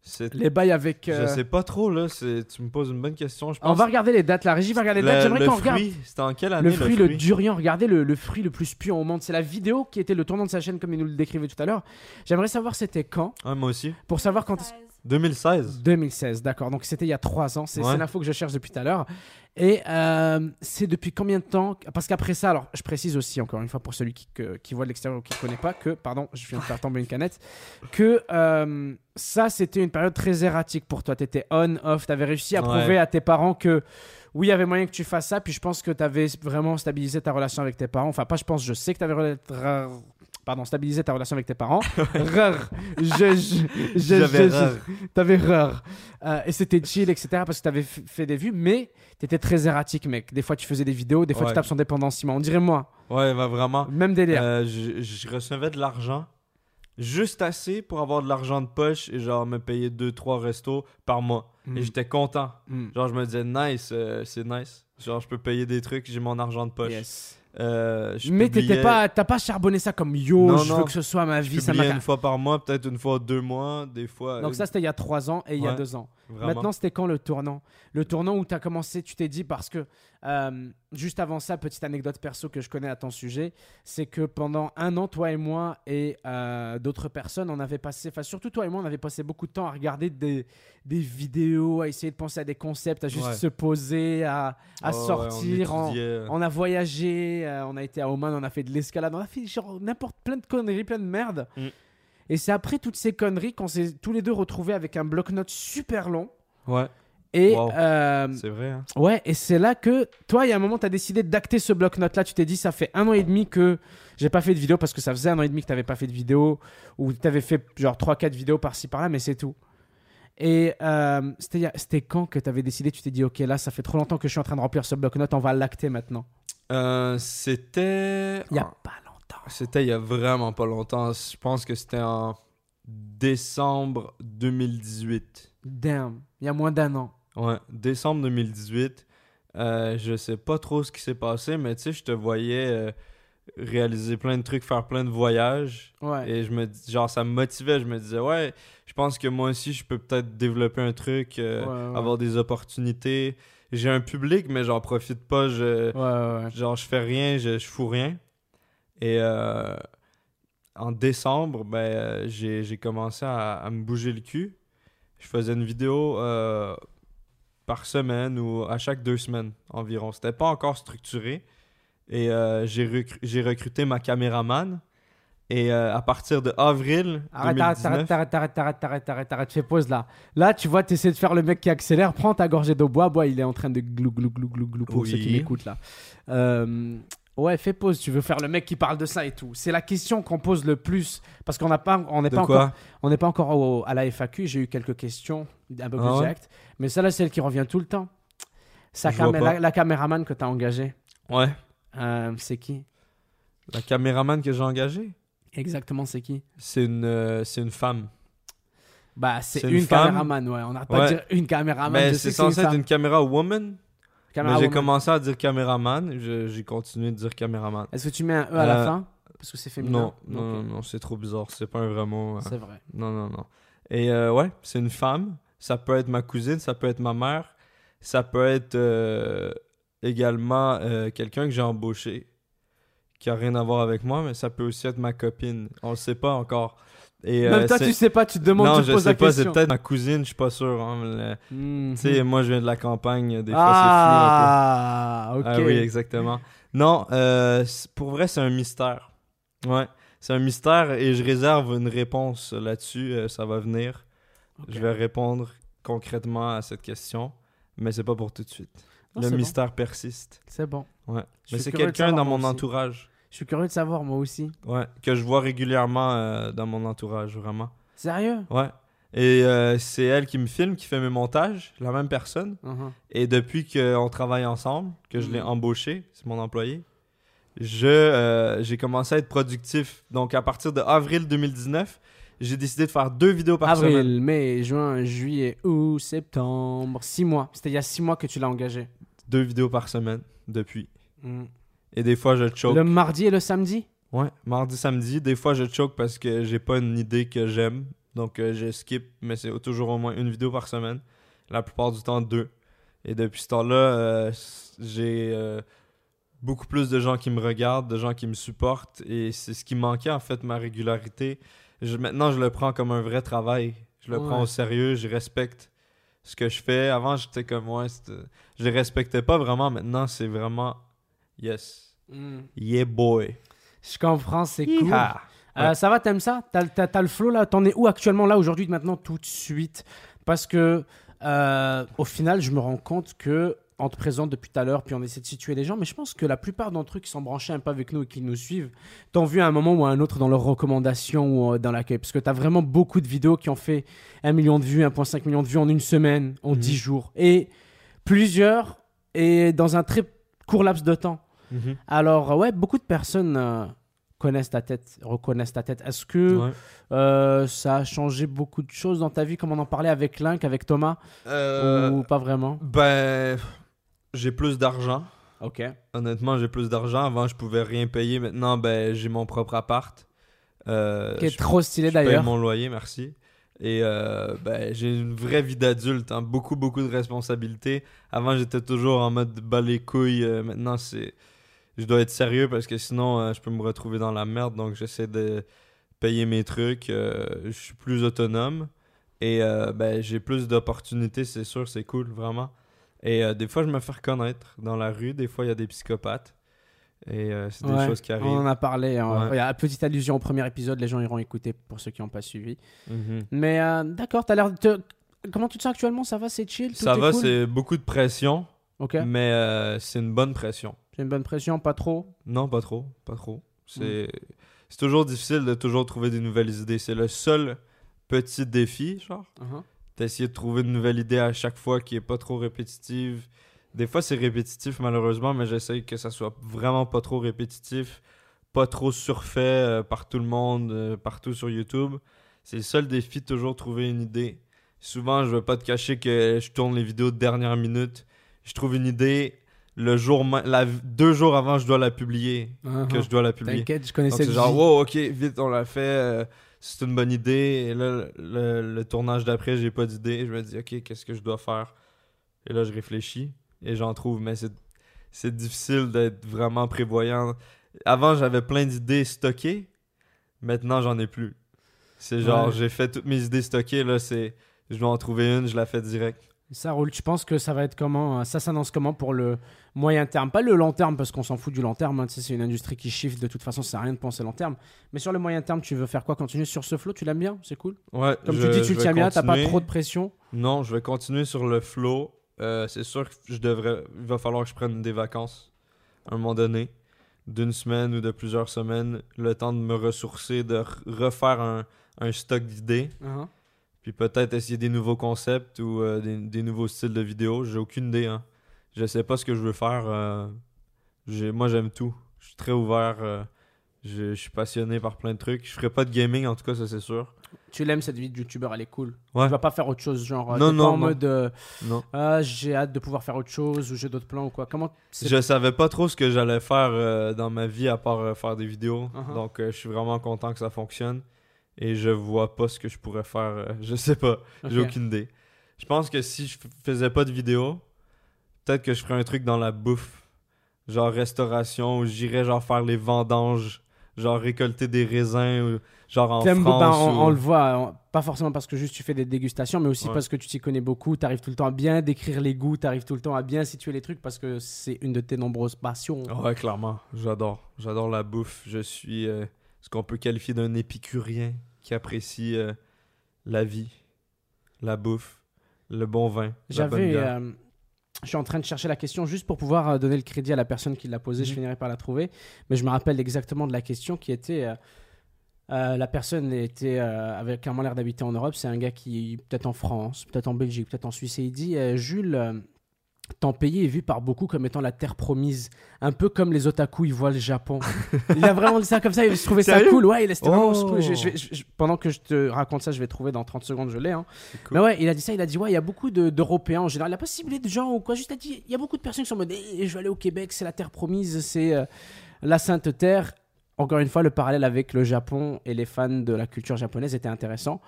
[SPEAKER 2] c'est-
[SPEAKER 1] Les bails avec. euh,
[SPEAKER 2] Je sais pas trop, là. c'est- Tu me poses une bonne question. Je pense
[SPEAKER 1] On va regarder les dates. La régie va regarder les
[SPEAKER 2] Le-
[SPEAKER 1] dates. J'aimerais
[SPEAKER 2] le
[SPEAKER 1] qu'on
[SPEAKER 2] fruit,
[SPEAKER 1] regarde.
[SPEAKER 2] C'était en quelle année
[SPEAKER 1] Le fruit, le durian, regardez le, le fruit le plus puant au monde. C'est la vidéo qui était le tournant de sa chaîne, comme il nous le décrivait tout à l'heure. J'aimerais savoir c'était quand,
[SPEAKER 2] Ah, moi aussi.
[SPEAKER 1] pour savoir quand.
[SPEAKER 3] 16.
[SPEAKER 2] 2016.
[SPEAKER 1] 2016, d'accord. Donc c'était il y a 3 ans. C'est
[SPEAKER 2] Ouais.
[SPEAKER 1] c'est l'info que je cherche depuis tout à l'heure. Et euh, c'est depuis combien de temps que- Parce qu'après ça, alors je précise aussi, encore une fois, pour celui qui, que- qui voit de l'extérieur ou qui ne connaît pas, que, pardon, je viens de faire tomber une canette, que euh, ça, c'était une période très erratique pour toi. Tu étais on, off, tu avais réussi à
[SPEAKER 2] Ouais.
[SPEAKER 1] prouver à tes parents que oui, il y avait moyen que tu fasses ça. Puis je pense que tu avais vraiment stabilisé ta relation avec tes parents. Enfin, pas je pense, je sais que tu avais. rela- ra- Pardon, stabilisé ta relation avec tes parents. Rare. Je, je, je,
[SPEAKER 2] J'avais
[SPEAKER 1] je- je-
[SPEAKER 2] rare.
[SPEAKER 1] T'avais rare. Euh, et c'était chill, etc. Parce que t'avais f- fait des vues, mais t'étais très erratique, mec. Des fois, tu faisais des vidéos, des fois, tu
[SPEAKER 2] Ouais.
[SPEAKER 1] tapes son dépendant ciment. On dirait moi.
[SPEAKER 2] Ouais, bah, vraiment.
[SPEAKER 1] Même délire.
[SPEAKER 2] Euh, je, je recevais de l'argent. Juste assez pour avoir de l'argent de poche et genre me payer 2-3 restos par mois.
[SPEAKER 1] Mm.
[SPEAKER 2] Et j'étais content.
[SPEAKER 1] Mm.
[SPEAKER 2] Genre, je me disais, nice, euh, c'est nice. Genre, je peux payer des trucs, j'ai mon argent de poche.
[SPEAKER 1] Yes.
[SPEAKER 2] Euh, je
[SPEAKER 1] Mais
[SPEAKER 2] publiais-
[SPEAKER 1] t'étais pas, t'as pas charbonné ça comme yo,
[SPEAKER 2] Non,
[SPEAKER 1] je veux
[SPEAKER 2] non.
[SPEAKER 1] que ce soit ma
[SPEAKER 2] je
[SPEAKER 1] vie, ça
[SPEAKER 2] publiais
[SPEAKER 1] m'a.
[SPEAKER 2] une fois par mois, peut-être une fois deux mois, des fois. euh,
[SPEAKER 1] Donc, ça, c'était il y a 3 ans et il y a
[SPEAKER 2] Ouais.
[SPEAKER 1] 2 ans.
[SPEAKER 2] vraiment.
[SPEAKER 1] Maintenant, c'était quand le tournant Le tournant où tu as commencé, tu t'es dit, parce que euh, juste avant ça, petite anecdote perso que je connais à ton sujet, c'est que pendant un an, toi et moi et euh, d'autres personnes, on avait passé, enfin surtout toi et moi, on avait passé beaucoup de temps à regarder des, des vidéos, à essayer de penser à des concepts, à juste
[SPEAKER 2] Ouais.
[SPEAKER 1] se poser, à, à
[SPEAKER 2] Oh, ouais, on
[SPEAKER 1] sortir. en-
[SPEAKER 2] étudiait, euh,
[SPEAKER 1] on a voyagé, euh, on a été à Oman, on a fait de l'escalade, on a fait genre n'importe plein de conneries, plein de merde.
[SPEAKER 2] Mm.
[SPEAKER 1] Et c'est après toutes ces conneries qu'on s'est tous les deux retrouvés avec un bloc-notes super long
[SPEAKER 2] Ouais,
[SPEAKER 1] Et,
[SPEAKER 2] Wow.
[SPEAKER 1] euh,
[SPEAKER 2] c'est vrai. Hein.
[SPEAKER 1] ouais, et c'est là que toi, il y a un moment, tu as décidé d'acter ce bloc-notes là. Tu t'es dit, ça fait un an et demi que j'ai pas fait de vidéo parce que ça faisait un an et demi que tu pas fait de vidéo ou tu avais fait genre 3-4 vidéos par-ci par-là, mais c'est tout. Et euh, c'était il y a- c'était quand que tu avais décidé Tu t'es dit, ok, là, ça fait trop longtemps que je suis en train de remplir ce bloc-notes, on va l'acter maintenant.
[SPEAKER 2] Euh, c'était.
[SPEAKER 1] Il y a
[SPEAKER 2] en-
[SPEAKER 1] pas longtemps.
[SPEAKER 2] C'était il y a vraiment pas longtemps. Je pense que c'était en décembre 2018.
[SPEAKER 1] Damn, il y a moins d'un an.
[SPEAKER 2] Ouais, décembre 2018. Euh, je sais pas trop ce qui s'est passé, mais tu sais, je te voyais euh, réaliser plein de trucs, faire plein de voyages.
[SPEAKER 1] Ouais.
[SPEAKER 2] Et je me dis- genre, ça me motivait. Je me disais, ouais, je pense que moi aussi, je peux peut-être développer un truc, euh,
[SPEAKER 1] Ouais, ouais.
[SPEAKER 2] avoir des opportunités. J'ai un public, mais j'en profite pas. Je,
[SPEAKER 1] Ouais, ouais, ouais.
[SPEAKER 2] Genre, je fais rien, je, je fous rien. Et euh, en décembre, ben, euh, j'ai j'ai commencé à, à me bouger le cul. Je faisais une vidéo euh, par semaine ou à chaque deux semaines environ. C'était pas encore structuré. Et euh, j'ai recru- j'ai recruté ma caméraman. Et euh, à partir de avril
[SPEAKER 1] Arrête, arrête,
[SPEAKER 2] 2019,
[SPEAKER 1] arrête, arrête, arrête, arrête, arrête, arrête, fais pause là. Là, tu vois, t'essaies de faire le mec qui accélère, prends ta gorgée d'eau, bois, bois, il est en train de glou, glou, glou, glou, glou pour
[SPEAKER 2] Oui.
[SPEAKER 1] ceux qui m'écoutent là. Euh, ouais, fais pause, tu veux faire le mec qui parle de ça et tout. C'est la question qu'on pose le plus, parce qu'on n'a pas, on n'est
[SPEAKER 2] de
[SPEAKER 1] pas encore,
[SPEAKER 2] quoi
[SPEAKER 1] on n'est pas encore au- à la FAQ, j'ai eu quelques questions un peu plus
[SPEAKER 2] Ah ouais
[SPEAKER 1] directes, mais celle-là, c'est celle qui revient tout le temps. Sa
[SPEAKER 2] Je vois
[SPEAKER 1] camé-
[SPEAKER 2] pas.
[SPEAKER 1] la, la caméraman que t'as engagée,
[SPEAKER 2] Ouais,
[SPEAKER 1] euh, c'est qui
[SPEAKER 2] la caméraman que j'ai engagée,
[SPEAKER 1] Exactement, c'est qui
[SPEAKER 2] c'est une, euh, c'est une femme.
[SPEAKER 1] Bah, c'est
[SPEAKER 2] C'est
[SPEAKER 1] une,
[SPEAKER 2] une femme.
[SPEAKER 1] caméraman, ouais, on n'a pas
[SPEAKER 2] Ouais.
[SPEAKER 1] dire une caméraman.
[SPEAKER 2] Mais
[SPEAKER 1] Ah, je sais
[SPEAKER 2] Ben, c'est
[SPEAKER 1] que une
[SPEAKER 2] censé être
[SPEAKER 1] femme.
[SPEAKER 2] une caméra woman. Mais
[SPEAKER 1] Camérawoman.
[SPEAKER 2] j'ai commencé à dire caméraman, je- j'ai continué de dire caméraman.
[SPEAKER 1] Est-ce que tu mets un E à la
[SPEAKER 2] Euh,
[SPEAKER 1] fin Parce que c'est féminin.
[SPEAKER 2] Non, non, non,
[SPEAKER 1] Ok.
[SPEAKER 2] non, c'est trop bizarre, c'est pas un vrai mot. euh,
[SPEAKER 1] C'est vrai.
[SPEAKER 2] Non, non, non. Et euh, ouais, c'est une femme, ça peut être ma cousine, ça peut être ma mère, ça peut être euh, également euh, quelqu'un que j'ai embauché, qui a rien à voir avec moi, mais ça peut aussi être ma copine, on le sait pas encore. Et, euh,
[SPEAKER 1] Même toi,
[SPEAKER 2] c'est-
[SPEAKER 1] tu sais pas, tu te demandes,
[SPEAKER 2] non,
[SPEAKER 1] tu te
[SPEAKER 2] je
[SPEAKER 1] poses
[SPEAKER 2] sais
[SPEAKER 1] la
[SPEAKER 2] pas, c'est
[SPEAKER 1] question.
[SPEAKER 2] peut-être ma cousine, je suis pas sûr. hein, mais, euh,
[SPEAKER 1] Mhm.
[SPEAKER 2] Tu sais, moi je viens de la campagne, des fois c'est
[SPEAKER 1] Ah,
[SPEAKER 2] flou un peu.
[SPEAKER 1] ok.
[SPEAKER 2] Ah oui, exactement. Non, euh, c- pour vrai, c'est un mystère. Ouais, c'est un mystère et je réserve une réponse là-dessus. euh, ça va venir.
[SPEAKER 1] Ok.
[SPEAKER 2] Je vais répondre concrètement à cette question, mais c'est pas pour tout de suite.
[SPEAKER 1] Non,
[SPEAKER 2] Le
[SPEAKER 1] c'est bon.
[SPEAKER 2] mystère persiste.
[SPEAKER 1] C'est bon.
[SPEAKER 2] Ouais.
[SPEAKER 1] Je
[SPEAKER 2] Mais
[SPEAKER 1] suis
[SPEAKER 2] c'est
[SPEAKER 1] curieux de
[SPEAKER 2] quelqu'un
[SPEAKER 1] savoir,
[SPEAKER 2] dans
[SPEAKER 1] moi
[SPEAKER 2] mon
[SPEAKER 1] aussi.
[SPEAKER 2] entourage.
[SPEAKER 1] Je suis curieux de savoir, moi aussi.
[SPEAKER 2] Ouais, que je vois régulièrement euh, dans mon entourage, vraiment.
[SPEAKER 1] Sérieux
[SPEAKER 2] Ouais. Et euh, c'est elle qui me filme, qui fait mes montages, la même personne.
[SPEAKER 1] Mhm.
[SPEAKER 2] Et depuis qu'on travaille ensemble, que je l'ai
[SPEAKER 1] Mhm.
[SPEAKER 2] embauché, c'est mon employé, je, euh, j'ai commencé à être productif. Donc, à partir de avril 2019, j'ai décidé de faire deux vidéos par
[SPEAKER 1] Avril,
[SPEAKER 2] semaine.
[SPEAKER 1] mai, juin, juillet, août, septembre. Six mois. C'était il y a six mois que tu l'as engagé.
[SPEAKER 2] Deux vidéos par semaine depuis. Hmm.
[SPEAKER 1] Mhm.
[SPEAKER 2] Et des fois, je choke.
[SPEAKER 1] Le mardi et le samedi
[SPEAKER 2] Ouais, mardi, samedi. Des fois, je choke parce que j'ai pas une idée que j'aime. Donc, euh, je skip, mais c'est toujours au moins une vidéo par semaine. La plupart du temps, deux. Et depuis ce temps-là, euh, s- j'ai euh, beaucoup plus de gens qui me regardent, de gens qui me supportent. Et c'est ce qui manquait, en fait, ma régularité. Je- maintenant, je le prends comme un vrai travail. Je le
[SPEAKER 1] Ouais.
[SPEAKER 2] prends au sérieux, je respecte ce que je fais. Avant, j'étais comme, ouais, c'était- je les respectais pas vraiment. Maintenant, c'est vraiment, yes.
[SPEAKER 1] Mhm.
[SPEAKER 2] Yeah, boy.
[SPEAKER 1] Je comprends, c'est cool.
[SPEAKER 2] Yeehaw.
[SPEAKER 1] Euh,
[SPEAKER 2] Ouais.
[SPEAKER 1] ça va, t'aimes ça T'as t'as- t'as le flow là T'en es où actuellement là aujourd'hui maintenant tout de suite Parce que euh, au final, je me rends compte que on te présente depuis tout à l'heure, puis on essaie de situer les gens, mais je pense que la plupart d'entre eux qui sont branchés un peu avec nous et qui nous suivent, t'ont vu à un moment ou à un autre dans leurs recommandations ou euh, dans l'accueil, parce que t'as vraiment beaucoup de vidéos qui ont fait 1 million de vues, 1,5 million de vues en une semaine, en
[SPEAKER 2] Mhm.
[SPEAKER 1] 10 jours, et plusieurs, et dans un très court laps de temps.
[SPEAKER 2] Mhm.
[SPEAKER 1] Alors, euh, ouais, beaucoup de personnes euh, connaissent ta tête, reconnaissent ta tête. Est-ce que
[SPEAKER 2] Ouais.
[SPEAKER 1] euh, ça a changé beaucoup de choses dans ta vie, comme on en parlait avec Link, avec Thomas,
[SPEAKER 2] Euh,
[SPEAKER 1] ou pas vraiment
[SPEAKER 2] Ben, j'ai plus d'argent.
[SPEAKER 1] Ok.
[SPEAKER 2] Honnêtement, j'ai plus d'argent. Avant, je pouvais rien payer. Maintenant, ben, j'ai mon propre appart. Euh,
[SPEAKER 1] Qui est
[SPEAKER 2] je-
[SPEAKER 1] trop stylé
[SPEAKER 2] je paye
[SPEAKER 1] d'ailleurs.
[SPEAKER 2] mon loyer, merci. Et euh, ben, j'ai une vraie vie d'adulte, hein. beaucoup, beaucoup de responsabilités. Avant, j'étais toujours en mode bas les couilles. Euh, maintenant, c'est... je dois être sérieux parce que sinon, euh, je peux me retrouver dans la merde. Donc, j'essaie de payer mes trucs. Euh, je suis plus autonome. Et euh, ben, j'ai plus d'opportunités, c'est sûr, c'est cool, vraiment. Et euh, des fois, je me fais reconnaître dans la rue. Des fois, il y a des psychopathes. Et euh, c'est des
[SPEAKER 1] Ouais,
[SPEAKER 2] choses qui
[SPEAKER 1] On en
[SPEAKER 2] arrivent.
[SPEAKER 1] a parlé. hein.
[SPEAKER 2] Ouais.
[SPEAKER 1] Il y a une petite allusion au premier épisode, les gens iront écouter pour ceux qui n'ont pas suivi.
[SPEAKER 2] Mhm.
[SPEAKER 1] Mais euh, d'accord, t'as l'air. de- Comment tu te sens actuellement Ça va, c'est chill tout
[SPEAKER 4] Ça
[SPEAKER 1] est
[SPEAKER 4] va,
[SPEAKER 1] cool
[SPEAKER 4] c'est beaucoup de pression,
[SPEAKER 1] Ok.
[SPEAKER 4] mais euh, c'est une bonne pression.
[SPEAKER 1] J'ai une bonne pression, pas trop.
[SPEAKER 4] Non, pas trop, pas trop. C'est
[SPEAKER 1] Hmm.
[SPEAKER 4] c'est toujours difficile de toujours trouver des nouvelles idées. C'est le seul petit défi, genre.
[SPEAKER 1] Uh-huh.
[SPEAKER 4] d'essayer de trouver une nouvelle idée à chaque fois qui est pas trop répétitive. Des fois, c'est répétitif, malheureusement, mais j'essaye que ça soit vraiment pas trop répétitif, pas trop surfait euh, par tout le monde, euh, partout sur YouTube. C'est le seul défi, de toujours trouver une idée. Souvent, je veux pas te cacher que je tourne les vidéos de dernière minute. Je trouve une idée, le jour, ma- la, deux jours avant, je dois la publier. Que je dois la
[SPEAKER 1] Uh-huh.
[SPEAKER 4] publier.
[SPEAKER 1] T'inquiète, je
[SPEAKER 4] Donc,
[SPEAKER 1] connaissais
[SPEAKER 4] c'est
[SPEAKER 1] le
[SPEAKER 4] genre,
[SPEAKER 1] J.
[SPEAKER 4] wow, ok, vite, on l'a fait, euh, c'est une bonne idée. Et là, le, le- le tournage d'après, j'ai pas d'idée. Je me dis, ok, qu'est-ce que je dois faire? Et là, je réfléchis et j'en trouve, mais c'est, c'est difficile d'être vraiment prévoyant. Avant, j'avais plein d'idées stockées, maintenant, j'en ai plus. C'est genre,
[SPEAKER 1] Ouais.
[SPEAKER 4] j'ai fait toutes mes idées stockées, là, c'est, je dois en trouver une, je la fais direct.
[SPEAKER 1] Ça roule. Tu penses que ça va être comment euh, Ça s'annonce comment pour le moyen terme Pas le long terme, parce qu'on s'en fout du long terme. hein, tu sais, c'est une industrie qui shift. De toute façon, ça sert à rien de penser long terme. Mais sur le moyen terme, tu veux faire quoi Continuer sur ce flow Tu l'aimes bien C'est cool.
[SPEAKER 4] Ouais,
[SPEAKER 1] Comme
[SPEAKER 4] je-
[SPEAKER 1] tu dis, tu
[SPEAKER 4] je
[SPEAKER 1] le
[SPEAKER 4] vais
[SPEAKER 1] tiens bien. T'as pas
[SPEAKER 4] continuer.
[SPEAKER 1] trop de pression.
[SPEAKER 4] Non, je vais continuer sur le flow. Euh, c'est sûr que je devrais. Il va falloir que je prenne des vacances à un moment donné, d'une semaine ou de plusieurs semaines, le temps de me ressourcer, de re- refaire un, un stock d'idées, puis peut-être essayer des nouveaux concepts ou euh, des, des nouveaux styles de vidéos. J'ai aucune idée. Hein. Je sais pas ce que je veux faire. euh, j'ai- moi, j'aime tout. Je suis très ouvert. euh, je, je suis passionné par plein de trucs. Je ferai pas de gaming, en tout cas, ça c'est sûr.
[SPEAKER 1] Tu l'aimes cette vie de youtubeur, elle est cool.
[SPEAKER 4] Ouais.
[SPEAKER 1] Tu vas pas faire autre chose, genre. euh,
[SPEAKER 4] Non,
[SPEAKER 1] t'es
[SPEAKER 4] non,
[SPEAKER 1] pas en
[SPEAKER 4] non.
[SPEAKER 1] mode. euh,
[SPEAKER 4] Non.
[SPEAKER 1] Ah, j'ai hâte de pouvoir faire autre chose ou j'ai d'autres plans ou quoi. Comment c'est-
[SPEAKER 4] Je savais pas trop ce que j'allais faire euh, dans ma vie à part euh, faire des vidéos.
[SPEAKER 1] Uh-huh.
[SPEAKER 4] Donc euh, je suis vraiment content que ça fonctionne. Et je vois pas ce que je pourrais faire. euh, je sais pas. J'ai
[SPEAKER 1] Ok.
[SPEAKER 4] aucune idée. Je pense que si je f- faisais pas de vidéos, peut-être que je ferais un truc dans la bouffe. Genre restauration, ou j'irais genre faire les vendanges, genre récolter des raisins, ou genre en
[SPEAKER 1] T'aimes- ben,
[SPEAKER 4] France.
[SPEAKER 1] on,
[SPEAKER 4] ou-
[SPEAKER 1] on le voit, on- pas forcément parce que juste tu fais des dégustations, mais aussi
[SPEAKER 4] Ouais.
[SPEAKER 1] parce que tu t'y connais beaucoup, t'arrives tout le temps à bien décrire les goûts, t'arrives tout le temps à bien situer les trucs parce que c'est une de tes nombreuses passions.
[SPEAKER 4] Ouais, clairement. J'adore. J'adore la bouffe. Je suis euh, ce qu'on peut qualifier d'un épicurien qui apprécie euh, la vie, la bouffe, le bon vin. la bonne
[SPEAKER 1] J'avais.
[SPEAKER 4] bière.
[SPEAKER 1] euh, je suis en train de chercher la question juste pour pouvoir euh, donner le crédit à la personne qui l'a posée. Je
[SPEAKER 4] Mhm.
[SPEAKER 1] finirai par la trouver. Mais je me rappelle exactement de la question qui était. euh, euh, la personne était, euh, avait clairement l'air d'habiter en Europe. C'est un gars qui, peut-être en France, peut-être en Belgique, peut-être en Suisse. Et il dit euh, Jules, euh, ton pays est vu par beaucoup comme étant la terre promise. Un peu comme les otaku, ils voient le Japon. il a vraiment dit ça comme ça. Il trouvait ça
[SPEAKER 4] Sérieux
[SPEAKER 1] cool. Ouais, il a c'était vraiment
[SPEAKER 4] Oh.
[SPEAKER 1] cool. Je- je vais- je- je- pendant que je te raconte ça, je vais trouver dans 30 secondes, je l'ai. hein.
[SPEAKER 4] cool.
[SPEAKER 1] Mais ouais, il a dit ça, il a dit ouais, il y a beaucoup de- d'Européens en général. Il a pas ciblé de gens ou quoi, juste il a dit, il y a beaucoup de personnes qui sont en mode, Eh, je vais aller au Québec, c'est la terre promise, c'est euh, la sainte terre. Encore une fois, le parallèle avec le Japon et les fans de la culture japonaise était intéressant.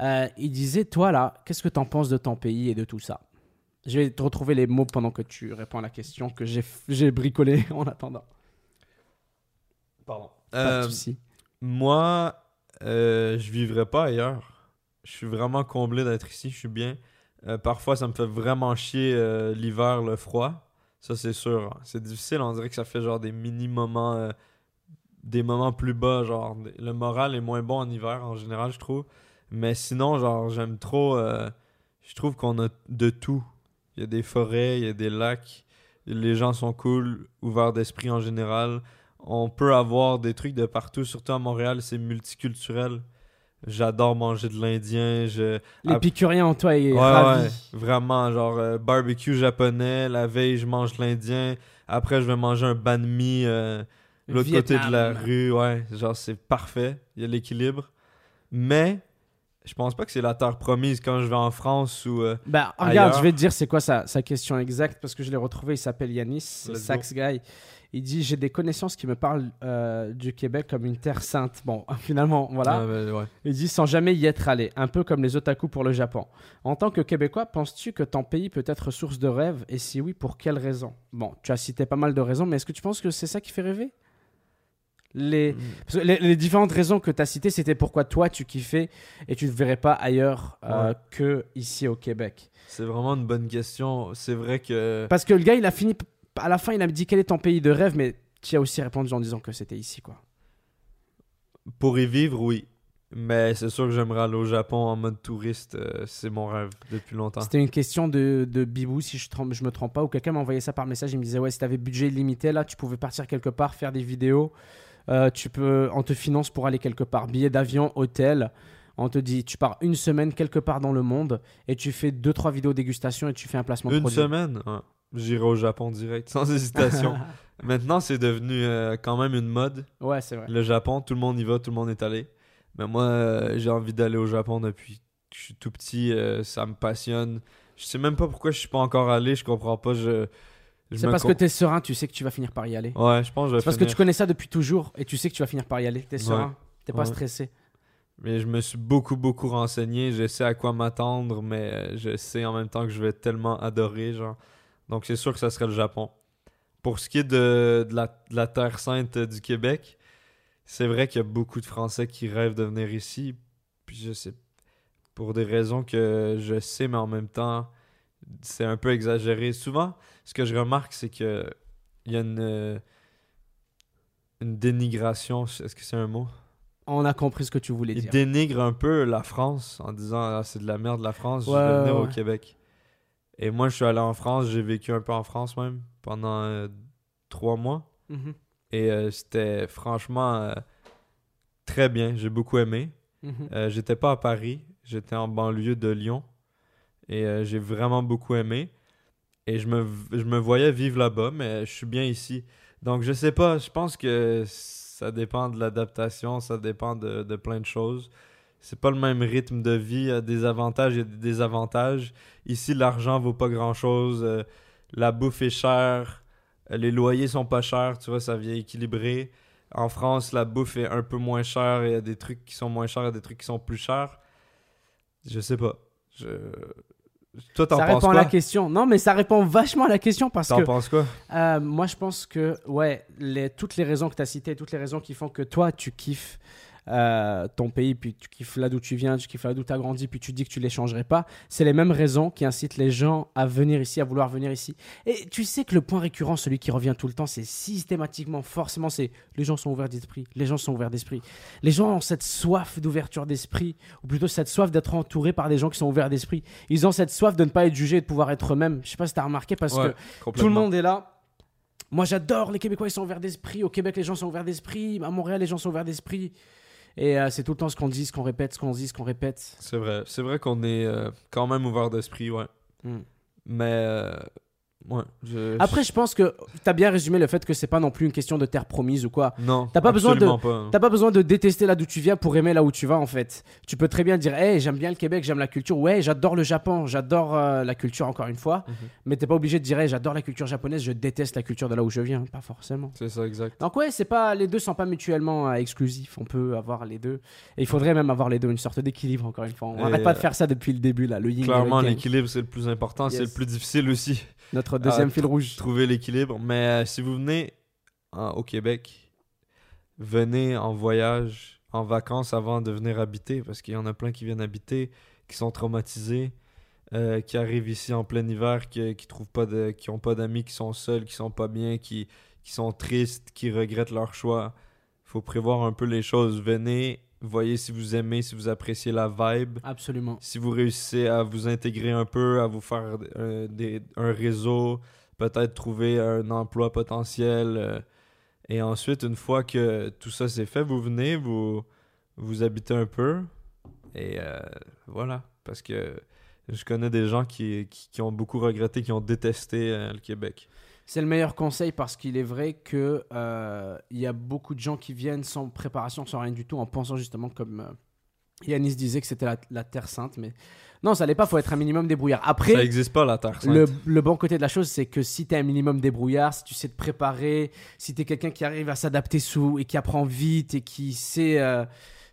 [SPEAKER 1] Euh, il disait, toi là, qu'est-ce que t'en penses de ton pays et de tout ça Je vais te retrouver les mots pendant que tu réponds à la question que j'ai- j'ai bricolée en attendant.
[SPEAKER 4] Pardon.
[SPEAKER 1] Pas de
[SPEAKER 4] Euh,
[SPEAKER 1] souci.
[SPEAKER 4] moi, euh, je vivrais pas ailleurs. Je suis vraiment comblé d'être ici. Je suis bien. Euh, parfois, ça me fait vraiment chier euh, l'hiver, le froid. Ça, c'est sûr. hein. C'est difficile. On dirait que ça fait genre des mini-moments, euh, des moments plus bas. Genre, le moral est moins bon en hiver, en général, je trouve. Mais sinon, genre, j'aime trop. euh, je trouve qu'on a de tout. Il y a des forêts, il y a des lacs. Les gens sont cool, ouverts d'esprit en général. On peut avoir des trucs de partout, surtout à Montréal, c'est multiculturel. J'adore manger de l'indien. Je...
[SPEAKER 1] L'épicurien en toi est
[SPEAKER 4] Ouais,
[SPEAKER 1] ravi.
[SPEAKER 4] ouais, vraiment, genre euh, barbecue japonais. La veille, je mange de l'indien. Après, je vais manger un banh mi euh, l'autre côté de la
[SPEAKER 1] Vietnam.
[SPEAKER 4] rue. Ouais, genre c'est parfait. Il y a l'équilibre. Mais je pense pas que c'est la terre promise quand je vais en France ou. euh,
[SPEAKER 1] Bah, regarde,
[SPEAKER 4] ailleurs.
[SPEAKER 1] je vais te dire c'est quoi sa, sa question exacte parce que je l'ai retrouvé. Il s'appelle Yanis, c'est
[SPEAKER 4] Let's
[SPEAKER 1] Sax Guy. Il dit J'ai des connaissances qui me parlent euh, du Québec comme une terre sainte. Bon, finalement, voilà.
[SPEAKER 4] ah, ben, ouais.
[SPEAKER 1] Il dit Sans jamais y être allé, un peu comme les otaku pour le Japon. En tant que Québécois, penses-tu que ton pays peut être source de rêve Et si oui, pour quelles raisons Bon, tu as cité pas mal de raisons, mais est-ce que tu penses que c'est ça qui fait rêver les, parce que les, les différentes raisons que tu as citées, c'était pourquoi toi tu kiffais et tu ne verrais pas ailleurs euh, que ici au Québec.
[SPEAKER 4] C'est vraiment une bonne question. C'est vrai que.
[SPEAKER 1] Parce que le gars, il a fini. p- À la fin, il a me dit quel est ton pays de rêve, mais tu as aussi répondu en disant que c'était ici, quoi.
[SPEAKER 4] Pour y vivre, oui.
[SPEAKER 2] Mais c'est sûr que j'aimerais aller au Japon en mode touriste. euh, c'est mon rêve depuis longtemps.
[SPEAKER 1] C'était une question de, de Bibou, si je, trompe- je me trompe pas, ou quelqu'un m'envoyait ça par message. Il me disait Ouais, si t'avais budget limité, là, tu pouvais partir quelque part, faire des vidéos. Euh, tu peux, on te finance pour aller quelque part. Billet d'avion, hôtel. On te dit Tu pars une semaine quelque part dans le monde et tu fais deux, trois vidéos dégustation et tu fais un placement de
[SPEAKER 2] Une
[SPEAKER 1] produit.
[SPEAKER 2] semaine ouais. J'irai au Japon direct, sans hésitation. Maintenant, c'est devenu euh, quand même une mode.
[SPEAKER 1] Ouais, c'est vrai.
[SPEAKER 2] Le Japon, tout le monde y va, tout le monde est allé. Mais moi, euh, j'ai envie d'aller au Japon depuis que je suis tout petit. euh, ça me passionne. Je sais même pas pourquoi je suis pas encore allé. Je comprends pas. Je, je
[SPEAKER 1] C'est
[SPEAKER 2] me
[SPEAKER 1] parce
[SPEAKER 2] com-
[SPEAKER 1] que t'es serein, tu sais que tu vas finir par y aller.
[SPEAKER 2] Ouais, je pense que je vais
[SPEAKER 1] C'est parce que
[SPEAKER 2] finir.
[SPEAKER 1] tu connais ça depuis toujours et tu sais que tu vas finir par y aller. T'es serein, t'es pas
[SPEAKER 2] Ouais.
[SPEAKER 1] stressé.
[SPEAKER 2] Mais je me suis beaucoup, beaucoup renseigné. Je sais à quoi m'attendre, mais euh, je sais en même temps que je vais tellement adorer. Genre. Donc, c'est sûr que ça serait le Japon. Pour ce qui est de, de la, de la Terre Sainte euh, du Québec, c'est vrai qu'il y a beaucoup de Français qui rêvent de venir ici. Puis je sais, pour des raisons que je sais, mais en même temps, c'est un peu exagéré. Souvent, ce que je remarque, c'est que il y a une, euh, une dénigration. Est-ce que c'est un mot?
[SPEAKER 1] On a compris ce que tu voulais
[SPEAKER 2] Il
[SPEAKER 1] dire.
[SPEAKER 2] dénigre un peu la France en disant ah, c'est de la merde la France, je
[SPEAKER 1] Ouais,
[SPEAKER 2] vais venir
[SPEAKER 1] ouais,
[SPEAKER 2] au
[SPEAKER 1] ouais.
[SPEAKER 2] Québec. Et moi, je suis allé en France, j'ai vécu un peu en France même pendant euh, trois mois.
[SPEAKER 1] Mhm,
[SPEAKER 2] Et euh, c'était franchement euh, très bien, j'ai beaucoup aimé.
[SPEAKER 1] mhm.
[SPEAKER 2] Euh, j'étais pas à Paris, j'étais en banlieue de Lyon. Et euh, j'ai vraiment beaucoup aimé. Et je me, je me voyais vivre là-bas, mais je suis bien ici. Donc je sais pas, je pense que ça dépend de l'adaptation, ça dépend de, de plein de choses. C'est pas le même rythme de vie, il y a des avantages et des désavantages. Ici, l'argent vaut pas grand-chose, euh, la bouffe est chère, euh, les loyers sont pas chers, tu vois, ça vient équilibrer. En France, la bouffe est un peu moins chère et il y a des trucs qui sont moins chers et des trucs qui sont plus chers. Je sais pas. Je... Toi, t'en
[SPEAKER 1] Ça
[SPEAKER 2] penses
[SPEAKER 1] répond
[SPEAKER 2] quoi
[SPEAKER 1] à la question. Non, mais ça répond vachement à la question parce
[SPEAKER 2] T'en
[SPEAKER 1] que
[SPEAKER 2] penses quoi
[SPEAKER 1] Euh, moi, je pense que, ouais, les- toutes les raisons que tu as citées, toutes les raisons qui font que toi, tu kiffes euh, ton pays, puis tu kiffes là d'où tu viens, tu kiffes là d'où tu as grandi, puis tu dis que tu les changerais pas, c'est les mêmes raisons qui incitent les gens à venir ici, à vouloir venir ici. Et tu sais que le point récurrent, celui qui revient tout le temps, c'est systématiquement, forcément, c'est les gens sont ouverts d'esprit, les gens sont ouverts d'esprit. Les gens ont cette soif d'ouverture d'esprit, ou plutôt cette soif d'être entourés par des gens qui sont ouverts d'esprit. Ils ont cette soif de ne pas être jugés et de pouvoir être eux-mêmes. Je sais pas si tu as remarqué, parce que
[SPEAKER 2] Ouais,
[SPEAKER 1] tout le
[SPEAKER 2] complètement.
[SPEAKER 1] monde est là. Moi, j'adore les Québécois, ils sont ouverts d'esprit. Au Québec, les gens sont ouverts d'esprit. À Montréal, les gens sont ouverts d'esprit. Et euh, c'est tout le temps ce qu'on dit, ce qu'on répète, ce qu'on dit, ce qu'on répète.
[SPEAKER 2] C'est vrai. C'est vrai qu'on est euh, quand même ouvert d'esprit, ouais.
[SPEAKER 1] Hmm.
[SPEAKER 2] Mais. euh, ouais. je-
[SPEAKER 1] Après, je pense que t'as bien résumé le fait que c'est pas non plus une question de terre promise ou quoi.
[SPEAKER 2] Non.
[SPEAKER 1] t'as pas besoin de-
[SPEAKER 2] absolument pas.
[SPEAKER 1] T'as pas besoin de détester là d'où tu viens pour aimer là où tu vas en fait. Tu peux très bien dire, hey, j'aime bien le Québec, j'aime la culture. Ouais, j'adore le Japon, j'adore euh, la culture encore une fois.
[SPEAKER 2] Mhm.
[SPEAKER 1] Mais t'es pas obligé de dire, hey, j'adore la culture japonaise, je déteste la culture de là où je viens. Pas forcément.
[SPEAKER 2] C'est ça, exact.
[SPEAKER 1] Donc ouais, c'est pas les deux sont pas mutuellement euh, exclusifs. On peut avoir les deux. Et il faudrait même avoir les deux, une sorte d'équilibre encore une fois. On
[SPEAKER 2] Et,
[SPEAKER 1] arrête pas de
[SPEAKER 2] euh,
[SPEAKER 1] faire ça depuis le début là. Le yin et le
[SPEAKER 2] Clairement,
[SPEAKER 1] yang.
[SPEAKER 2] l'équilibre, c'est le plus important. C'est
[SPEAKER 1] Yes.
[SPEAKER 2] le plus difficile aussi.
[SPEAKER 1] Notre deuxième
[SPEAKER 2] Ah,
[SPEAKER 1] fil rouge.
[SPEAKER 2] trouver l'équilibre. Mais euh, si vous venez en- au Québec, venez en voyage, en vacances avant de venir habiter, parce qu'il y en a plein qui viennent habiter, qui sont traumatisés, euh, qui arrivent ici en plein hiver, qui, qui trouvent pas de, qui ont pas d'amis, qui sont seuls, qui sont pas bien, qui, qui sont tristes, qui regrettent leur choix. Faut prévoir un peu les choses. Venez, voyez si vous aimez, si vous appréciez la vibe
[SPEAKER 1] Absolument.
[SPEAKER 2] si vous réussissez à vous intégrer un peu, à vous faire euh, des- un réseau, peut-être trouver un emploi potentiel. euh, et ensuite, une fois que tout ça c'est fait, vous venez, vous, vous habitez un peu. Et euh, voilà. Parce que je connais des gens qui, qui, qui ont beaucoup regretté, qui ont détesté euh, le Québec.
[SPEAKER 1] C'est le meilleur conseil parce qu'il est vrai que euh, il y a beaucoup de gens qui viennent sans préparation, sans rien du tout, en pensant justement comme euh, Yanis disait que c'était la, la terre sainte, mais non, ça l'est pas. Faut être un minimum débrouillard. Après,
[SPEAKER 2] ça n'existe pas, la Terre Sainte.
[SPEAKER 1] Le, le bon côté de la chose, c'est que si t'es un minimum débrouillard, si tu sais te préparer, si t'es quelqu'un qui arrive à s'adapter sous et qui apprend vite et qui sait euh,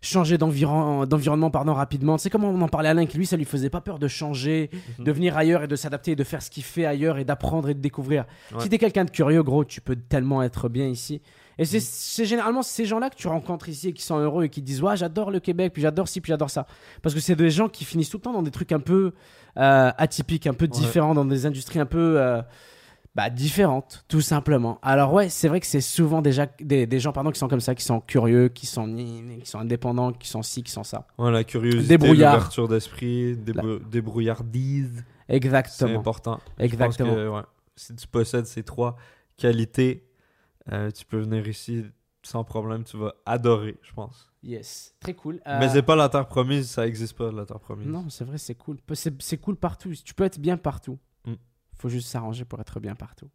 [SPEAKER 1] changer d'environ- d'environnement pardon, rapidement, c'est comme on en parlait à Alain, qui lui, ça lui faisait pas peur de changer,
[SPEAKER 2] Mhm.
[SPEAKER 1] de venir ailleurs et de s'adapter et de faire ce qu'il fait ailleurs et d'apprendre et de découvrir.
[SPEAKER 2] Ouais.
[SPEAKER 1] Si t'es quelqu'un de curieux, gros, tu peux tellement être bien ici. Et
[SPEAKER 2] Mhm.
[SPEAKER 1] c'est c'est généralement ces gens-là que tu rencontres ici et qui sont heureux et qui disent Ouais, j'adore le Québec, puis j'adore ci, puis j'adore ça. Parce que c'est des gens qui finissent tout le temps dans des trucs un peu euh, atypiques, un peu différents, dans des industries un peu. euh, bah, différentes, tout simplement. Alors ouais, c'est vrai que c'est souvent déjà des, des gens pardon, qui sont comme ça, qui sont curieux, qui sont, ni- ni- qui sont indépendants, qui sont ci, qui sont ça.
[SPEAKER 2] Ouais, Hein, la curiosité,
[SPEAKER 1] Débrouillard.
[SPEAKER 2] l'ouverture d'esprit, débrou- débrouillardise, c'est
[SPEAKER 1] Exactement.
[SPEAKER 2] important. Je pense
[SPEAKER 1] Exactement.
[SPEAKER 2] que, ouais, si tu possèdes ces trois qualités, euh, tu peux venir ici sans problème, tu vas adorer, je pense.
[SPEAKER 1] Yes, très cool.
[SPEAKER 2] Mais
[SPEAKER 1] Euh,
[SPEAKER 2] c'est pas la terre promise, ça existe pas la terre promise.
[SPEAKER 1] Non, c'est vrai, c'est cool. Pe- C'est c'est cool partout. Tu peux être bien partout.
[SPEAKER 2] Mm.
[SPEAKER 1] Faut juste s'arranger pour être bien partout.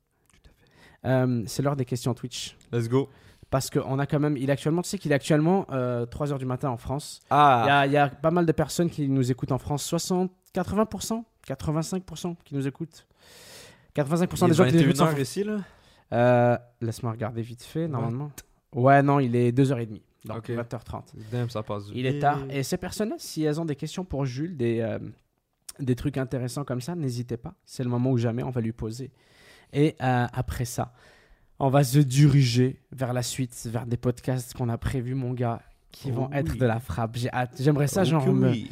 [SPEAKER 1] Euh, c'est l'heure des questions Twitch.
[SPEAKER 2] Let's go.
[SPEAKER 1] Parce qu'on a quand même. Il est actuellement, tu sais qu'il est actuellement 3h du matin en France. Il y
[SPEAKER 2] Ah,
[SPEAKER 1] a- il y, a pas mal de personnes qui nous écoutent en France. 60, 80%, 85% qui nous écoutent. 85% des gens qui nous écoutent. sont
[SPEAKER 2] 21h ici là.
[SPEAKER 1] fran- Euh, Laisse-moi regarder vite fait, normalement. Ouais, non, il est 2h30. Donc
[SPEAKER 2] Ok.
[SPEAKER 1] 20h30.
[SPEAKER 2] Damn, ça passe
[SPEAKER 1] Il est tard. Et ces personnes-là, si elles ont des questions pour Jules, des, euh, des trucs intéressants comme ça, n'hésitez pas. C'est le moment ou jamais, on va lui poser. Et euh, après ça, on va se diriger vers la suite, vers des podcasts qu'on a prévus, mon gars, qui
[SPEAKER 2] Oh
[SPEAKER 1] vont être
[SPEAKER 2] oui.
[SPEAKER 1] de la frappe. J'ai hâte. J'aimerais ça, genre,
[SPEAKER 2] Ok,
[SPEAKER 1] me-
[SPEAKER 2] oui.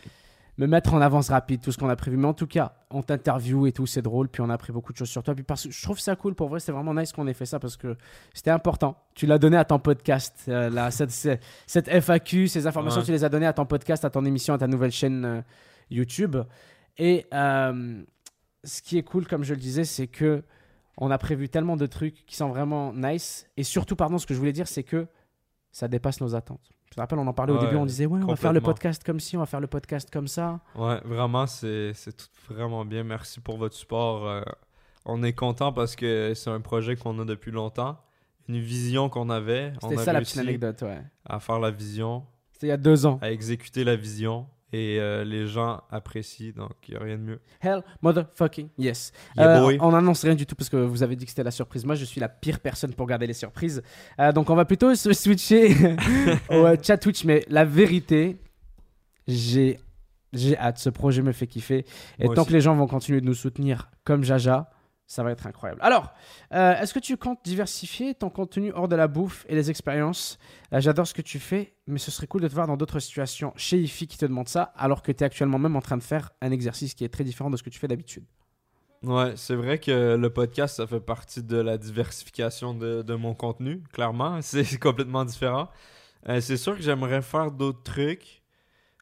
[SPEAKER 1] me mettre en avance rapide tout ce qu'on a prévu. Mais en tout cas, on t'interview et tout, c'est drôle. Puis on a appris beaucoup de choses sur toi. Puis parce que je trouve ça cool, pour vrai, c'est vraiment nice qu'on ait fait ça parce que c'était important. Tu l'as donné à ton podcast, euh, là, cette, cette- cette FAQ, ces informations,
[SPEAKER 2] Ouais.
[SPEAKER 1] tu les as données à ton podcast, à ton émission, à ta nouvelle chaîne euh, YouTube. Et euh, ce qui est cool, comme je le disais, c'est que on a prévu tellement de trucs qui sont vraiment nice. Et surtout, pardon, ce que je voulais dire, c'est que ça dépasse nos attentes. Je te rappelle, on en parlait au
[SPEAKER 2] Ouais,
[SPEAKER 1] début, on disait, ouais, on va faire le
[SPEAKER 2] complètement.
[SPEAKER 1] podcast comme ci, on va faire le podcast comme ça.
[SPEAKER 2] Ouais, vraiment, c'est c'est tout vraiment bien. Merci pour votre support. Euh, on est content parce que Euh, c'est un projet qu'on a depuis longtemps, une vision qu'on avait. On
[SPEAKER 1] C'était
[SPEAKER 2] a
[SPEAKER 1] ça la
[SPEAKER 2] réussi
[SPEAKER 1] petite anecdote, ouais.
[SPEAKER 2] À faire la vision,
[SPEAKER 1] C'était il y a deux ans.
[SPEAKER 2] à exécuter la vision, et euh, les gens apprécient, donc il n'y a rien de mieux.
[SPEAKER 1] Hell motherfucking yes.
[SPEAKER 2] Yeah,
[SPEAKER 1] Euh,
[SPEAKER 2] boy.
[SPEAKER 1] on n'annonce rien du tout parce que vous avez dit que c'était la surprise. Moi, je suis la pire personne pour garder les surprises. Euh, donc, on va plutôt se switcher au euh, chat Twitch. Mais la vérité, j'ai j'ai hâte. Ce projet me fait kiffer. Et
[SPEAKER 2] Moi
[SPEAKER 1] tant
[SPEAKER 2] aussi.
[SPEAKER 1] que les gens vont continuer de nous soutenir comme Jaja, ça va être incroyable. Alors, euh, est-ce que tu comptes diversifier ton contenu hors de la bouffe et les expériences Euh, J'adore ce que tu fais, mais ce serait cool de te voir dans d'autres situations. Chez IFI qui te demande ça, alors que tu es actuellement même en train de faire un exercice qui est très différent de ce que tu fais d'habitude.
[SPEAKER 2] Ouais, c'est vrai que le podcast, ça fait partie de la diversification de, de mon contenu, clairement. C'est complètement différent. Euh, c'est sûr que j'aimerais faire d'autres trucs.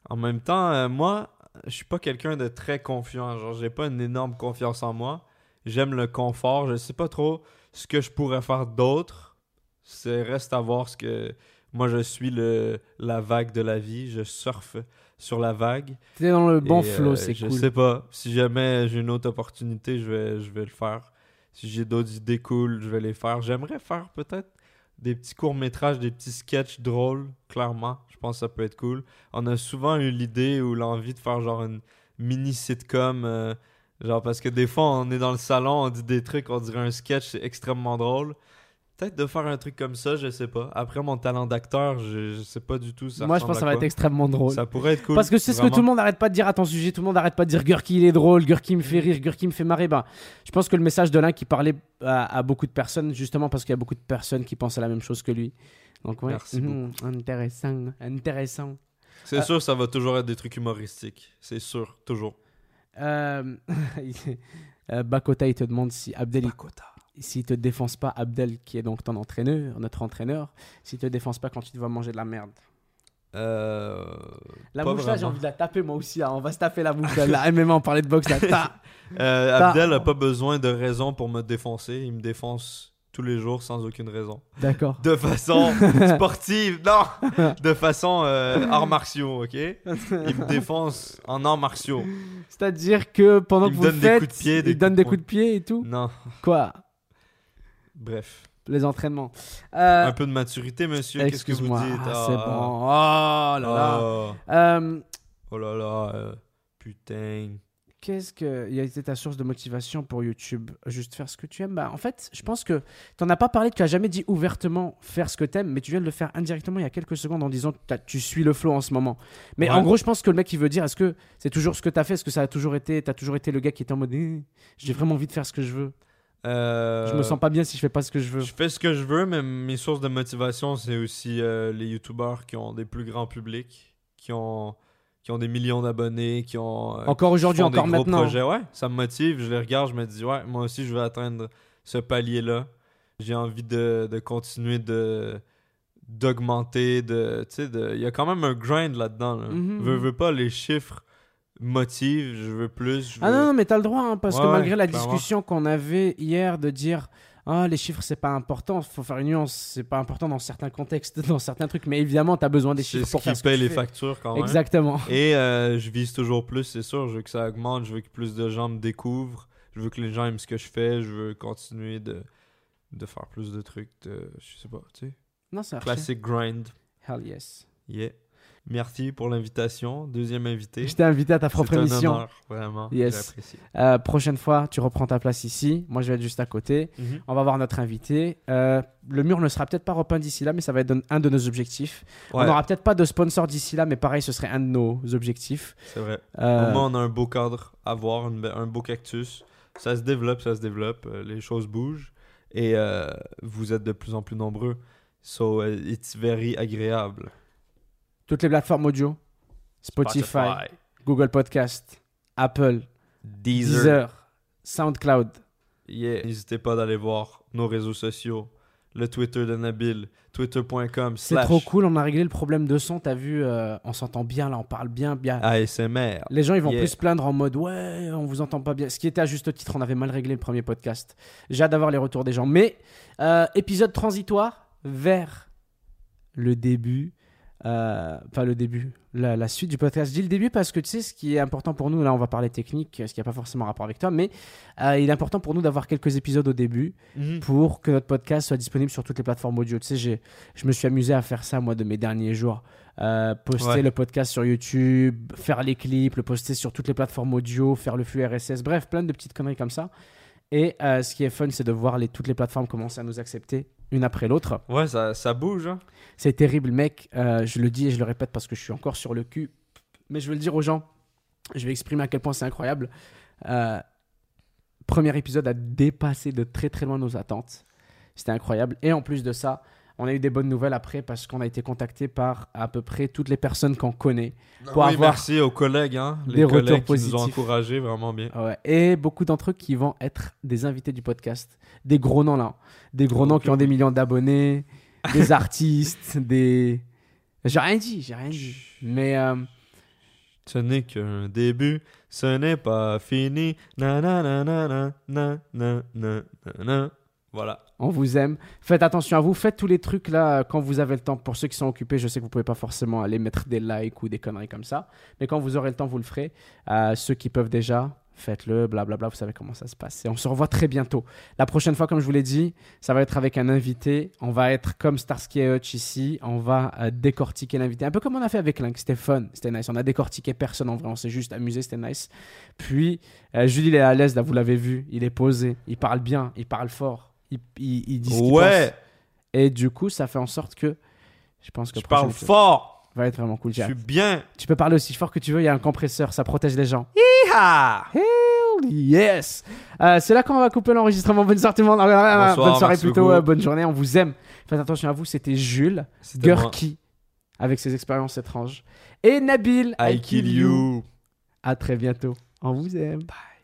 [SPEAKER 2] En même temps, euh, moi, je suis pas quelqu'un de très confiant. Genre, j'ai pas une énorme confiance en moi. J'aime le confort. Je sais pas trop ce que je pourrais faire d'autre. C'est reste à voir ce que. Moi, je suis le, la vague de la vie. Je surfe sur la vague.
[SPEAKER 1] Tu es dans le bon
[SPEAKER 2] Et,
[SPEAKER 1] flow,
[SPEAKER 2] euh,
[SPEAKER 1] c'est
[SPEAKER 2] je
[SPEAKER 1] cool.
[SPEAKER 2] sais pas. Si jamais j'ai une autre opportunité, je vais, je vais le faire. Si j'ai d'autres idées cool, je vais les faire. J'aimerais faire peut-être des petits courts-métrages, des petits sketchs drôles, clairement. Je pense que ça peut être cool. On a souvent eu l'idée ou l'envie de faire genre une mini-sitcom. euh, genre parce que des fois, on est dans le salon, on dit des trucs, on dirait un sketch, c'est extrêmement drôle. Peut-être de faire un truc comme ça, je sais pas. Après, mon talent d'acteur, je, je sais pas du tout. Ça
[SPEAKER 1] Moi, je
[SPEAKER 2] ressemble
[SPEAKER 1] pense que
[SPEAKER 2] à
[SPEAKER 1] ça va
[SPEAKER 2] quoi.
[SPEAKER 1] être extrêmement drôle.
[SPEAKER 2] Ça pourrait être cool.
[SPEAKER 1] Parce que c'est ce que
[SPEAKER 2] vraiment.
[SPEAKER 1] tout le monde n'arrête pas de dire à ton sujet. Tout le monde n'arrête pas de dire Gurki, il est drôle, Gurki me fait rire, Gurki me fait marrer. Ben, je pense que le message de l'un qui parlait à, à beaucoup de personnes, justement parce qu'il y a beaucoup de personnes qui pensent à la même chose que lui. Donc, ouais,
[SPEAKER 2] Merci
[SPEAKER 1] Mhm, intéressant, intéressant.
[SPEAKER 2] C'est
[SPEAKER 1] Euh,
[SPEAKER 2] sûr, ça va toujours être des trucs humoristiques. C'est sûr, toujours.
[SPEAKER 1] Euh, euh, Bakota, il te demande si Abdel, il- s'il te défonce pas, Abdel, qui est donc ton entraîneur, notre entraîneur, s'il te défonce pas quand tu te vois manger de la merde.
[SPEAKER 2] Euh,
[SPEAKER 1] La
[SPEAKER 2] Pas
[SPEAKER 1] mouche là, j'ai
[SPEAKER 2] vraiment.
[SPEAKER 1] envie de la taper moi aussi. là. On va se taper la mouche là. là. MMA, on parlait de boxe là. Ta.
[SPEAKER 2] euh,
[SPEAKER 1] Bah-
[SPEAKER 2] Abdel a pas besoin de raison pour me défoncer. Il me défonce tous les jours sans aucune raison.
[SPEAKER 1] D'accord.
[SPEAKER 2] De façon sportive, non De façon euh, arts martiaux, ok Il me défonce en arts martiaux.
[SPEAKER 1] C'est-à-dire que pendant
[SPEAKER 2] Il
[SPEAKER 1] que
[SPEAKER 2] me
[SPEAKER 1] vous
[SPEAKER 2] donne
[SPEAKER 1] le
[SPEAKER 2] des
[SPEAKER 1] faites,
[SPEAKER 2] coups de pied,
[SPEAKER 1] il
[SPEAKER 2] des
[SPEAKER 1] donne
[SPEAKER 2] coups
[SPEAKER 1] des
[SPEAKER 2] de Mm.
[SPEAKER 1] coups de pied et tout.
[SPEAKER 2] Non,
[SPEAKER 1] Quoi
[SPEAKER 2] bref.
[SPEAKER 1] Les entraînements. Euh,
[SPEAKER 2] Un peu de maturité, Ah, monsieur. Qu'est-ce que vous dites
[SPEAKER 1] Excuse-moi. Ah, c'est
[SPEAKER 2] Ah,
[SPEAKER 1] bon. Oh là là.
[SPEAKER 2] ah,
[SPEAKER 1] Euh,
[SPEAKER 2] Oh là là, euh, putain.
[SPEAKER 1] Qu'est-ce que y a été ta source de motivation pour YouTube Juste faire ce que tu aimes bah, En fait, je pense que tu n'en as pas parlé, tu as jamais dit ouvertement faire ce que tu aimes, mais tu viens de le faire indirectement il y a quelques secondes en disant que t'as- tu suis le flow en ce moment. Mais
[SPEAKER 2] Ouais.
[SPEAKER 1] en gros, je pense que le mec, il veut dire est-ce que c'est toujours ce que tu as fait Est-ce que ça a toujours été Tu as toujours été le gars qui était en mode Eh, j'ai vraiment envie de faire ce que je veux. Je me
[SPEAKER 2] Euh,
[SPEAKER 1] sens pas bien si je fais pas ce que je veux.
[SPEAKER 2] Je fais ce que je veux, mais mes sources de motivation, c'est aussi euh, les youtubeurs qui ont des plus grands publics, qui ont, qui ont des millions d'abonnés, qui ont. euh,
[SPEAKER 1] Encore
[SPEAKER 2] qui
[SPEAKER 1] aujourd'hui,
[SPEAKER 2] font des
[SPEAKER 1] encore
[SPEAKER 2] gros
[SPEAKER 1] maintenant. hein.
[SPEAKER 2] projets. Ouais, ça me motive. Je les regarde, je me dis, ouais, moi aussi, je veux atteindre ce palier-là. J'ai envie de, de continuer de d'augmenter, de, tu sais, de- il y a quand même un grind là-dedans. Là.
[SPEAKER 1] Mhm.
[SPEAKER 2] Veux, veux pas, les chiffres motivent, je veux plus. je
[SPEAKER 1] Ah
[SPEAKER 2] veux-
[SPEAKER 1] non, non, mais t'as le droit, hein, parce
[SPEAKER 2] Ouais,
[SPEAKER 1] que
[SPEAKER 2] ouais, bah,
[SPEAKER 1] malgré la
[SPEAKER 2] clairement.
[SPEAKER 1] discussion qu'on avait hier de dire ah les chiffres c'est pas important, faut faire une nuance, c'est pas important dans certains contextes, dans certains trucs, mais évidemment t'as besoin des
[SPEAKER 2] c'est
[SPEAKER 1] chiffres
[SPEAKER 2] ce
[SPEAKER 1] pour
[SPEAKER 2] qui
[SPEAKER 1] faire
[SPEAKER 2] paye
[SPEAKER 1] ce que tu
[SPEAKER 2] les
[SPEAKER 1] fais.
[SPEAKER 2] factures hein. quand même.
[SPEAKER 1] Exactement.
[SPEAKER 2] Et euh, je vise toujours plus, c'est sûr. Je veux que ça augmente, je veux que plus de gens me découvrent, je veux que les gens aiment ce que je fais, je veux continuer de, de faire plus de trucs, de, je sais pas, tu sais.
[SPEAKER 1] Non, ça marche.
[SPEAKER 2] Classic grind.
[SPEAKER 1] Hell yes.
[SPEAKER 2] Yeah. Merci pour l'invitation, deuxième invité.
[SPEAKER 1] Je t'ai invité à ta propre
[SPEAKER 2] C'est un
[SPEAKER 1] émission.
[SPEAKER 2] honneur, vraiment.
[SPEAKER 1] Yes.
[SPEAKER 2] J'apprécie.
[SPEAKER 1] Euh, prochaine fois, tu reprends ta place ici. Moi, je vais être juste à côté.
[SPEAKER 2] Mhm.
[SPEAKER 1] On va voir notre invité. Euh, le mur ne sera peut-être pas repeint d'ici là, mais ça va être un de nos objectifs. On
[SPEAKER 2] Ouais,
[SPEAKER 1] n'aura peut-être pas de sponsor d'ici là, mais pareil, ce serait un de nos objectifs.
[SPEAKER 2] c'est vrai.
[SPEAKER 1] Euh,
[SPEAKER 2] Au moins, on a un beau cadre à voir, une be- un beau cactus. Ça se développe, ça se développe. euh, les choses bougent. Et euh, vous êtes de plus en plus nombreux. So, euh, it's very agréable.
[SPEAKER 1] toutes les plateformes audio Spotify. Google Podcast, Apple,
[SPEAKER 2] Deezer.
[SPEAKER 1] Deezer, SoundCloud.
[SPEAKER 2] Yeah. N'hésitez pas d'aller voir nos réseaux sociaux. Le Twitter de Nabil, twitter.com
[SPEAKER 1] C'est
[SPEAKER 2] slash
[SPEAKER 1] trop cool, on a réglé le problème de son, t'as vu, euh, on s'entend bien là, on parle bien, bien.
[SPEAKER 2] ASMR.
[SPEAKER 1] Les gens, ils vont
[SPEAKER 2] Yeah.
[SPEAKER 1] plus se plaindre en mode ouais, on vous entend pas bien. Ce qui était à juste titre, on avait mal réglé le premier podcast. J'ai hâte d'avoir les retours des gens. Mais euh, épisode transitoire vers le début. euh, Enfin, le début, la, la suite du podcast. Je dis le début parce que tu sais, ce qui est important pour nous, là, on va parler technique, ce qui n'a pas forcément rapport avec toi, mais euh, il est important pour nous d'avoir quelques épisodes au début
[SPEAKER 2] Mhm.
[SPEAKER 1] pour que notre podcast soit disponible sur toutes les plateformes audio. Tu sais, j'ai- je me suis amusé à faire ça, moi, de mes derniers jours. Euh, poster
[SPEAKER 2] Ouais.
[SPEAKER 1] le podcast sur YouTube, faire les clips, le poster sur toutes les plateformes audio, faire le flux RSS, bref, plein de petites conneries comme ça. Et euh, ce qui est fun, c'est de voir les, toutes les plateformes commencer à nous accepter une après l'autre.
[SPEAKER 2] Ouais, ça, ça bouge. hein.
[SPEAKER 1] C'est terrible, mec. Euh, je le dis et je le répète parce que je suis encore sur le cul. Mais je vais le dire aux gens. Je vais exprimer à quel point c'est incroyable. Euh, premier épisode a dépassé de très très loin nos attentes. C'était incroyable. Et en plus de ça, on a eu des bonnes nouvelles après parce qu'on a été contacté par à peu près toutes les personnes qu'on connaît. Pour
[SPEAKER 2] Oui,
[SPEAKER 1] avoir
[SPEAKER 2] merci aux collègues, hein, les
[SPEAKER 1] des
[SPEAKER 2] collègues
[SPEAKER 1] retours
[SPEAKER 2] qui nous ont
[SPEAKER 1] positifs.
[SPEAKER 2] encouragés vraiment bien.
[SPEAKER 1] Ouais. Et beaucoup d'entre eux qui vont être des invités du podcast. Des gros noms là. Des gros noms
[SPEAKER 2] Ok,
[SPEAKER 1] qui ont des millions d'abonnés, des artistes, des... J'ai rien dit, j'ai rien dit. Mais... euh,
[SPEAKER 2] Ce n'est qu'un début, ce n'est pas fini. Na na na na na na na na na na. Voilà.
[SPEAKER 1] On vous aime. Faites attention à vous. Faites tous les trucs là euh, quand vous avez le temps. Pour ceux qui sont occupés, je sais que vous pouvez pas forcément aller mettre des likes ou des conneries comme ça. Mais quand vous aurez le temps, vous le ferez. Euh, ceux qui peuvent déjà, faites-le. Blablabla. Vous savez comment ça se passe. Et on se revoit très bientôt. La prochaine fois, comme je vous l'ai dit, ça va être avec un invité. On va être comme Starsky et Hutch ici. On va euh, décortiquer l'invité. Un peu comme on a fait avec Link. C'était fun. C'était nice. On a décortiqué personne en vrai. On s'est juste amusé. C'était nice. Puis, euh, Julie, il est à l'aise, là, vous l'avez vu. Il est posé, il parle bien, il parle fort, il, il, il dit ce qu'il
[SPEAKER 2] Ouais,
[SPEAKER 1] pense. Et du coup, ça fait en sorte que je pense que
[SPEAKER 2] je
[SPEAKER 1] le
[SPEAKER 2] parle
[SPEAKER 1] prochain épisode
[SPEAKER 2] fort.
[SPEAKER 1] va être vraiment cool.
[SPEAKER 2] Je
[SPEAKER 1] j'ai
[SPEAKER 2] suis
[SPEAKER 1] hâte.
[SPEAKER 2] bien.
[SPEAKER 1] Tu peux parler aussi fort que tu veux, il y a un compresseur, ça protège les gens.
[SPEAKER 2] Hi-ha!
[SPEAKER 1] Yes Euh, C'est là qu'on va couper l'enregistrement. Bonne soirée tout le monde. bonne soirée
[SPEAKER 2] merci
[SPEAKER 1] plutôt,
[SPEAKER 2] beaucoup.
[SPEAKER 1] euh, bonne journée, on vous aime. Faites attention à vous, c'était Jules,
[SPEAKER 2] C'était moi.
[SPEAKER 1] Gurki, avec ses expériences étranges, et Nabil,
[SPEAKER 2] I kill you.
[SPEAKER 1] À très bientôt, on vous aime. Bye.